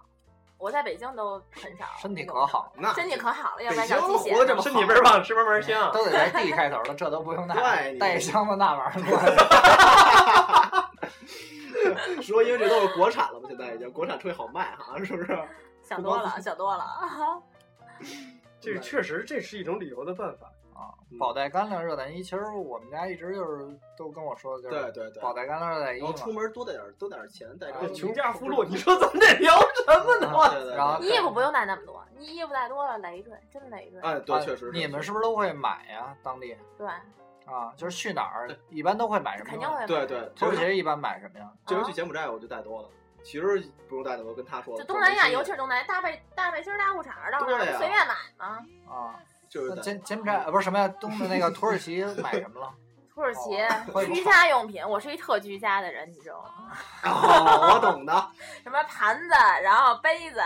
[SPEAKER 7] 我在北京都很少，
[SPEAKER 8] 身体可好，
[SPEAKER 4] 那
[SPEAKER 7] 身体可好了，要
[SPEAKER 4] 北
[SPEAKER 7] 不然
[SPEAKER 4] 京
[SPEAKER 7] 长鸡血
[SPEAKER 4] 活得这么
[SPEAKER 3] 身体倍儿棒，吃嘛嘛香。
[SPEAKER 8] 都得带 D 开头的，这都不用带
[SPEAKER 4] 对，你
[SPEAKER 8] 带一箱子那玩意儿过 来。
[SPEAKER 4] 说，因为这都是国产了嘛，现在已经国产出去好卖哈，是不是？
[SPEAKER 7] 想多了，想多了。
[SPEAKER 3] 这个确实这是一种旅游的办法。
[SPEAKER 8] 宝带干粮、热带衣，其实我们家一直就是都跟我说的就是
[SPEAKER 4] 对对对
[SPEAKER 8] 宝带干粮、热带衣
[SPEAKER 4] 然后出
[SPEAKER 8] 嘛。
[SPEAKER 4] 门多带点多带点钱，带
[SPEAKER 8] 啊
[SPEAKER 4] 点
[SPEAKER 3] 穷家富路，你 说咱这聊什么呢？
[SPEAKER 4] 对对对
[SPEAKER 8] 然后
[SPEAKER 7] 衣服不用带那么多，你衣服带多了累赘，真累赘。
[SPEAKER 4] 哎，对，确实是。
[SPEAKER 8] 啊你们是不是都会买呀？当地
[SPEAKER 7] 对，
[SPEAKER 8] 啊，就是去哪儿一般都会买什么？
[SPEAKER 7] 肯定会。。
[SPEAKER 4] 对对，
[SPEAKER 8] 土耳其一般买什么呀？
[SPEAKER 4] 这回去柬埔寨我就带多了，其实不用带那么多，跟他说
[SPEAKER 7] 啊就
[SPEAKER 4] 了。
[SPEAKER 7] 东南亚，尤其是东南亚，大背大背心儿、大裤衩儿，到那
[SPEAKER 4] 对呀
[SPEAKER 7] 儿随便买嘛。
[SPEAKER 8] 啊，
[SPEAKER 4] 就是
[SPEAKER 8] 那
[SPEAKER 4] 带
[SPEAKER 8] 柬柬埔寨呃不是什么呀？东的那个土耳其买什么了？
[SPEAKER 7] 土耳其
[SPEAKER 8] 会
[SPEAKER 7] 居家用品，我是一特居家的人，你知道吗？
[SPEAKER 4] 哦，我懂的。
[SPEAKER 7] 什么盘子，然后杯子，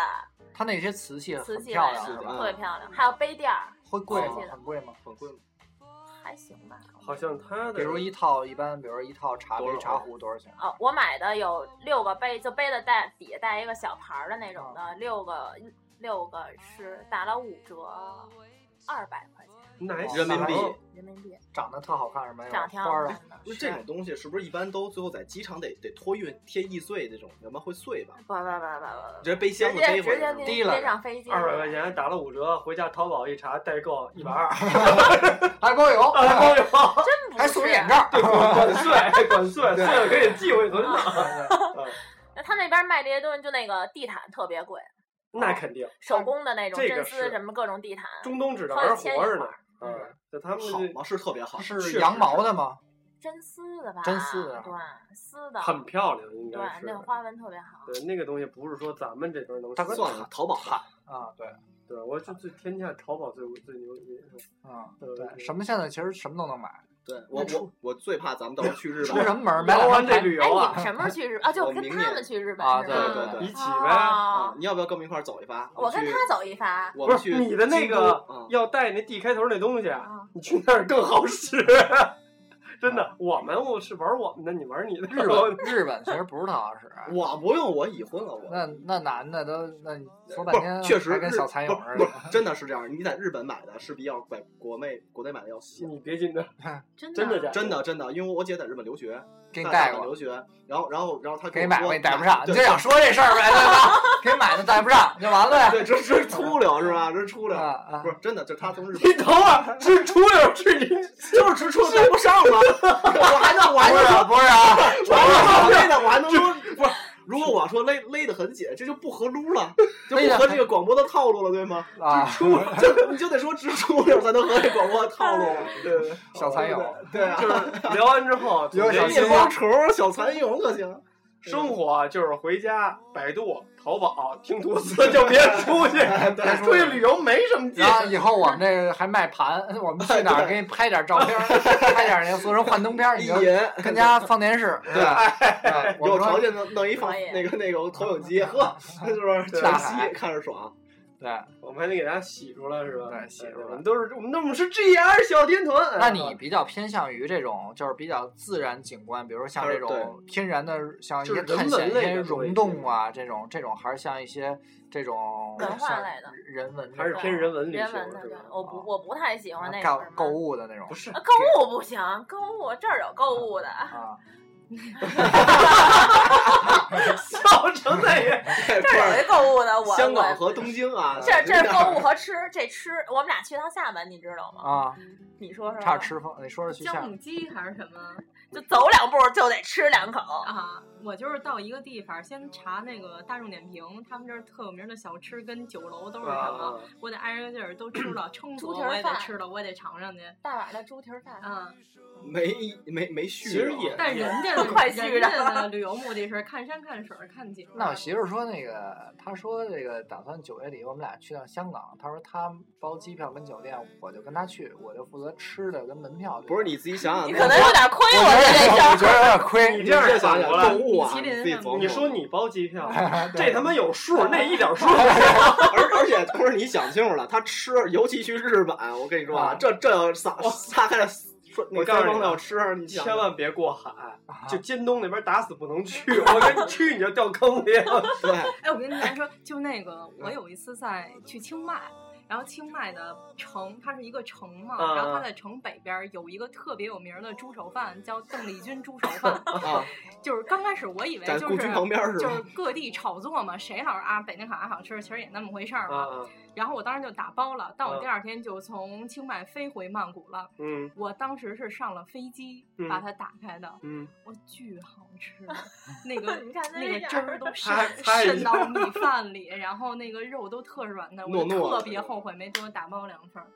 [SPEAKER 8] 它那些瓷器
[SPEAKER 7] 瓷
[SPEAKER 8] 很
[SPEAKER 7] 器
[SPEAKER 8] 漂
[SPEAKER 7] 类
[SPEAKER 8] 亮
[SPEAKER 7] 的
[SPEAKER 8] 是吧？
[SPEAKER 4] 吧
[SPEAKER 7] 特别漂亮，还有杯垫儿，
[SPEAKER 8] 会贵
[SPEAKER 7] 瓷
[SPEAKER 8] 吗
[SPEAKER 7] 器？的
[SPEAKER 8] 很贵吗？
[SPEAKER 4] 很贵吗？
[SPEAKER 7] 还行吧。
[SPEAKER 3] 好像他的
[SPEAKER 8] 比如一套一般，比如一套茶
[SPEAKER 4] 多
[SPEAKER 8] 杯
[SPEAKER 4] 少
[SPEAKER 8] 茶壶多少钱？啊
[SPEAKER 7] 哦，我买的有六个杯，就杯子带底下带一个小盘儿的那种的，六个嗯六个是打了五折，二百块钱
[SPEAKER 3] 哪
[SPEAKER 4] 哎
[SPEAKER 8] 哦
[SPEAKER 4] 人民币
[SPEAKER 7] 人民币，
[SPEAKER 8] 长得特好看是吧？
[SPEAKER 7] 长得挺
[SPEAKER 8] 有
[SPEAKER 7] 好
[SPEAKER 8] 花儿啊
[SPEAKER 7] 看的。
[SPEAKER 4] 那这种东西是不是一般都最后在机场得得托运贴易碎这种，要不然会碎吧？
[SPEAKER 7] 不不不不不，
[SPEAKER 4] 直接背箱
[SPEAKER 7] 直
[SPEAKER 4] 子
[SPEAKER 7] 接
[SPEAKER 4] 背
[SPEAKER 7] 直
[SPEAKER 4] 回
[SPEAKER 7] 接
[SPEAKER 4] 来。
[SPEAKER 7] 拎
[SPEAKER 8] 低了
[SPEAKER 7] 拎上飞机，
[SPEAKER 3] 二百块钱打了五折，回家淘宝一查，代购一百二，
[SPEAKER 8] 还包邮，
[SPEAKER 7] 啊
[SPEAKER 3] 还包邮，
[SPEAKER 7] 真不
[SPEAKER 8] 还送一眼啊罩。
[SPEAKER 3] 管税，管税，税了可以寄回去。
[SPEAKER 7] 那他那边卖这些东西，就那个地毯特别贵，
[SPEAKER 3] 那肯定，
[SPEAKER 7] 手工的那种
[SPEAKER 3] 这个
[SPEAKER 7] 真丝
[SPEAKER 3] 是
[SPEAKER 7] 什么各种地毯，
[SPEAKER 3] 中东指的还活着呢。嗯，就他们
[SPEAKER 4] 好吗？是特别好，
[SPEAKER 8] 是羊毛的吗？
[SPEAKER 7] 真丝的吧？
[SPEAKER 8] 真丝的
[SPEAKER 7] 对，丝的，
[SPEAKER 3] 很漂亮，应
[SPEAKER 7] 对
[SPEAKER 3] 该，是
[SPEAKER 7] 那。花纹特别好。
[SPEAKER 3] 对，那个东西不是说咱们这边能
[SPEAKER 8] 大哥
[SPEAKER 4] 算了，淘宝吧。
[SPEAKER 8] 啊，对，
[SPEAKER 3] 对，我就最天下淘宝最最牛逼。
[SPEAKER 8] 嗯，
[SPEAKER 3] 对
[SPEAKER 8] 对，什么现在其实什么都能买，
[SPEAKER 4] 对我我我最怕咱们到时候去日
[SPEAKER 8] 出
[SPEAKER 4] 本
[SPEAKER 8] 什，么 门儿买
[SPEAKER 3] 聊
[SPEAKER 8] 两
[SPEAKER 3] 完
[SPEAKER 8] 张
[SPEAKER 3] 这
[SPEAKER 8] 牌。
[SPEAKER 3] 旅
[SPEAKER 7] 哎，
[SPEAKER 3] 游啊，
[SPEAKER 7] 你们什么时候去日？啊，就
[SPEAKER 4] 我
[SPEAKER 7] 跟
[SPEAKER 4] 明
[SPEAKER 7] 他
[SPEAKER 4] 年
[SPEAKER 7] 们去日本
[SPEAKER 8] 啊
[SPEAKER 7] 是
[SPEAKER 8] 对
[SPEAKER 7] 吧
[SPEAKER 4] 对对
[SPEAKER 3] 一起呗。
[SPEAKER 7] 哦
[SPEAKER 4] 你要不要跟我们一块儿走一发？
[SPEAKER 7] 我跟
[SPEAKER 4] 去
[SPEAKER 7] 他走一发，
[SPEAKER 4] 啊我
[SPEAKER 3] 不
[SPEAKER 4] 们
[SPEAKER 3] 是
[SPEAKER 4] 去
[SPEAKER 3] 你的那个
[SPEAKER 4] 京都嗯
[SPEAKER 3] 要带那 D 开头那东西啊
[SPEAKER 7] 啊，
[SPEAKER 3] 你去那儿更 好使。真
[SPEAKER 4] 啊
[SPEAKER 3] 的，我们我是玩我们的，你玩你的。
[SPEAKER 8] 日本日本其实不是特好使，啊
[SPEAKER 4] 我不用，我已婚了，我
[SPEAKER 8] 那那男的都那说半
[SPEAKER 4] 不
[SPEAKER 8] 天
[SPEAKER 4] 是确实
[SPEAKER 8] 还跟
[SPEAKER 4] 日
[SPEAKER 8] 小蚕
[SPEAKER 4] 不
[SPEAKER 8] 蛹
[SPEAKER 4] 是
[SPEAKER 8] 似
[SPEAKER 4] 不是
[SPEAKER 8] 的。
[SPEAKER 4] 真的是这样。你在日本买的是比要在国内国内买的要
[SPEAKER 8] 嗯
[SPEAKER 4] 小，
[SPEAKER 3] 你别进 这，
[SPEAKER 9] 真
[SPEAKER 3] 真的假
[SPEAKER 4] 真的真的，因为我姐在日本留学，
[SPEAKER 8] 给你
[SPEAKER 4] 在
[SPEAKER 8] 带
[SPEAKER 4] 日本
[SPEAKER 8] 过
[SPEAKER 4] 留，学，然后然后然后她
[SPEAKER 8] 给
[SPEAKER 4] 跟
[SPEAKER 8] 你
[SPEAKER 4] 我
[SPEAKER 8] 买
[SPEAKER 4] 说
[SPEAKER 8] 过，你带不上，你
[SPEAKER 4] 对
[SPEAKER 8] 就想说这事儿呗，对吧？给你买的带不上就完了 呀。
[SPEAKER 4] 对，这这是
[SPEAKER 3] 啊
[SPEAKER 4] 粗溜是吧？这是粗溜，
[SPEAKER 8] 啊啊
[SPEAKER 4] 不！是真的，就她从日 本
[SPEAKER 3] 你等会儿是出溜是你，
[SPEAKER 4] 就是吃醋带不上吗？我还能我还
[SPEAKER 8] 不
[SPEAKER 4] 能
[SPEAKER 8] 是
[SPEAKER 4] 说
[SPEAKER 8] 不是啊，
[SPEAKER 4] 我还能说我还能说，不是如果我要说勒勒得很紧，这就不合撸了，就不合这个广播的套路了，对吗？
[SPEAKER 8] 啊，
[SPEAKER 4] 出就你就得说直出溜才能合这广播的套路，
[SPEAKER 3] 对对，
[SPEAKER 8] 小蚕蛹，
[SPEAKER 4] 对啊，
[SPEAKER 3] 就是聊完之后，
[SPEAKER 8] 有
[SPEAKER 3] 总结
[SPEAKER 8] 小
[SPEAKER 3] 一
[SPEAKER 4] 面
[SPEAKER 8] 心啊
[SPEAKER 3] 下
[SPEAKER 4] 包虫、小蚕蛹可行。
[SPEAKER 3] 生活就是回家、百度、淘宝、听吐司，就别出去。
[SPEAKER 8] 哎
[SPEAKER 3] 出去旅游没什么劲
[SPEAKER 8] 然。后以后我们这个还卖盘，我们去哪儿给你拍点照片，拍点那个做成幻灯
[SPEAKER 3] 哎
[SPEAKER 8] 片，
[SPEAKER 4] 一
[SPEAKER 8] 你就
[SPEAKER 4] 人
[SPEAKER 8] 跟家放电视。
[SPEAKER 4] 对吧，
[SPEAKER 8] 啊我
[SPEAKER 4] 有
[SPEAKER 8] 们
[SPEAKER 4] 条
[SPEAKER 8] 说
[SPEAKER 4] 件弄弄一放
[SPEAKER 7] 可以
[SPEAKER 4] 那个那个投影机，
[SPEAKER 3] 啊
[SPEAKER 4] 呵，是不是？全
[SPEAKER 8] 大海
[SPEAKER 4] 息看着爽。
[SPEAKER 8] 对，
[SPEAKER 3] 我们还得给大家洗出来是吧？
[SPEAKER 8] 对洗出来
[SPEAKER 3] 我们都是我们那我们是 GR 小天团。哎
[SPEAKER 8] 那你比较偏向于这种，就是比较自然景观，比如像这种天然的，像一
[SPEAKER 3] 就是
[SPEAKER 8] 些
[SPEAKER 3] 人
[SPEAKER 8] 探险、
[SPEAKER 3] 文
[SPEAKER 8] 一
[SPEAKER 3] 类
[SPEAKER 8] 些
[SPEAKER 3] 的东西
[SPEAKER 8] 溶洞啊，这种这种还是像一些这种
[SPEAKER 7] 文化
[SPEAKER 8] 像
[SPEAKER 7] 类的
[SPEAKER 8] 人文的，
[SPEAKER 3] 还是偏人文旅
[SPEAKER 7] 人
[SPEAKER 3] 行
[SPEAKER 7] 文的
[SPEAKER 3] 是
[SPEAKER 7] 对
[SPEAKER 3] 吧，？
[SPEAKER 7] 我不我不太喜欢那
[SPEAKER 8] 啊购
[SPEAKER 7] 种什么
[SPEAKER 8] 购物的那种
[SPEAKER 3] 不是
[SPEAKER 7] 啊，购物不行，购物这儿有购物的，
[SPEAKER 8] 啊，
[SPEAKER 3] 笑成那样，
[SPEAKER 4] 这
[SPEAKER 7] 这儿有一购物 的，我
[SPEAKER 4] 香港
[SPEAKER 7] 我
[SPEAKER 4] 和东京啊，
[SPEAKER 7] 这这是购物和吃，这吃我们俩去趟厦门，你知道吗？
[SPEAKER 8] 啊，
[SPEAKER 7] 你说说，
[SPEAKER 8] 差点吃疯，你说说去下
[SPEAKER 9] 姜母鸡还是什么
[SPEAKER 7] 就走两步就得吃两口，
[SPEAKER 9] 啊？我就是到一个地方，先查那个大众点评，他们这儿特有名的小吃跟酒楼都是什么，
[SPEAKER 3] 啊
[SPEAKER 9] 我得挨着地儿都吃 了，撑死
[SPEAKER 7] 猪蹄
[SPEAKER 9] 我
[SPEAKER 7] 儿
[SPEAKER 9] 我也得
[SPEAKER 7] 饭
[SPEAKER 9] 吃了，我也得尝尝去。
[SPEAKER 7] 大碗的猪蹄儿饭，
[SPEAKER 9] 嗯，
[SPEAKER 4] 没没没续。
[SPEAKER 3] 其实也
[SPEAKER 9] 但人家的
[SPEAKER 7] 快续
[SPEAKER 9] 人
[SPEAKER 7] 着
[SPEAKER 9] 家的旅游目的是看山看水看景。
[SPEAKER 8] 那我媳妇儿说，那个她说这个打算九月底我们俩去趟香港，她说她包机票跟酒店，我就跟她去，我就负责吃的跟门票。
[SPEAKER 4] 不是你，自己想想，
[SPEAKER 7] 你可能有点亏
[SPEAKER 8] 我
[SPEAKER 7] 我
[SPEAKER 8] 觉
[SPEAKER 7] 的这
[SPEAKER 8] 得
[SPEAKER 7] 事儿。
[SPEAKER 8] 我觉得有点亏。
[SPEAKER 3] 你
[SPEAKER 4] 你
[SPEAKER 3] 这样
[SPEAKER 4] 自己
[SPEAKER 3] 想
[SPEAKER 4] 想
[SPEAKER 3] 过
[SPEAKER 4] 想
[SPEAKER 3] 来
[SPEAKER 4] 购，物啊，
[SPEAKER 9] 米其林
[SPEAKER 4] 你自己琢磨。
[SPEAKER 3] 你说你包机票，
[SPEAKER 8] 对
[SPEAKER 3] 这他妈有数，那一点数没有。
[SPEAKER 4] 而而且不是你想清楚了，他吃，尤其去日本，我跟你说啊，
[SPEAKER 8] 啊
[SPEAKER 4] 这这要撒撒开了说，
[SPEAKER 3] 哦
[SPEAKER 4] 那
[SPEAKER 3] 我告诉
[SPEAKER 4] 腮
[SPEAKER 3] 你
[SPEAKER 4] 帮子
[SPEAKER 3] 啊
[SPEAKER 4] 要吃，你想
[SPEAKER 3] 千万别过海，
[SPEAKER 8] 啊
[SPEAKER 3] 就尖东那边打死不能去。我跟你去你就掉坑里了。
[SPEAKER 4] 对，
[SPEAKER 9] 哎，我跟你们说，就那个，
[SPEAKER 4] 嗯
[SPEAKER 9] 我有一次在去清迈，然后清迈的城，它是一个城嘛，
[SPEAKER 3] 嗯
[SPEAKER 9] 然后它在城北边儿有一个特别有名儿的猪手饭，叫邓丽君猪手饭。
[SPEAKER 4] 啊，
[SPEAKER 9] 就是刚开始我以为
[SPEAKER 4] 在
[SPEAKER 9] 就
[SPEAKER 4] 故居
[SPEAKER 9] 是
[SPEAKER 4] 旁边儿是
[SPEAKER 9] 就
[SPEAKER 4] 吧
[SPEAKER 9] 是各地炒作嘛，谁好啊北那烤鸭好吃，其实也那么回事儿
[SPEAKER 4] 嗯
[SPEAKER 9] 嘛。
[SPEAKER 3] 啊，
[SPEAKER 9] 然后我当时就打包了，但我
[SPEAKER 3] 嗯
[SPEAKER 9] 第二天就从清迈飞回曼谷了。
[SPEAKER 3] 嗯
[SPEAKER 9] 我当时是上了飞机
[SPEAKER 3] 嗯
[SPEAKER 9] 把它打开的，
[SPEAKER 3] 嗯，
[SPEAKER 9] 我巨好吃，那 个
[SPEAKER 7] 你看他
[SPEAKER 9] 那个
[SPEAKER 7] 样
[SPEAKER 9] 汁 儿都
[SPEAKER 3] 擦
[SPEAKER 9] 渗
[SPEAKER 3] 擦一
[SPEAKER 9] 渗
[SPEAKER 3] 下
[SPEAKER 9] 到米饭里，然后那个肉都特软嫩，
[SPEAKER 4] 糯
[SPEAKER 9] 我
[SPEAKER 4] 糯
[SPEAKER 9] 就特
[SPEAKER 4] 的
[SPEAKER 9] 别后悔没多打包两份儿。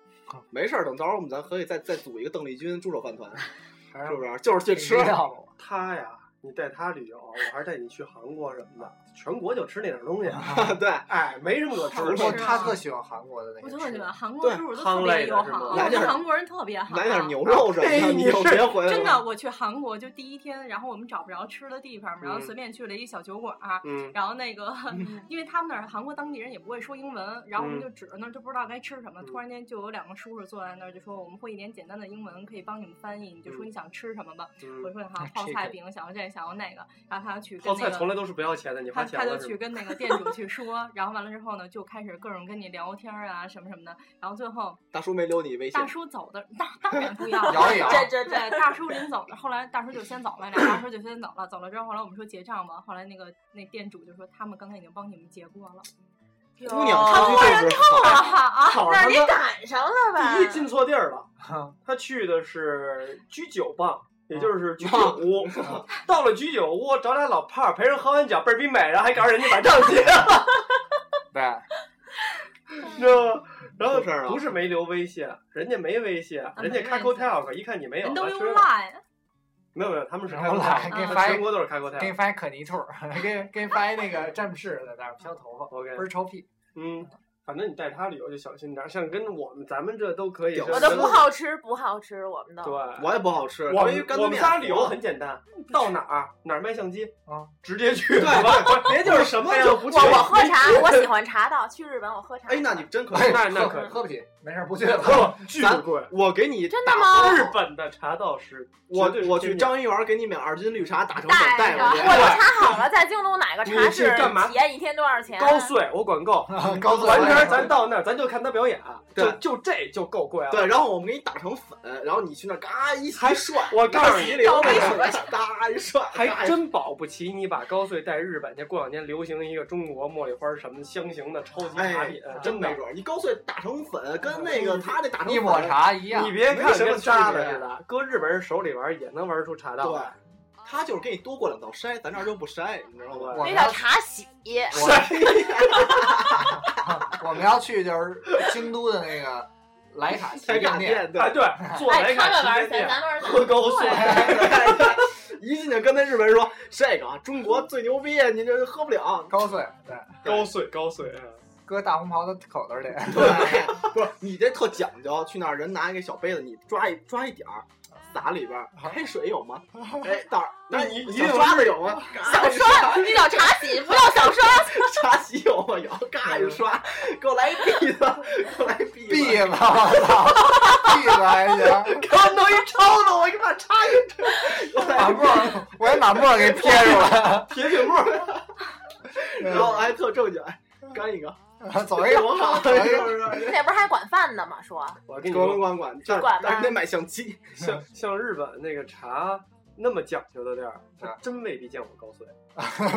[SPEAKER 4] 没事儿，等到时候我们咱可以再再组一个邓丽君猪手饭 团，
[SPEAKER 8] 还
[SPEAKER 4] 是不是？就是去吃
[SPEAKER 8] 挺，妙的
[SPEAKER 3] 他呀，你带他旅游，我还是带你去韩国什么的，全国就吃那点东西。啊
[SPEAKER 4] 对，
[SPEAKER 3] 哎，没什么可吃
[SPEAKER 8] 啊我
[SPEAKER 9] 不
[SPEAKER 8] 说
[SPEAKER 9] 是
[SPEAKER 3] 的。
[SPEAKER 8] 他特喜欢韩国的那
[SPEAKER 9] 啊我
[SPEAKER 8] 个吃
[SPEAKER 9] 特
[SPEAKER 8] 的，
[SPEAKER 9] 喜欢韩国
[SPEAKER 4] 对
[SPEAKER 9] 叔叔都
[SPEAKER 3] 汤
[SPEAKER 9] 特
[SPEAKER 3] 类
[SPEAKER 9] 别
[SPEAKER 3] 的
[SPEAKER 9] 友
[SPEAKER 3] 是吗
[SPEAKER 9] 好，
[SPEAKER 4] 来
[SPEAKER 9] 我
[SPEAKER 4] 点
[SPEAKER 9] 觉
[SPEAKER 4] 儿
[SPEAKER 9] 得韩国人特别好，
[SPEAKER 4] 来点牛肉 什么
[SPEAKER 3] 哎
[SPEAKER 4] 的，你
[SPEAKER 3] 你
[SPEAKER 4] 就是别回来了。
[SPEAKER 9] 真的，我去韩国就第一天，然后我们找不着吃的地方，然后
[SPEAKER 3] 嗯
[SPEAKER 9] 随便去了一小酒馆儿、
[SPEAKER 3] 嗯，
[SPEAKER 9] 然后那个， 因为他们那儿韩国当地人也不会说英文，然后我们
[SPEAKER 3] 嗯
[SPEAKER 9] 就指着那儿就不知道该吃什么。
[SPEAKER 3] 嗯
[SPEAKER 9] 突然间就有两个叔叔坐在那儿，就说我们会一点简单的英文，可以帮你们翻译。你就说
[SPEAKER 3] 嗯
[SPEAKER 9] 你想吃什么吧。我
[SPEAKER 3] 嗯
[SPEAKER 9] 说好，泡菜饼，想要这，想要那个。然后他就去
[SPEAKER 3] 泡
[SPEAKER 9] 跟
[SPEAKER 3] 菜
[SPEAKER 9] 那
[SPEAKER 3] 从来
[SPEAKER 9] 个，
[SPEAKER 3] 都是不要钱的，你花
[SPEAKER 9] 他
[SPEAKER 3] 钱
[SPEAKER 9] 他就
[SPEAKER 3] 了是
[SPEAKER 9] 去
[SPEAKER 3] 吗？
[SPEAKER 9] 跟那个店主去说，然后完了之后呢，就开始各种跟你聊天儿啊什么什么的。然后最后
[SPEAKER 4] 大叔没留你微信
[SPEAKER 9] 大，叔走的，那当然不要了，
[SPEAKER 8] 摇一摇
[SPEAKER 7] 这这这
[SPEAKER 9] 对，大叔临走了，后来大叔就先走了，俩大叔就先走了，走了之后，后来我们说结账嘛，后来那个那店主就说他们刚才已经帮你们结过了，
[SPEAKER 4] 姑娘
[SPEAKER 7] 哟
[SPEAKER 4] 出去就是
[SPEAKER 9] 啊
[SPEAKER 8] 哎
[SPEAKER 9] 哈
[SPEAKER 3] 好
[SPEAKER 7] 那
[SPEAKER 3] 他
[SPEAKER 7] 你
[SPEAKER 3] 妈
[SPEAKER 7] 赶上了吧？
[SPEAKER 9] 啊
[SPEAKER 3] 第一进错地儿了
[SPEAKER 8] 嗯，
[SPEAKER 3] 他去的是居酒吧。也就是居酒屋， 到了居酒屋找俩老炮儿陪人喝完酒，倍儿逼美，然后还告诉人家把账结了，
[SPEAKER 8] 对，
[SPEAKER 4] 出
[SPEAKER 3] 你知道吗？然后
[SPEAKER 4] 事儿了
[SPEAKER 3] 不是没留微信，人家没微信，人家开
[SPEAKER 9] 啊没微信
[SPEAKER 3] Cotel 一看你没有，
[SPEAKER 9] 人都
[SPEAKER 3] 啊
[SPEAKER 9] 用
[SPEAKER 3] 吃了
[SPEAKER 9] line，
[SPEAKER 3] 没有没有，他们是开
[SPEAKER 8] 然后来
[SPEAKER 3] Cotel，
[SPEAKER 8] 给
[SPEAKER 9] 嗯
[SPEAKER 8] 发
[SPEAKER 3] 全
[SPEAKER 8] 一
[SPEAKER 3] 国都是开
[SPEAKER 8] 给你
[SPEAKER 3] Cotel。
[SPEAKER 8] 发一可妮兔儿，给给你发一那个詹姆士在那儿飘头发，
[SPEAKER 3] OK，
[SPEAKER 8] 不是臭屁。
[SPEAKER 3] 嗯，反正你带他旅游就小心点儿，像跟我们咱们这都可以是。
[SPEAKER 4] 屌
[SPEAKER 9] 啊
[SPEAKER 7] 我都不好吃，不好吃，我们
[SPEAKER 3] 对
[SPEAKER 7] 都。，
[SPEAKER 4] 我也不好吃，
[SPEAKER 3] 我
[SPEAKER 4] 关于
[SPEAKER 3] 们
[SPEAKER 4] 干脆
[SPEAKER 3] 我们
[SPEAKER 4] 面啊嗯
[SPEAKER 3] 仨旅游很简单，到哪儿哪儿卖相机
[SPEAKER 8] 啊，
[SPEAKER 3] 直接去。
[SPEAKER 4] 对，对别就是什么
[SPEAKER 3] 哎
[SPEAKER 4] 就不去
[SPEAKER 7] 我。我喝茶，我喜欢茶道。去日本我喝茶。
[SPEAKER 4] 哎，那你真可以
[SPEAKER 8] 哎，
[SPEAKER 3] 那那
[SPEAKER 8] 喝
[SPEAKER 3] 可以
[SPEAKER 8] 喝不起，没事儿不去
[SPEAKER 3] 不
[SPEAKER 8] 了。
[SPEAKER 3] 不，巨贵。
[SPEAKER 4] 我给你
[SPEAKER 7] 真的
[SPEAKER 4] 打
[SPEAKER 7] 吗？
[SPEAKER 3] 日本的茶道师，
[SPEAKER 4] 我
[SPEAKER 3] 绝对是
[SPEAKER 4] 我去
[SPEAKER 3] 真的
[SPEAKER 4] 张一元给你买二斤绿茶，打成粉
[SPEAKER 7] 带
[SPEAKER 4] 带
[SPEAKER 7] 着，我
[SPEAKER 4] 过
[SPEAKER 7] 都
[SPEAKER 4] 去。
[SPEAKER 7] 查好了，在京都哪个茶
[SPEAKER 3] 你是
[SPEAKER 7] 室
[SPEAKER 3] 干嘛
[SPEAKER 7] 体验一天多少钱？
[SPEAKER 3] 高碎，我管够。
[SPEAKER 8] 高速
[SPEAKER 3] 完明儿咱到那儿，咱就看他表演，就
[SPEAKER 4] 对
[SPEAKER 3] 就这就够贵了。
[SPEAKER 4] 对，然后我们给你打成粉，然后你去那儿嘎一还帅，
[SPEAKER 3] 我告诉
[SPEAKER 4] 一
[SPEAKER 3] 你，
[SPEAKER 4] 溜达，嘎一帅，
[SPEAKER 3] 还真保不齐你把高碎带日本去，过两年流行一个中国茉莉花什么香型的超级茶
[SPEAKER 4] 哎
[SPEAKER 3] 品，，
[SPEAKER 4] 真
[SPEAKER 3] 的
[SPEAKER 4] 没准儿，你高碎打成粉，跟那个他那打成
[SPEAKER 8] 一抹
[SPEAKER 4] 粉，
[SPEAKER 8] 茶一样
[SPEAKER 3] 你，别看
[SPEAKER 4] 没什么
[SPEAKER 3] 跟渣
[SPEAKER 4] 区
[SPEAKER 3] 的
[SPEAKER 4] 别
[SPEAKER 3] 似的，搁日本人手里玩也能玩出茶道
[SPEAKER 4] 对
[SPEAKER 3] 来。
[SPEAKER 4] 他就是给你多过两道筛，咱这儿就不筛，你知道吗？
[SPEAKER 8] 我
[SPEAKER 7] 那
[SPEAKER 8] 们
[SPEAKER 7] 叫
[SPEAKER 8] 要
[SPEAKER 7] 塔喜，
[SPEAKER 8] 我们要去就是京都的那个莱卡旗
[SPEAKER 3] 才
[SPEAKER 8] 舰
[SPEAKER 3] 敢
[SPEAKER 8] 店，
[SPEAKER 3] 店，对对，做
[SPEAKER 7] 哎，
[SPEAKER 3] 莱
[SPEAKER 7] 他们
[SPEAKER 3] 卡
[SPEAKER 7] 玩
[SPEAKER 3] 旗舰
[SPEAKER 7] 儿钱，咱
[SPEAKER 3] 店，
[SPEAKER 7] 们 玩儿
[SPEAKER 3] 喝高速，
[SPEAKER 4] 一进去跟那日本人说这个啊，中国最牛逼，你这喝不了。
[SPEAKER 8] 高碎，对，
[SPEAKER 3] 高碎高碎，嗯
[SPEAKER 8] 搁大红袍的口袋里，
[SPEAKER 4] 对，不是你这特讲究，去那儿人拿一个小杯子，你抓一抓一点儿，撒里边儿，开水有吗？哎，袋儿，
[SPEAKER 3] 那
[SPEAKER 4] 啊那
[SPEAKER 3] 你一定
[SPEAKER 4] 小刷子有吗？
[SPEAKER 7] 小刷，那叫茶喜，不叫小刷。
[SPEAKER 4] 刷 洗有吗？有，嘎一刷，给我来一篦子，给我来一
[SPEAKER 8] 闭
[SPEAKER 4] 嗯篦子，
[SPEAKER 8] 了，我操，闭了还行，
[SPEAKER 4] 给我弄一抄子，我给他插一插，给我来
[SPEAKER 8] 把
[SPEAKER 4] 一
[SPEAKER 8] 沫儿我也把沫儿给撇住了，
[SPEAKER 4] 铁饼沫 儿，然后还特正经，哎，干一个，哎
[SPEAKER 8] 走
[SPEAKER 3] 哎
[SPEAKER 8] 一个，
[SPEAKER 4] 多好，
[SPEAKER 8] 走一
[SPEAKER 4] 是
[SPEAKER 8] 个，
[SPEAKER 4] 不是？
[SPEAKER 7] 那不是还管饭呢吗？说
[SPEAKER 3] 我跟你
[SPEAKER 4] 管
[SPEAKER 3] 说，
[SPEAKER 4] 管管，但
[SPEAKER 7] 管吧
[SPEAKER 4] 但是得买相机，
[SPEAKER 3] 像像日本那个茶那么讲究的地儿，
[SPEAKER 4] 啊
[SPEAKER 8] 对
[SPEAKER 3] 真未必见过 高碎，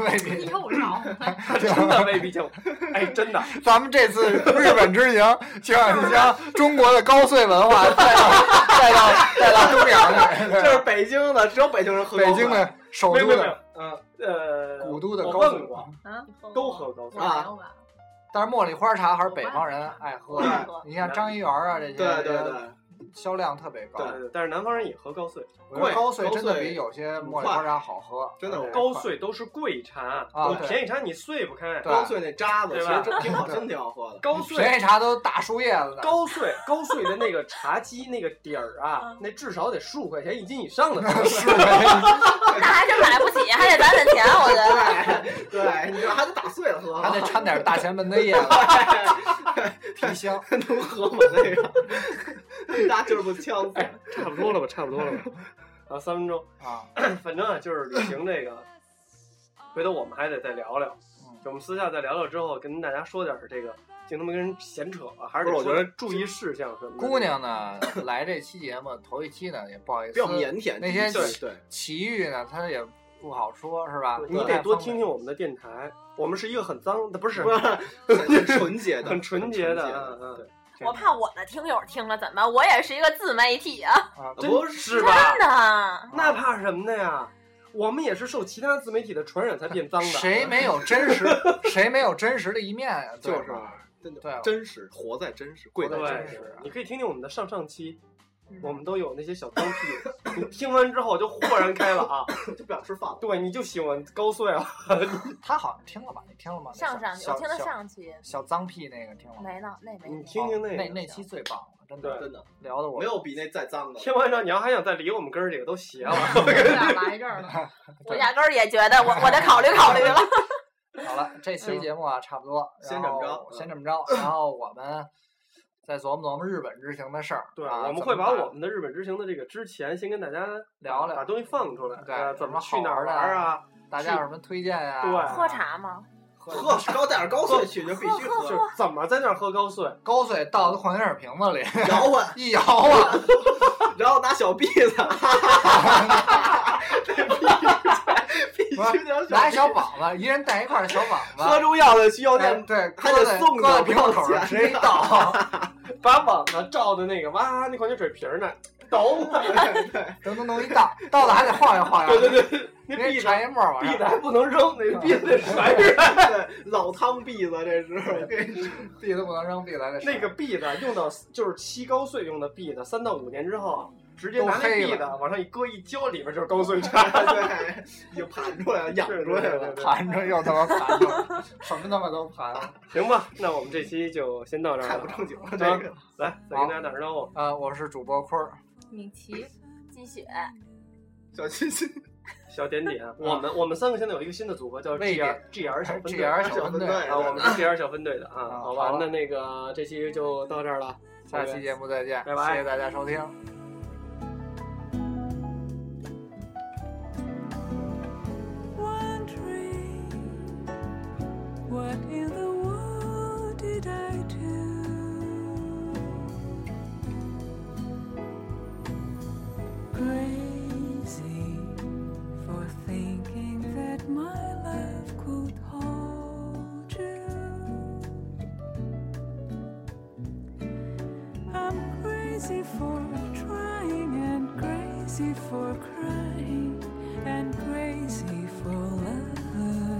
[SPEAKER 8] 未
[SPEAKER 9] 你
[SPEAKER 8] 必
[SPEAKER 9] 又绕回来，
[SPEAKER 3] 真的未 必见过。哎，真的，
[SPEAKER 8] 咱们这次日本之行，就让你将中国的高碎文化带到带到带到东洋去，
[SPEAKER 4] 这是北京的，只有北京人喝高
[SPEAKER 8] 北
[SPEAKER 4] 管。
[SPEAKER 8] 京的首
[SPEAKER 3] 没有
[SPEAKER 8] 都
[SPEAKER 3] 没有没有
[SPEAKER 8] 的，
[SPEAKER 4] 嗯，
[SPEAKER 3] 呃，
[SPEAKER 8] 古都的
[SPEAKER 3] 我
[SPEAKER 8] 高碎
[SPEAKER 3] 问过，
[SPEAKER 9] 嗯，
[SPEAKER 3] 都喝高碎
[SPEAKER 4] 啊。
[SPEAKER 9] 没有吧？
[SPEAKER 8] 但是茉莉花茶还是北方人爱喝
[SPEAKER 7] 爱喝，
[SPEAKER 8] 你像张一元啊这些，
[SPEAKER 4] 对对对。
[SPEAKER 8] 销量特别高。
[SPEAKER 3] 对
[SPEAKER 4] 嗯
[SPEAKER 3] 对，但是南方人也喝高碎，
[SPEAKER 8] 我觉得
[SPEAKER 4] 贵
[SPEAKER 8] 高碎
[SPEAKER 4] 高
[SPEAKER 8] 真的
[SPEAKER 4] 碎
[SPEAKER 8] 比有些茉莉花茶好喝，
[SPEAKER 4] 真的
[SPEAKER 8] 对
[SPEAKER 4] 贵
[SPEAKER 3] 高碎都是贵茶，
[SPEAKER 8] 啊
[SPEAKER 3] 对
[SPEAKER 8] 对
[SPEAKER 3] 便宜茶你碎不开。
[SPEAKER 8] 对
[SPEAKER 4] 高碎那渣子，其
[SPEAKER 3] 对
[SPEAKER 4] 实
[SPEAKER 3] 吧
[SPEAKER 4] 真挺好，真挺好喝的。
[SPEAKER 3] 高
[SPEAKER 8] 便
[SPEAKER 3] 碎
[SPEAKER 8] 宜茶都大树叶子的，
[SPEAKER 3] 高碎高碎的那个茶几那个底儿啊，那至少得十五块钱一斤以上 的。
[SPEAKER 8] 是呗
[SPEAKER 7] 那还真买不起，还得攒点钱，我觉得。
[SPEAKER 4] 对对，你这还得打碎了喝，
[SPEAKER 8] 还得掺点大前门的叶 子，提香。
[SPEAKER 4] 能喝 吗？那个，那大劲儿不呛死。
[SPEAKER 3] 差不多了吧，差不多了吧。 啊，三分钟，
[SPEAKER 8] 啊，
[SPEAKER 3] 反正啊，就是旅行这个，回头我们还得再聊聊。就我们私下再聊聊之后，跟大家说点儿这个，尽他妈跟人闲扯吧，还是
[SPEAKER 4] 不
[SPEAKER 3] 得
[SPEAKER 4] 是
[SPEAKER 3] 说
[SPEAKER 4] 我觉得
[SPEAKER 3] 注意事项什么的。
[SPEAKER 8] 姑娘呢，来这期节目头一期呢，也不好意
[SPEAKER 4] 比较
[SPEAKER 8] 思，
[SPEAKER 4] 腼腆，
[SPEAKER 8] 那些
[SPEAKER 4] 对对，
[SPEAKER 8] 奇遇呢，她也不好说，是吧
[SPEAKER 3] 对，？
[SPEAKER 4] 对
[SPEAKER 3] 你得多听听我们的电台，我们是一个很脏的，不是
[SPEAKER 4] 不是很纯洁的，
[SPEAKER 3] 很纯洁的，
[SPEAKER 4] 的。
[SPEAKER 3] 嗯嗯，
[SPEAKER 7] 我怕我的听友听了怎么办？我也是一个自媒体啊，
[SPEAKER 8] 啊，
[SPEAKER 3] 真
[SPEAKER 4] 不
[SPEAKER 3] 是吧
[SPEAKER 7] 真？的。
[SPEAKER 3] 那怕什么的呀？我们也是受其他自媒体的传染才变脏的。
[SPEAKER 8] 谁没有 真实，谁没有真实的一面呀？对
[SPEAKER 4] 就是
[SPEAKER 3] 啊
[SPEAKER 8] 吧
[SPEAKER 4] 真的
[SPEAKER 8] 对啊吧
[SPEAKER 4] 真实，啊活在真实，贵在真
[SPEAKER 3] 对
[SPEAKER 4] 实。，
[SPEAKER 8] 啊
[SPEAKER 3] 你可以听听我们的上上期，
[SPEAKER 7] 嗯
[SPEAKER 3] 我们都有那些小脏屁，你听完之后就豁然开朗啊！
[SPEAKER 4] 就不想吃饭了。
[SPEAKER 3] 对，你就喜欢高碎 啊，
[SPEAKER 8] 他好像听了吧？你听了吗？
[SPEAKER 7] 上上期
[SPEAKER 8] 小
[SPEAKER 7] 我听了
[SPEAKER 8] 小
[SPEAKER 7] 上期
[SPEAKER 8] 小脏屁那个听了吗？哦
[SPEAKER 7] 没呢，那没
[SPEAKER 3] 你
[SPEAKER 7] 呢。
[SPEAKER 3] 听听
[SPEAKER 8] 那
[SPEAKER 3] 那个。
[SPEAKER 8] 那期最棒了，真的
[SPEAKER 3] 对
[SPEAKER 4] 真的
[SPEAKER 8] 聊的我
[SPEAKER 4] 没有比那再脏的了。
[SPEAKER 3] 听完之后，你要还想再理我们哥儿几个都邪 了。
[SPEAKER 8] 啊
[SPEAKER 9] 我俩来这儿了，
[SPEAKER 7] 我压根儿也觉得我我得考虑考虑了。
[SPEAKER 8] 好了，这期节目啊，差不多，
[SPEAKER 4] 哎先
[SPEAKER 8] 然后
[SPEAKER 4] 这么着嗯
[SPEAKER 8] 先这么着，然后我们再琢磨琢磨日本之行的事儿。
[SPEAKER 3] 对，
[SPEAKER 8] 啊、
[SPEAKER 3] 我们会把
[SPEAKER 8] 怎么
[SPEAKER 3] 我们的日本之行的这个之前先跟大家
[SPEAKER 8] 聊聊
[SPEAKER 3] 把东西放出来，
[SPEAKER 8] 对
[SPEAKER 3] 呃
[SPEAKER 8] 有
[SPEAKER 3] 怎
[SPEAKER 8] 什
[SPEAKER 3] 么
[SPEAKER 8] 么
[SPEAKER 3] 去哪
[SPEAKER 8] 好
[SPEAKER 3] 儿
[SPEAKER 8] 玩
[SPEAKER 3] 玩
[SPEAKER 8] 儿
[SPEAKER 3] 儿啊？
[SPEAKER 8] 大家有什么推荐呀、啊
[SPEAKER 3] 对
[SPEAKER 4] 啊
[SPEAKER 7] 喝茶吗？
[SPEAKER 4] 喝高带着高碎去就必须
[SPEAKER 3] 就
[SPEAKER 4] 喝，
[SPEAKER 3] 是怎么在那儿喝高 碎？
[SPEAKER 8] 高碎倒到矿泉水瓶子里，
[SPEAKER 4] 摇晃，
[SPEAKER 8] 一摇啊，
[SPEAKER 4] 然后拿小篦子，必须必须得
[SPEAKER 8] 拿一
[SPEAKER 4] 小
[SPEAKER 8] 小膀子，一人带一块小膀
[SPEAKER 4] 喝
[SPEAKER 8] 子。
[SPEAKER 4] 中药的去药
[SPEAKER 8] 哎
[SPEAKER 4] 店
[SPEAKER 8] 对，
[SPEAKER 4] 还
[SPEAKER 8] 搁
[SPEAKER 4] 得
[SPEAKER 8] 在
[SPEAKER 4] 送
[SPEAKER 8] 搁在
[SPEAKER 4] 着
[SPEAKER 8] 瓶
[SPEAKER 4] 不要
[SPEAKER 8] 子口上
[SPEAKER 4] 钱
[SPEAKER 8] 直接一倒，啊
[SPEAKER 3] 把网子罩的那个哇，那矿泉水瓶儿呢？
[SPEAKER 8] 哎
[SPEAKER 3] 抖，
[SPEAKER 8] 咚咚咚一倒，倒了还得晃悠晃悠。
[SPEAKER 3] 对对对，那
[SPEAKER 8] 那
[SPEAKER 3] 篦子
[SPEAKER 8] 茶叶沫儿往
[SPEAKER 3] 篦子
[SPEAKER 8] 上，
[SPEAKER 3] 还不能扔，那篦子得甩出来。
[SPEAKER 4] 对，老汤篦子这是。
[SPEAKER 8] 篦子不能扔，篦子还得甩
[SPEAKER 3] 那个篦子用到就是七高碎用的篦子，三到五年之后。直接拿那
[SPEAKER 8] 都黑
[SPEAKER 3] 篦子
[SPEAKER 8] 了
[SPEAKER 3] 往上一搁一浇，里边就 是高碎茶。
[SPEAKER 4] 对，已经盘出来了，养出来了。
[SPEAKER 8] 盘着又他妈盘着，什么他妈都盘了。
[SPEAKER 3] 行吧，那我们这期就先到这儿
[SPEAKER 4] 太
[SPEAKER 3] 了啊
[SPEAKER 4] 不。正经了，这 个。
[SPEAKER 3] 来，再跟大家打声招呼。
[SPEAKER 8] 啊，我是主播坤儿，
[SPEAKER 9] 米奇。
[SPEAKER 7] 鸡血，
[SPEAKER 4] 小心心，
[SPEAKER 3] 小点点，我们我们三个现在有一个新的组合叫 G
[SPEAKER 8] 魏点
[SPEAKER 3] R G R 哎小分队
[SPEAKER 8] GR
[SPEAKER 4] 小
[SPEAKER 8] 小分
[SPEAKER 4] 分
[SPEAKER 8] 队
[SPEAKER 4] 队，
[SPEAKER 3] 啊，我们是 G R 小分队的
[SPEAKER 8] 啊
[SPEAKER 3] 啊，
[SPEAKER 8] 好
[SPEAKER 3] 好吧
[SPEAKER 8] 了，
[SPEAKER 3] 那那个这期就到这儿了，
[SPEAKER 8] 下期节目再见，
[SPEAKER 3] 拜拜
[SPEAKER 8] 谢谢大家收听。
[SPEAKER 2] Wondering what in the world did I do? Crazy for thinking that my life could hold you. I'm crazy for trying and crazy for crying. and crazy for love.